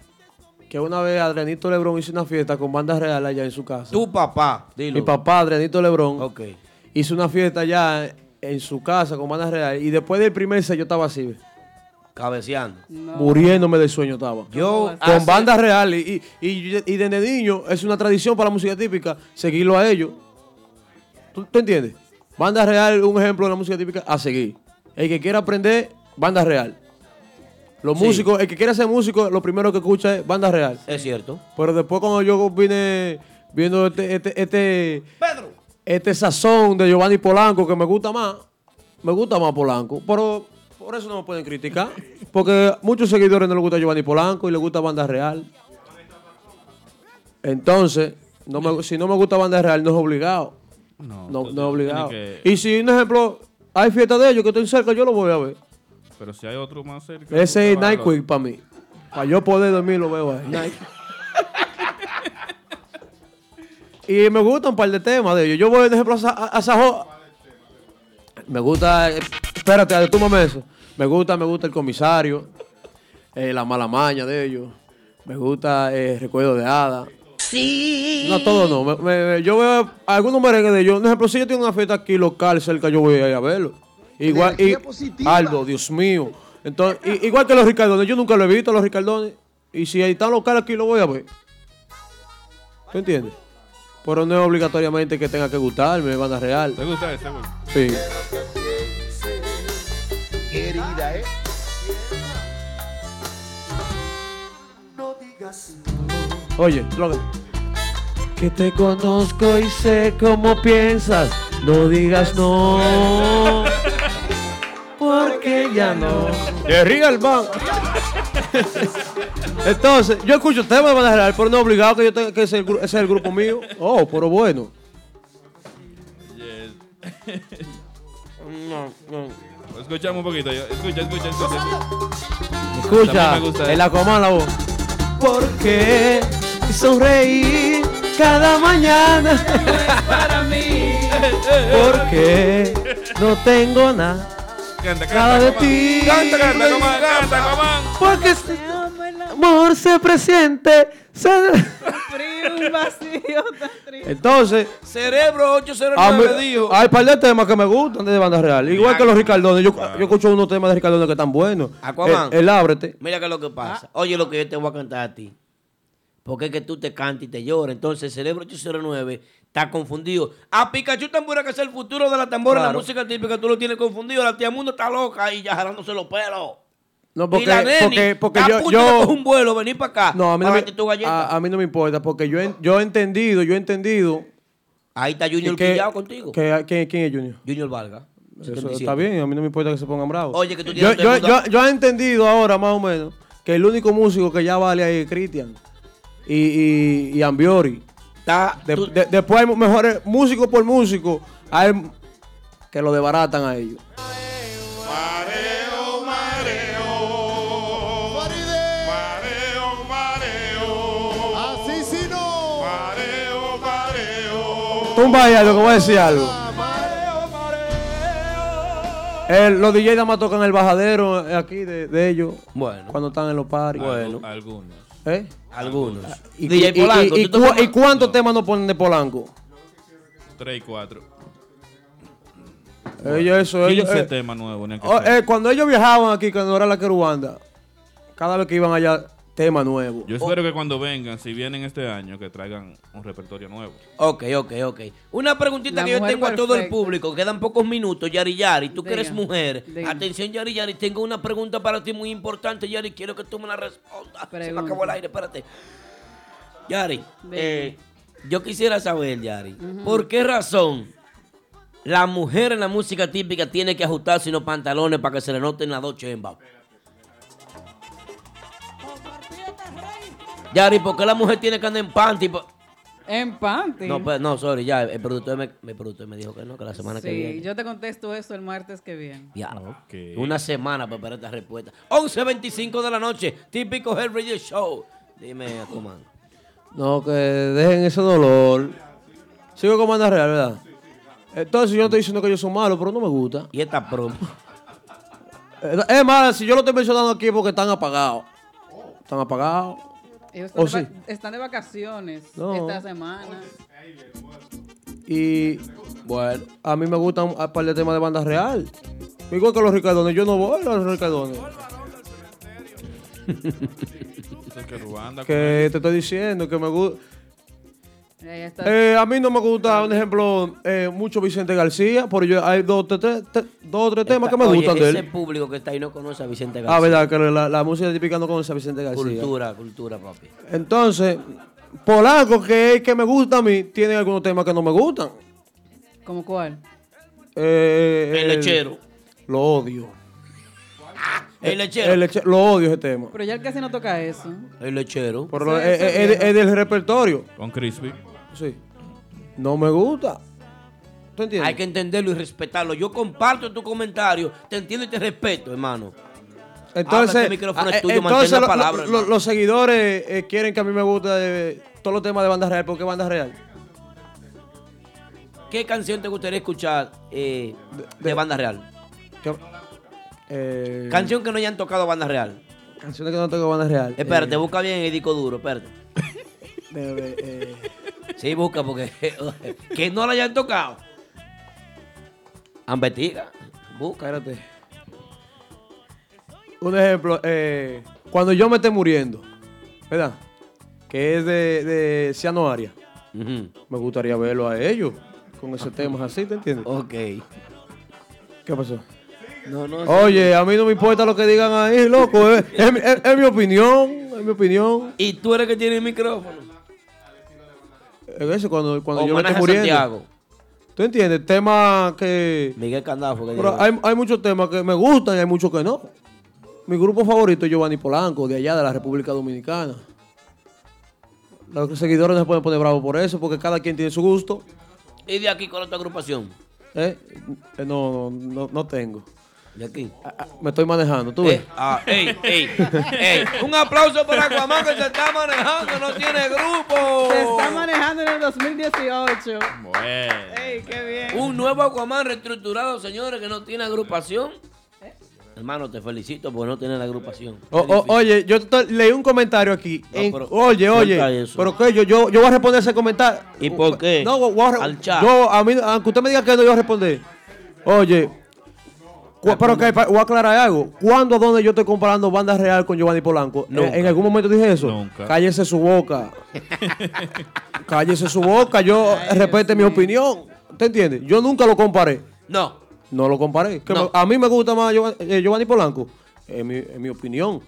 [SPEAKER 2] que una vez Adrianito Lebrón hizo una fiesta con Banda Real allá en su casa.
[SPEAKER 4] Tu papá,
[SPEAKER 2] Mi papá, Adrianito Lebrón,
[SPEAKER 4] Ok.
[SPEAKER 2] hizo una fiesta allá en su casa con Banda Real. Y después del primer set yo estaba así, ve.
[SPEAKER 4] Cabeceando.
[SPEAKER 2] muriéndome de sueño estaba.
[SPEAKER 4] Yo
[SPEAKER 2] con
[SPEAKER 4] hace-
[SPEAKER 2] bandas reales y, y, y desde niño es una tradición para la música típica seguirlo a ellos. ¿Tú, tú entiendes? Banda real, un ejemplo de la música típica a seguir. El que quiera aprender, banda real. Los
[SPEAKER 4] Sí.
[SPEAKER 2] músicos, el que quiera ser músico, lo primero que escucha es banda real.
[SPEAKER 4] Es cierto.
[SPEAKER 2] Pero después cuando yo vine viendo este, este, este,
[SPEAKER 4] Pedro.
[SPEAKER 2] este sazón de Giovanni Polanco, que me gusta más, me gusta más Polanco, pero por eso no me pueden criticar. Porque muchos seguidores no les gusta Giovanni Polanco y les gusta Banda Real. Entonces, no me- si no me gusta Banda Real, no es obligado. No, no, es obligado.
[SPEAKER 6] tienes
[SPEAKER 2] Y si, un ejemplo, hay fiesta de ellos que estoy cerca, yo lo voy a ver.
[SPEAKER 6] Pero si hay otro más cerca.
[SPEAKER 2] Ese es
[SPEAKER 6] tú te vas a
[SPEAKER 2] Night
[SPEAKER 6] la-
[SPEAKER 2] Quick para mí. Para yo poder dormir, lo veo ahí. y me gusta un par de temas de ellos. Yo voy, por ejemplo, a, Sa- a Sajo. Me gusta. eh, Espérate, Ale, túmame eso. Me gusta, me gusta el comisario. eh, la mala maña de ellos. Me gusta eh, Recuerdo de Hada.
[SPEAKER 1] Sí.
[SPEAKER 2] No, todo no. Me- me- me- yo veo algunos merengues de ellos. Por ejemplo, si yo tengo una fiesta aquí local cerca, yo voy a ir a verlo. Igual, y,
[SPEAKER 1] Energía positiva.
[SPEAKER 2] Aldo, Dios mío. Entonces, i- igual que los Ricardones, yo nunca lo he visto a los Ricardones. Y si ahí están local aquí, lo voy a ver. ¿Tú entiendes? Pero no es obligatoriamente que tenga que gustarme, banda real.
[SPEAKER 6] ¿Te gusta ese, güey?
[SPEAKER 2] Sí.
[SPEAKER 1] Querida, ¿eh?
[SPEAKER 18] estás.
[SPEAKER 2] Oye, lo que.
[SPEAKER 18] Que te conozco y sé cómo piensas. No digas no. Porque ya no.
[SPEAKER 2] Que ría el man. Entonces, yo escucho temas de banda general, pero no obligado que yo tenga que ese es el, gru- ese es el grupo mío. Oh, pero bueno.
[SPEAKER 6] Escuchamos un poquito. yo- Escucha, escucha, escucha.
[SPEAKER 2] Escucha,
[SPEAKER 6] También me gusta.
[SPEAKER 2] el Aquaman la voz.
[SPEAKER 18] Porque sonreír cada mañana.
[SPEAKER 8] Para mí.
[SPEAKER 18] Porque no tengo nada.
[SPEAKER 6] Canta,
[SPEAKER 18] Nada de ti.
[SPEAKER 6] Canta, canta, Guamán, canta, Guamán.
[SPEAKER 18] Porque si el amor se presiente. se-
[SPEAKER 5] Frío, un vacío tan triste.
[SPEAKER 2] Entonces,
[SPEAKER 4] Cerebro
[SPEAKER 2] a mí-
[SPEAKER 4] 809 dijo.
[SPEAKER 2] Ah, hay un par de temas que me gustan de banda real. Igual que los Ricardones. Yo, yo escucho unos temas de Ricardones que están buenos. Eh,
[SPEAKER 4] Aquaman.
[SPEAKER 2] El, el ábrete.
[SPEAKER 4] Mira que lo que pasa. Oye lo que yo te voy a cantar a ti. Porque es que tú te cantas y te lloras. Entonces el cerebro 809 está confundido. A Pikachu Tambora, que es el futuro de la tambora, la
[SPEAKER 2] Claro.
[SPEAKER 4] música típica, tú lo tienes confundido. La tía Mundo está loca y ya jalándose los pelos.
[SPEAKER 2] No,
[SPEAKER 4] y la
[SPEAKER 2] porque,
[SPEAKER 4] neni
[SPEAKER 2] porque, porque
[SPEAKER 4] está a
[SPEAKER 2] yo.
[SPEAKER 4] punto de
[SPEAKER 2] yo-
[SPEAKER 4] coger un vuelo, venir para acá.
[SPEAKER 2] no, a mí no,
[SPEAKER 4] Pagarte tu
[SPEAKER 2] me, a- a mí no me importa. Porque yo, he- yo he entendido, yo he entendido.
[SPEAKER 4] Ahí está Junior
[SPEAKER 2] que-
[SPEAKER 4] quillado contigo.
[SPEAKER 2] que- que- ¿Quién es Junior?
[SPEAKER 4] Junior Valga.
[SPEAKER 2] Eso
[SPEAKER 4] 77.
[SPEAKER 2] está bien, a mí no me importa que se pongan bravos.
[SPEAKER 4] Oye, que tú
[SPEAKER 2] yo,
[SPEAKER 4] tienes
[SPEAKER 2] yo,
[SPEAKER 4] todo el mundo-
[SPEAKER 2] yo, yo he entendido ahora, más o menos, que el único músico que ya vale ahí es Cristian y, y, y Ambiori. De- de- después hay mejores músico por músico hay que lo desbaratan a ellos.
[SPEAKER 1] Así sí no.
[SPEAKER 2] Tumba ahí algo, que voy a decir algo. El- los DJs nada más tocan el bajadero eh, aquí de, de ellos
[SPEAKER 4] bueno.
[SPEAKER 2] cuando están en los paris.
[SPEAKER 6] Algu- Algunos.
[SPEAKER 2] ¿Eh?
[SPEAKER 4] Algunos.
[SPEAKER 2] ¿Y, y-
[SPEAKER 6] DJ
[SPEAKER 2] y-
[SPEAKER 6] Polanco,
[SPEAKER 2] y
[SPEAKER 6] ¿tú
[SPEAKER 2] cu-
[SPEAKER 6] tocas-
[SPEAKER 2] y cuántos temas nos ponen de Polanco?
[SPEAKER 6] 3 y 4.
[SPEAKER 2] Ellos, eso, ellos,
[SPEAKER 6] 15
[SPEAKER 2] eh,
[SPEAKER 6] temas nuevos. ni que
[SPEAKER 2] Oh,
[SPEAKER 6] sea.
[SPEAKER 2] eh, cuando ellos viajaban aquí, cuando era la querubanda, cada vez que iban allá, tema nuevo.
[SPEAKER 6] Yo espero que cuando vengan, si vienen este año, que traigan un repertorio nuevo.
[SPEAKER 4] Ok, ok, ok. Una preguntita
[SPEAKER 6] La
[SPEAKER 4] que yo
[SPEAKER 6] mujer
[SPEAKER 4] tengo a todo el
[SPEAKER 6] perfecta.
[SPEAKER 4] público. Quedan pocos minutos, Yari Yari. Tú que eres
[SPEAKER 6] Diga,
[SPEAKER 4] mujer. Atención, Yari Yari. Tengo una pregunta para ti muy importante, Yari. Quiero que tú me la respondas. Se me
[SPEAKER 5] Pregunta.
[SPEAKER 4] acabó el aire, espérate. Yari,
[SPEAKER 5] Diga.
[SPEAKER 4] eh, yo quisiera saber, Yari, ¿por qué razón la mujer en la música típica tiene que ajustarse unos pantalones para que se le noten las dos chembas? Yari, ¿por qué la mujer tiene que andar en panty? pa-
[SPEAKER 5] En panty.
[SPEAKER 4] no, pues, no, sorry, ya. El productor me, mi productor me dijo que no, que la semana que
[SPEAKER 5] sí,
[SPEAKER 4] viene.
[SPEAKER 5] yo te contesto eso el martes que viene.
[SPEAKER 4] Ya. Una semana para esperar esta respuesta. 11.25 de la noche, típico Hell Radio Show. Dime, Aquaman.
[SPEAKER 2] No, que dejen ese dolor. Sigo con banda real, ¿verdad? Entonces yo no estoy diciendo que ellos son malos, pero no me gusta.
[SPEAKER 4] Y esta promo.
[SPEAKER 2] Es más, si yo lo estoy mencionando aquí es porque están apagados. Están apagados.
[SPEAKER 5] Ellos están,
[SPEAKER 2] Oh,
[SPEAKER 5] de
[SPEAKER 2] sí.
[SPEAKER 5] va- están de vacaciones
[SPEAKER 2] No.
[SPEAKER 5] esta semana.
[SPEAKER 2] Y bueno, a mí me gustan un par de temas de banda real. Igual que los Ricardones, yo no voy a los Ricardones.
[SPEAKER 6] Entonces, que Ruanda.
[SPEAKER 2] Que te estoy diciendo que me gusta.
[SPEAKER 5] Ahí está.
[SPEAKER 2] Eh, a mí no me gusta, un ejemplo, eh, mucho Vicente García, pero yo, hay dos o tres, te- dos, o tres temas que me
[SPEAKER 4] Oye,
[SPEAKER 2] gustan de él.
[SPEAKER 4] Ese público que está ahí no conoce a Vicente García.
[SPEAKER 2] Ah, verdad, que la, la música típica no conoce a Vicente García.
[SPEAKER 4] Cultura, cultura, papi.
[SPEAKER 2] Entonces, Polanco, que es el que me gusta a mí, tiene algunos temas que no me gustan.
[SPEAKER 5] ¿Cómo cuál?
[SPEAKER 2] Eh,
[SPEAKER 4] El lechero.
[SPEAKER 2] Lo odio. Eh,
[SPEAKER 4] El lechero.
[SPEAKER 2] El leche- lo odio ese tema.
[SPEAKER 5] Pero ya él casi no toca eso.
[SPEAKER 4] El lechero.
[SPEAKER 2] Pero lo-
[SPEAKER 5] Sí,
[SPEAKER 2] es,
[SPEAKER 5] sí,
[SPEAKER 2] es- es- es del repertorio.
[SPEAKER 6] Con Crispy.
[SPEAKER 2] Sí. No me gusta.
[SPEAKER 4] Hay que entenderlo y respetarlo. Yo comparto tu comentario. Te entiendo y te respeto, hermano.
[SPEAKER 2] Entonces,
[SPEAKER 4] Habla, este micrófono es
[SPEAKER 2] ah, eh,
[SPEAKER 4] tuyo,
[SPEAKER 2] entonces
[SPEAKER 4] mantén la
[SPEAKER 2] lo-
[SPEAKER 4] palabra,
[SPEAKER 2] lo-
[SPEAKER 4] hermano.
[SPEAKER 2] lo- los seguidores eh, quieren que a mí me guste eh, todos los temas de banda real. ¿Por qué banda real?
[SPEAKER 4] ¿Qué canción te gustaría escuchar eh, de, banda real?
[SPEAKER 2] Eh,
[SPEAKER 4] Canción que no hayan tocado banda real.
[SPEAKER 2] Canciones que no tengo banda real.
[SPEAKER 5] Eh.
[SPEAKER 4] Espérate, busca bien el disco duro, espérate.
[SPEAKER 2] Debe, eh,
[SPEAKER 4] Sí, busca porque que no la hayan tocado. Ambetiga, busca.
[SPEAKER 2] Eh, Espérate. un ejemplo, eh, cuando yo me esté muriendo, ¿verdad? Que es de, de Ciano Aria. Me gustaría verlo a ellos con ese tema así, ¿te entiendes?
[SPEAKER 4] Ok.
[SPEAKER 2] ¿Qué pasó?
[SPEAKER 4] No, no.
[SPEAKER 2] Oye, a mí no me importa lo que digan ahí, loco. Es, es mi- es- es mi opinión. es mi opinión.
[SPEAKER 4] Y tú eres que tiene el micrófono.
[SPEAKER 2] Es eso, cuando, cuando
[SPEAKER 4] O
[SPEAKER 2] yo me
[SPEAKER 4] maneja
[SPEAKER 2] estoy muriendo.
[SPEAKER 4] Santiago.
[SPEAKER 2] ¿Tú entiendes? Temas que...
[SPEAKER 4] Miguel Candafo. que
[SPEAKER 2] Pero
[SPEAKER 4] dijo.
[SPEAKER 2] hay, hay muchos temas que me gustan y hay muchos que no. Mi grupo favorito es Giovanni Polanco, de allá de la República Dominicana. Los seguidores no se pueden poner bravos por eso, porque cada quien tiene su gusto.
[SPEAKER 4] Y de aquí con otra agrupación.
[SPEAKER 2] ¿eh? Eh, No, no, no, no tengo. Ah,
[SPEAKER 4] ¿Y aquí?
[SPEAKER 2] Me estoy manejando, tú ves.
[SPEAKER 4] Ah, ey, ey, ey. Un aplauso para Guamán que se está manejando, no tiene grupo.
[SPEAKER 5] Se está manejando en el 2018. Ey, qué bien.
[SPEAKER 4] Un nuevo Aquaman reestructurado, señores, que no tiene agrupación.
[SPEAKER 5] ¿Eh?
[SPEAKER 4] Hermano, te felicito por no tener la agrupación.
[SPEAKER 2] O- o- oye, yo to- leí un comentario aquí. En- oye,
[SPEAKER 4] suelta
[SPEAKER 2] oye.
[SPEAKER 4] eso.
[SPEAKER 2] Pero que yo, yo, yo voy a responder ese comentario.
[SPEAKER 4] ¿Y por qué?
[SPEAKER 2] No, voy a, re-
[SPEAKER 4] Al chat.
[SPEAKER 2] yo, a mí, aunque usted me diga que no, yo voy a responder. Oye, cu- pero que pa- voy a aclarar algo. ¿Cuándo, dónde yo estoy comparando banda real con Giovanni Polanco? ¿En-
[SPEAKER 6] Nunca.
[SPEAKER 2] ¿En algún momento dije eso?
[SPEAKER 6] Nunca.
[SPEAKER 2] Cállese su boca. Cállese su boca. Yo respete mi opinión. ¿Te entiendes? Yo nunca lo comparé.
[SPEAKER 4] No.
[SPEAKER 2] No lo comparé. Que me- a mí me gusta más Giovanni, eh, Giovanni Polanco. En mi, en mi opinión.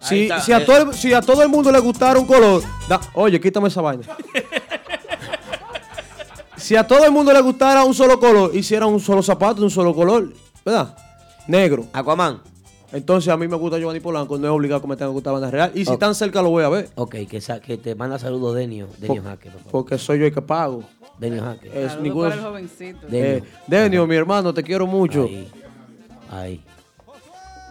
[SPEAKER 4] Ahí
[SPEAKER 2] Si,
[SPEAKER 4] está,
[SPEAKER 2] si, a
[SPEAKER 4] eh.
[SPEAKER 2] todo, el- si a todo el mundo le gustara un color, da- oye, quítame esa vaina. si a todo el mundo le gustara un solo color, hiciera un solo zapato de un solo color, ¿verdad? Negro.
[SPEAKER 4] Aquaman.
[SPEAKER 2] Entonces a mí me gusta Giovanni Polanco, no es obligado que me tenga que gustar banda real. Y si
[SPEAKER 4] Ok.
[SPEAKER 2] tan cerca lo voy a ver,
[SPEAKER 4] Ok, que, sa- que te manda saludos Denio, Denio Jaque, por favor.
[SPEAKER 2] porque soy yo el que pago.
[SPEAKER 4] Denio Jaque.
[SPEAKER 2] Es
[SPEAKER 4] Saludos
[SPEAKER 2] ninguno-
[SPEAKER 4] para el jovencito.
[SPEAKER 2] Eh, Denio, mi hermano, te quiero mucho.
[SPEAKER 4] Ahí.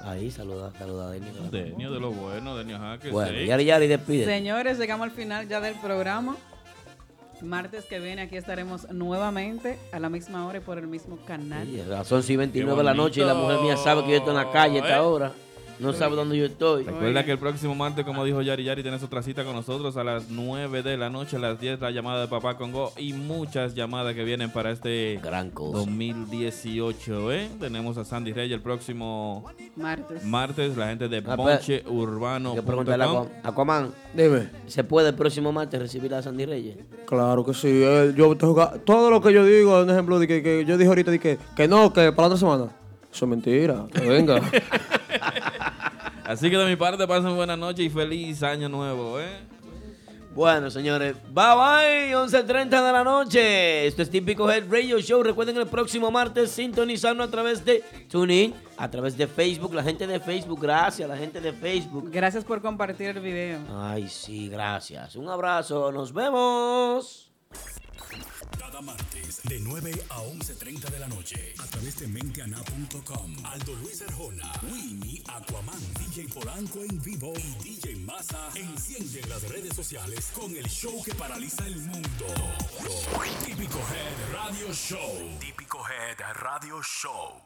[SPEAKER 4] Ahí, saluda, saluda a Denio.
[SPEAKER 6] Denio de lo bueno, Denio Jaque.
[SPEAKER 4] Bueno,
[SPEAKER 6] sí.
[SPEAKER 4] Yari Yari, despide.
[SPEAKER 5] Señores, llegamos al final ya del programa. Martes que viene aquí estaremos nuevamente a la misma hora y por el mismo canal.
[SPEAKER 4] Sí, Son 29 de la noche y la mujer mía sabe que yo estoy en la calle a
[SPEAKER 6] Eh,
[SPEAKER 4] esta hora. No sabe dónde yo estoy.
[SPEAKER 6] Recuerda que el próximo martes, como dijo Yari Yari, tienes otra cita con nosotros a las 9 de la noche, a las 10 la llamada de Papá Congo y muchas llamadas que vienen para este 2018. ¿eh? Tenemos a Sandy Rey el próximo
[SPEAKER 5] Martes.
[SPEAKER 6] martes, la gente de
[SPEAKER 4] Ah,
[SPEAKER 6] Ponche
[SPEAKER 4] pe-
[SPEAKER 6] Urbano.
[SPEAKER 4] Hay que preguntarle a
[SPEAKER 6] punto com.
[SPEAKER 4] Aqua- Aquaman.
[SPEAKER 2] Dime.
[SPEAKER 4] ¿Se puede el próximo martes recibir a Sandy Reyes?
[SPEAKER 2] Claro que sí. eh, yo te jugaba- todo lo que yo digo, un ejemplo de que, que yo dije ahorita de que, que no, que para la otra semana. Eso es mentira. Que venga.
[SPEAKER 6] Así que de mi parte, pasen buena noche y feliz año nuevo. ¿eh?
[SPEAKER 4] Bueno, señores, bye bye, 11.30 de la noche. Esto es Típico Head Radio Show. Recuerden el próximo martes sintonizarnos a través de TuneIn, a través de Facebook. La gente de Facebook, gracias, la gente de Facebook.
[SPEAKER 5] Gracias por compartir el video.
[SPEAKER 4] Ay, sí, gracias. Un abrazo, nos vemos.
[SPEAKER 3] Cada martes de 9 a 11.30 de la noche a través de menteana.com. Aldo Luis Arjona, Winnie, Aquaman, DJ Polanco en vivo y DJ Massa encienden las redes sociales con el show que paraliza el mundo. Típico Head Radio Show. Típico Head Radio Show.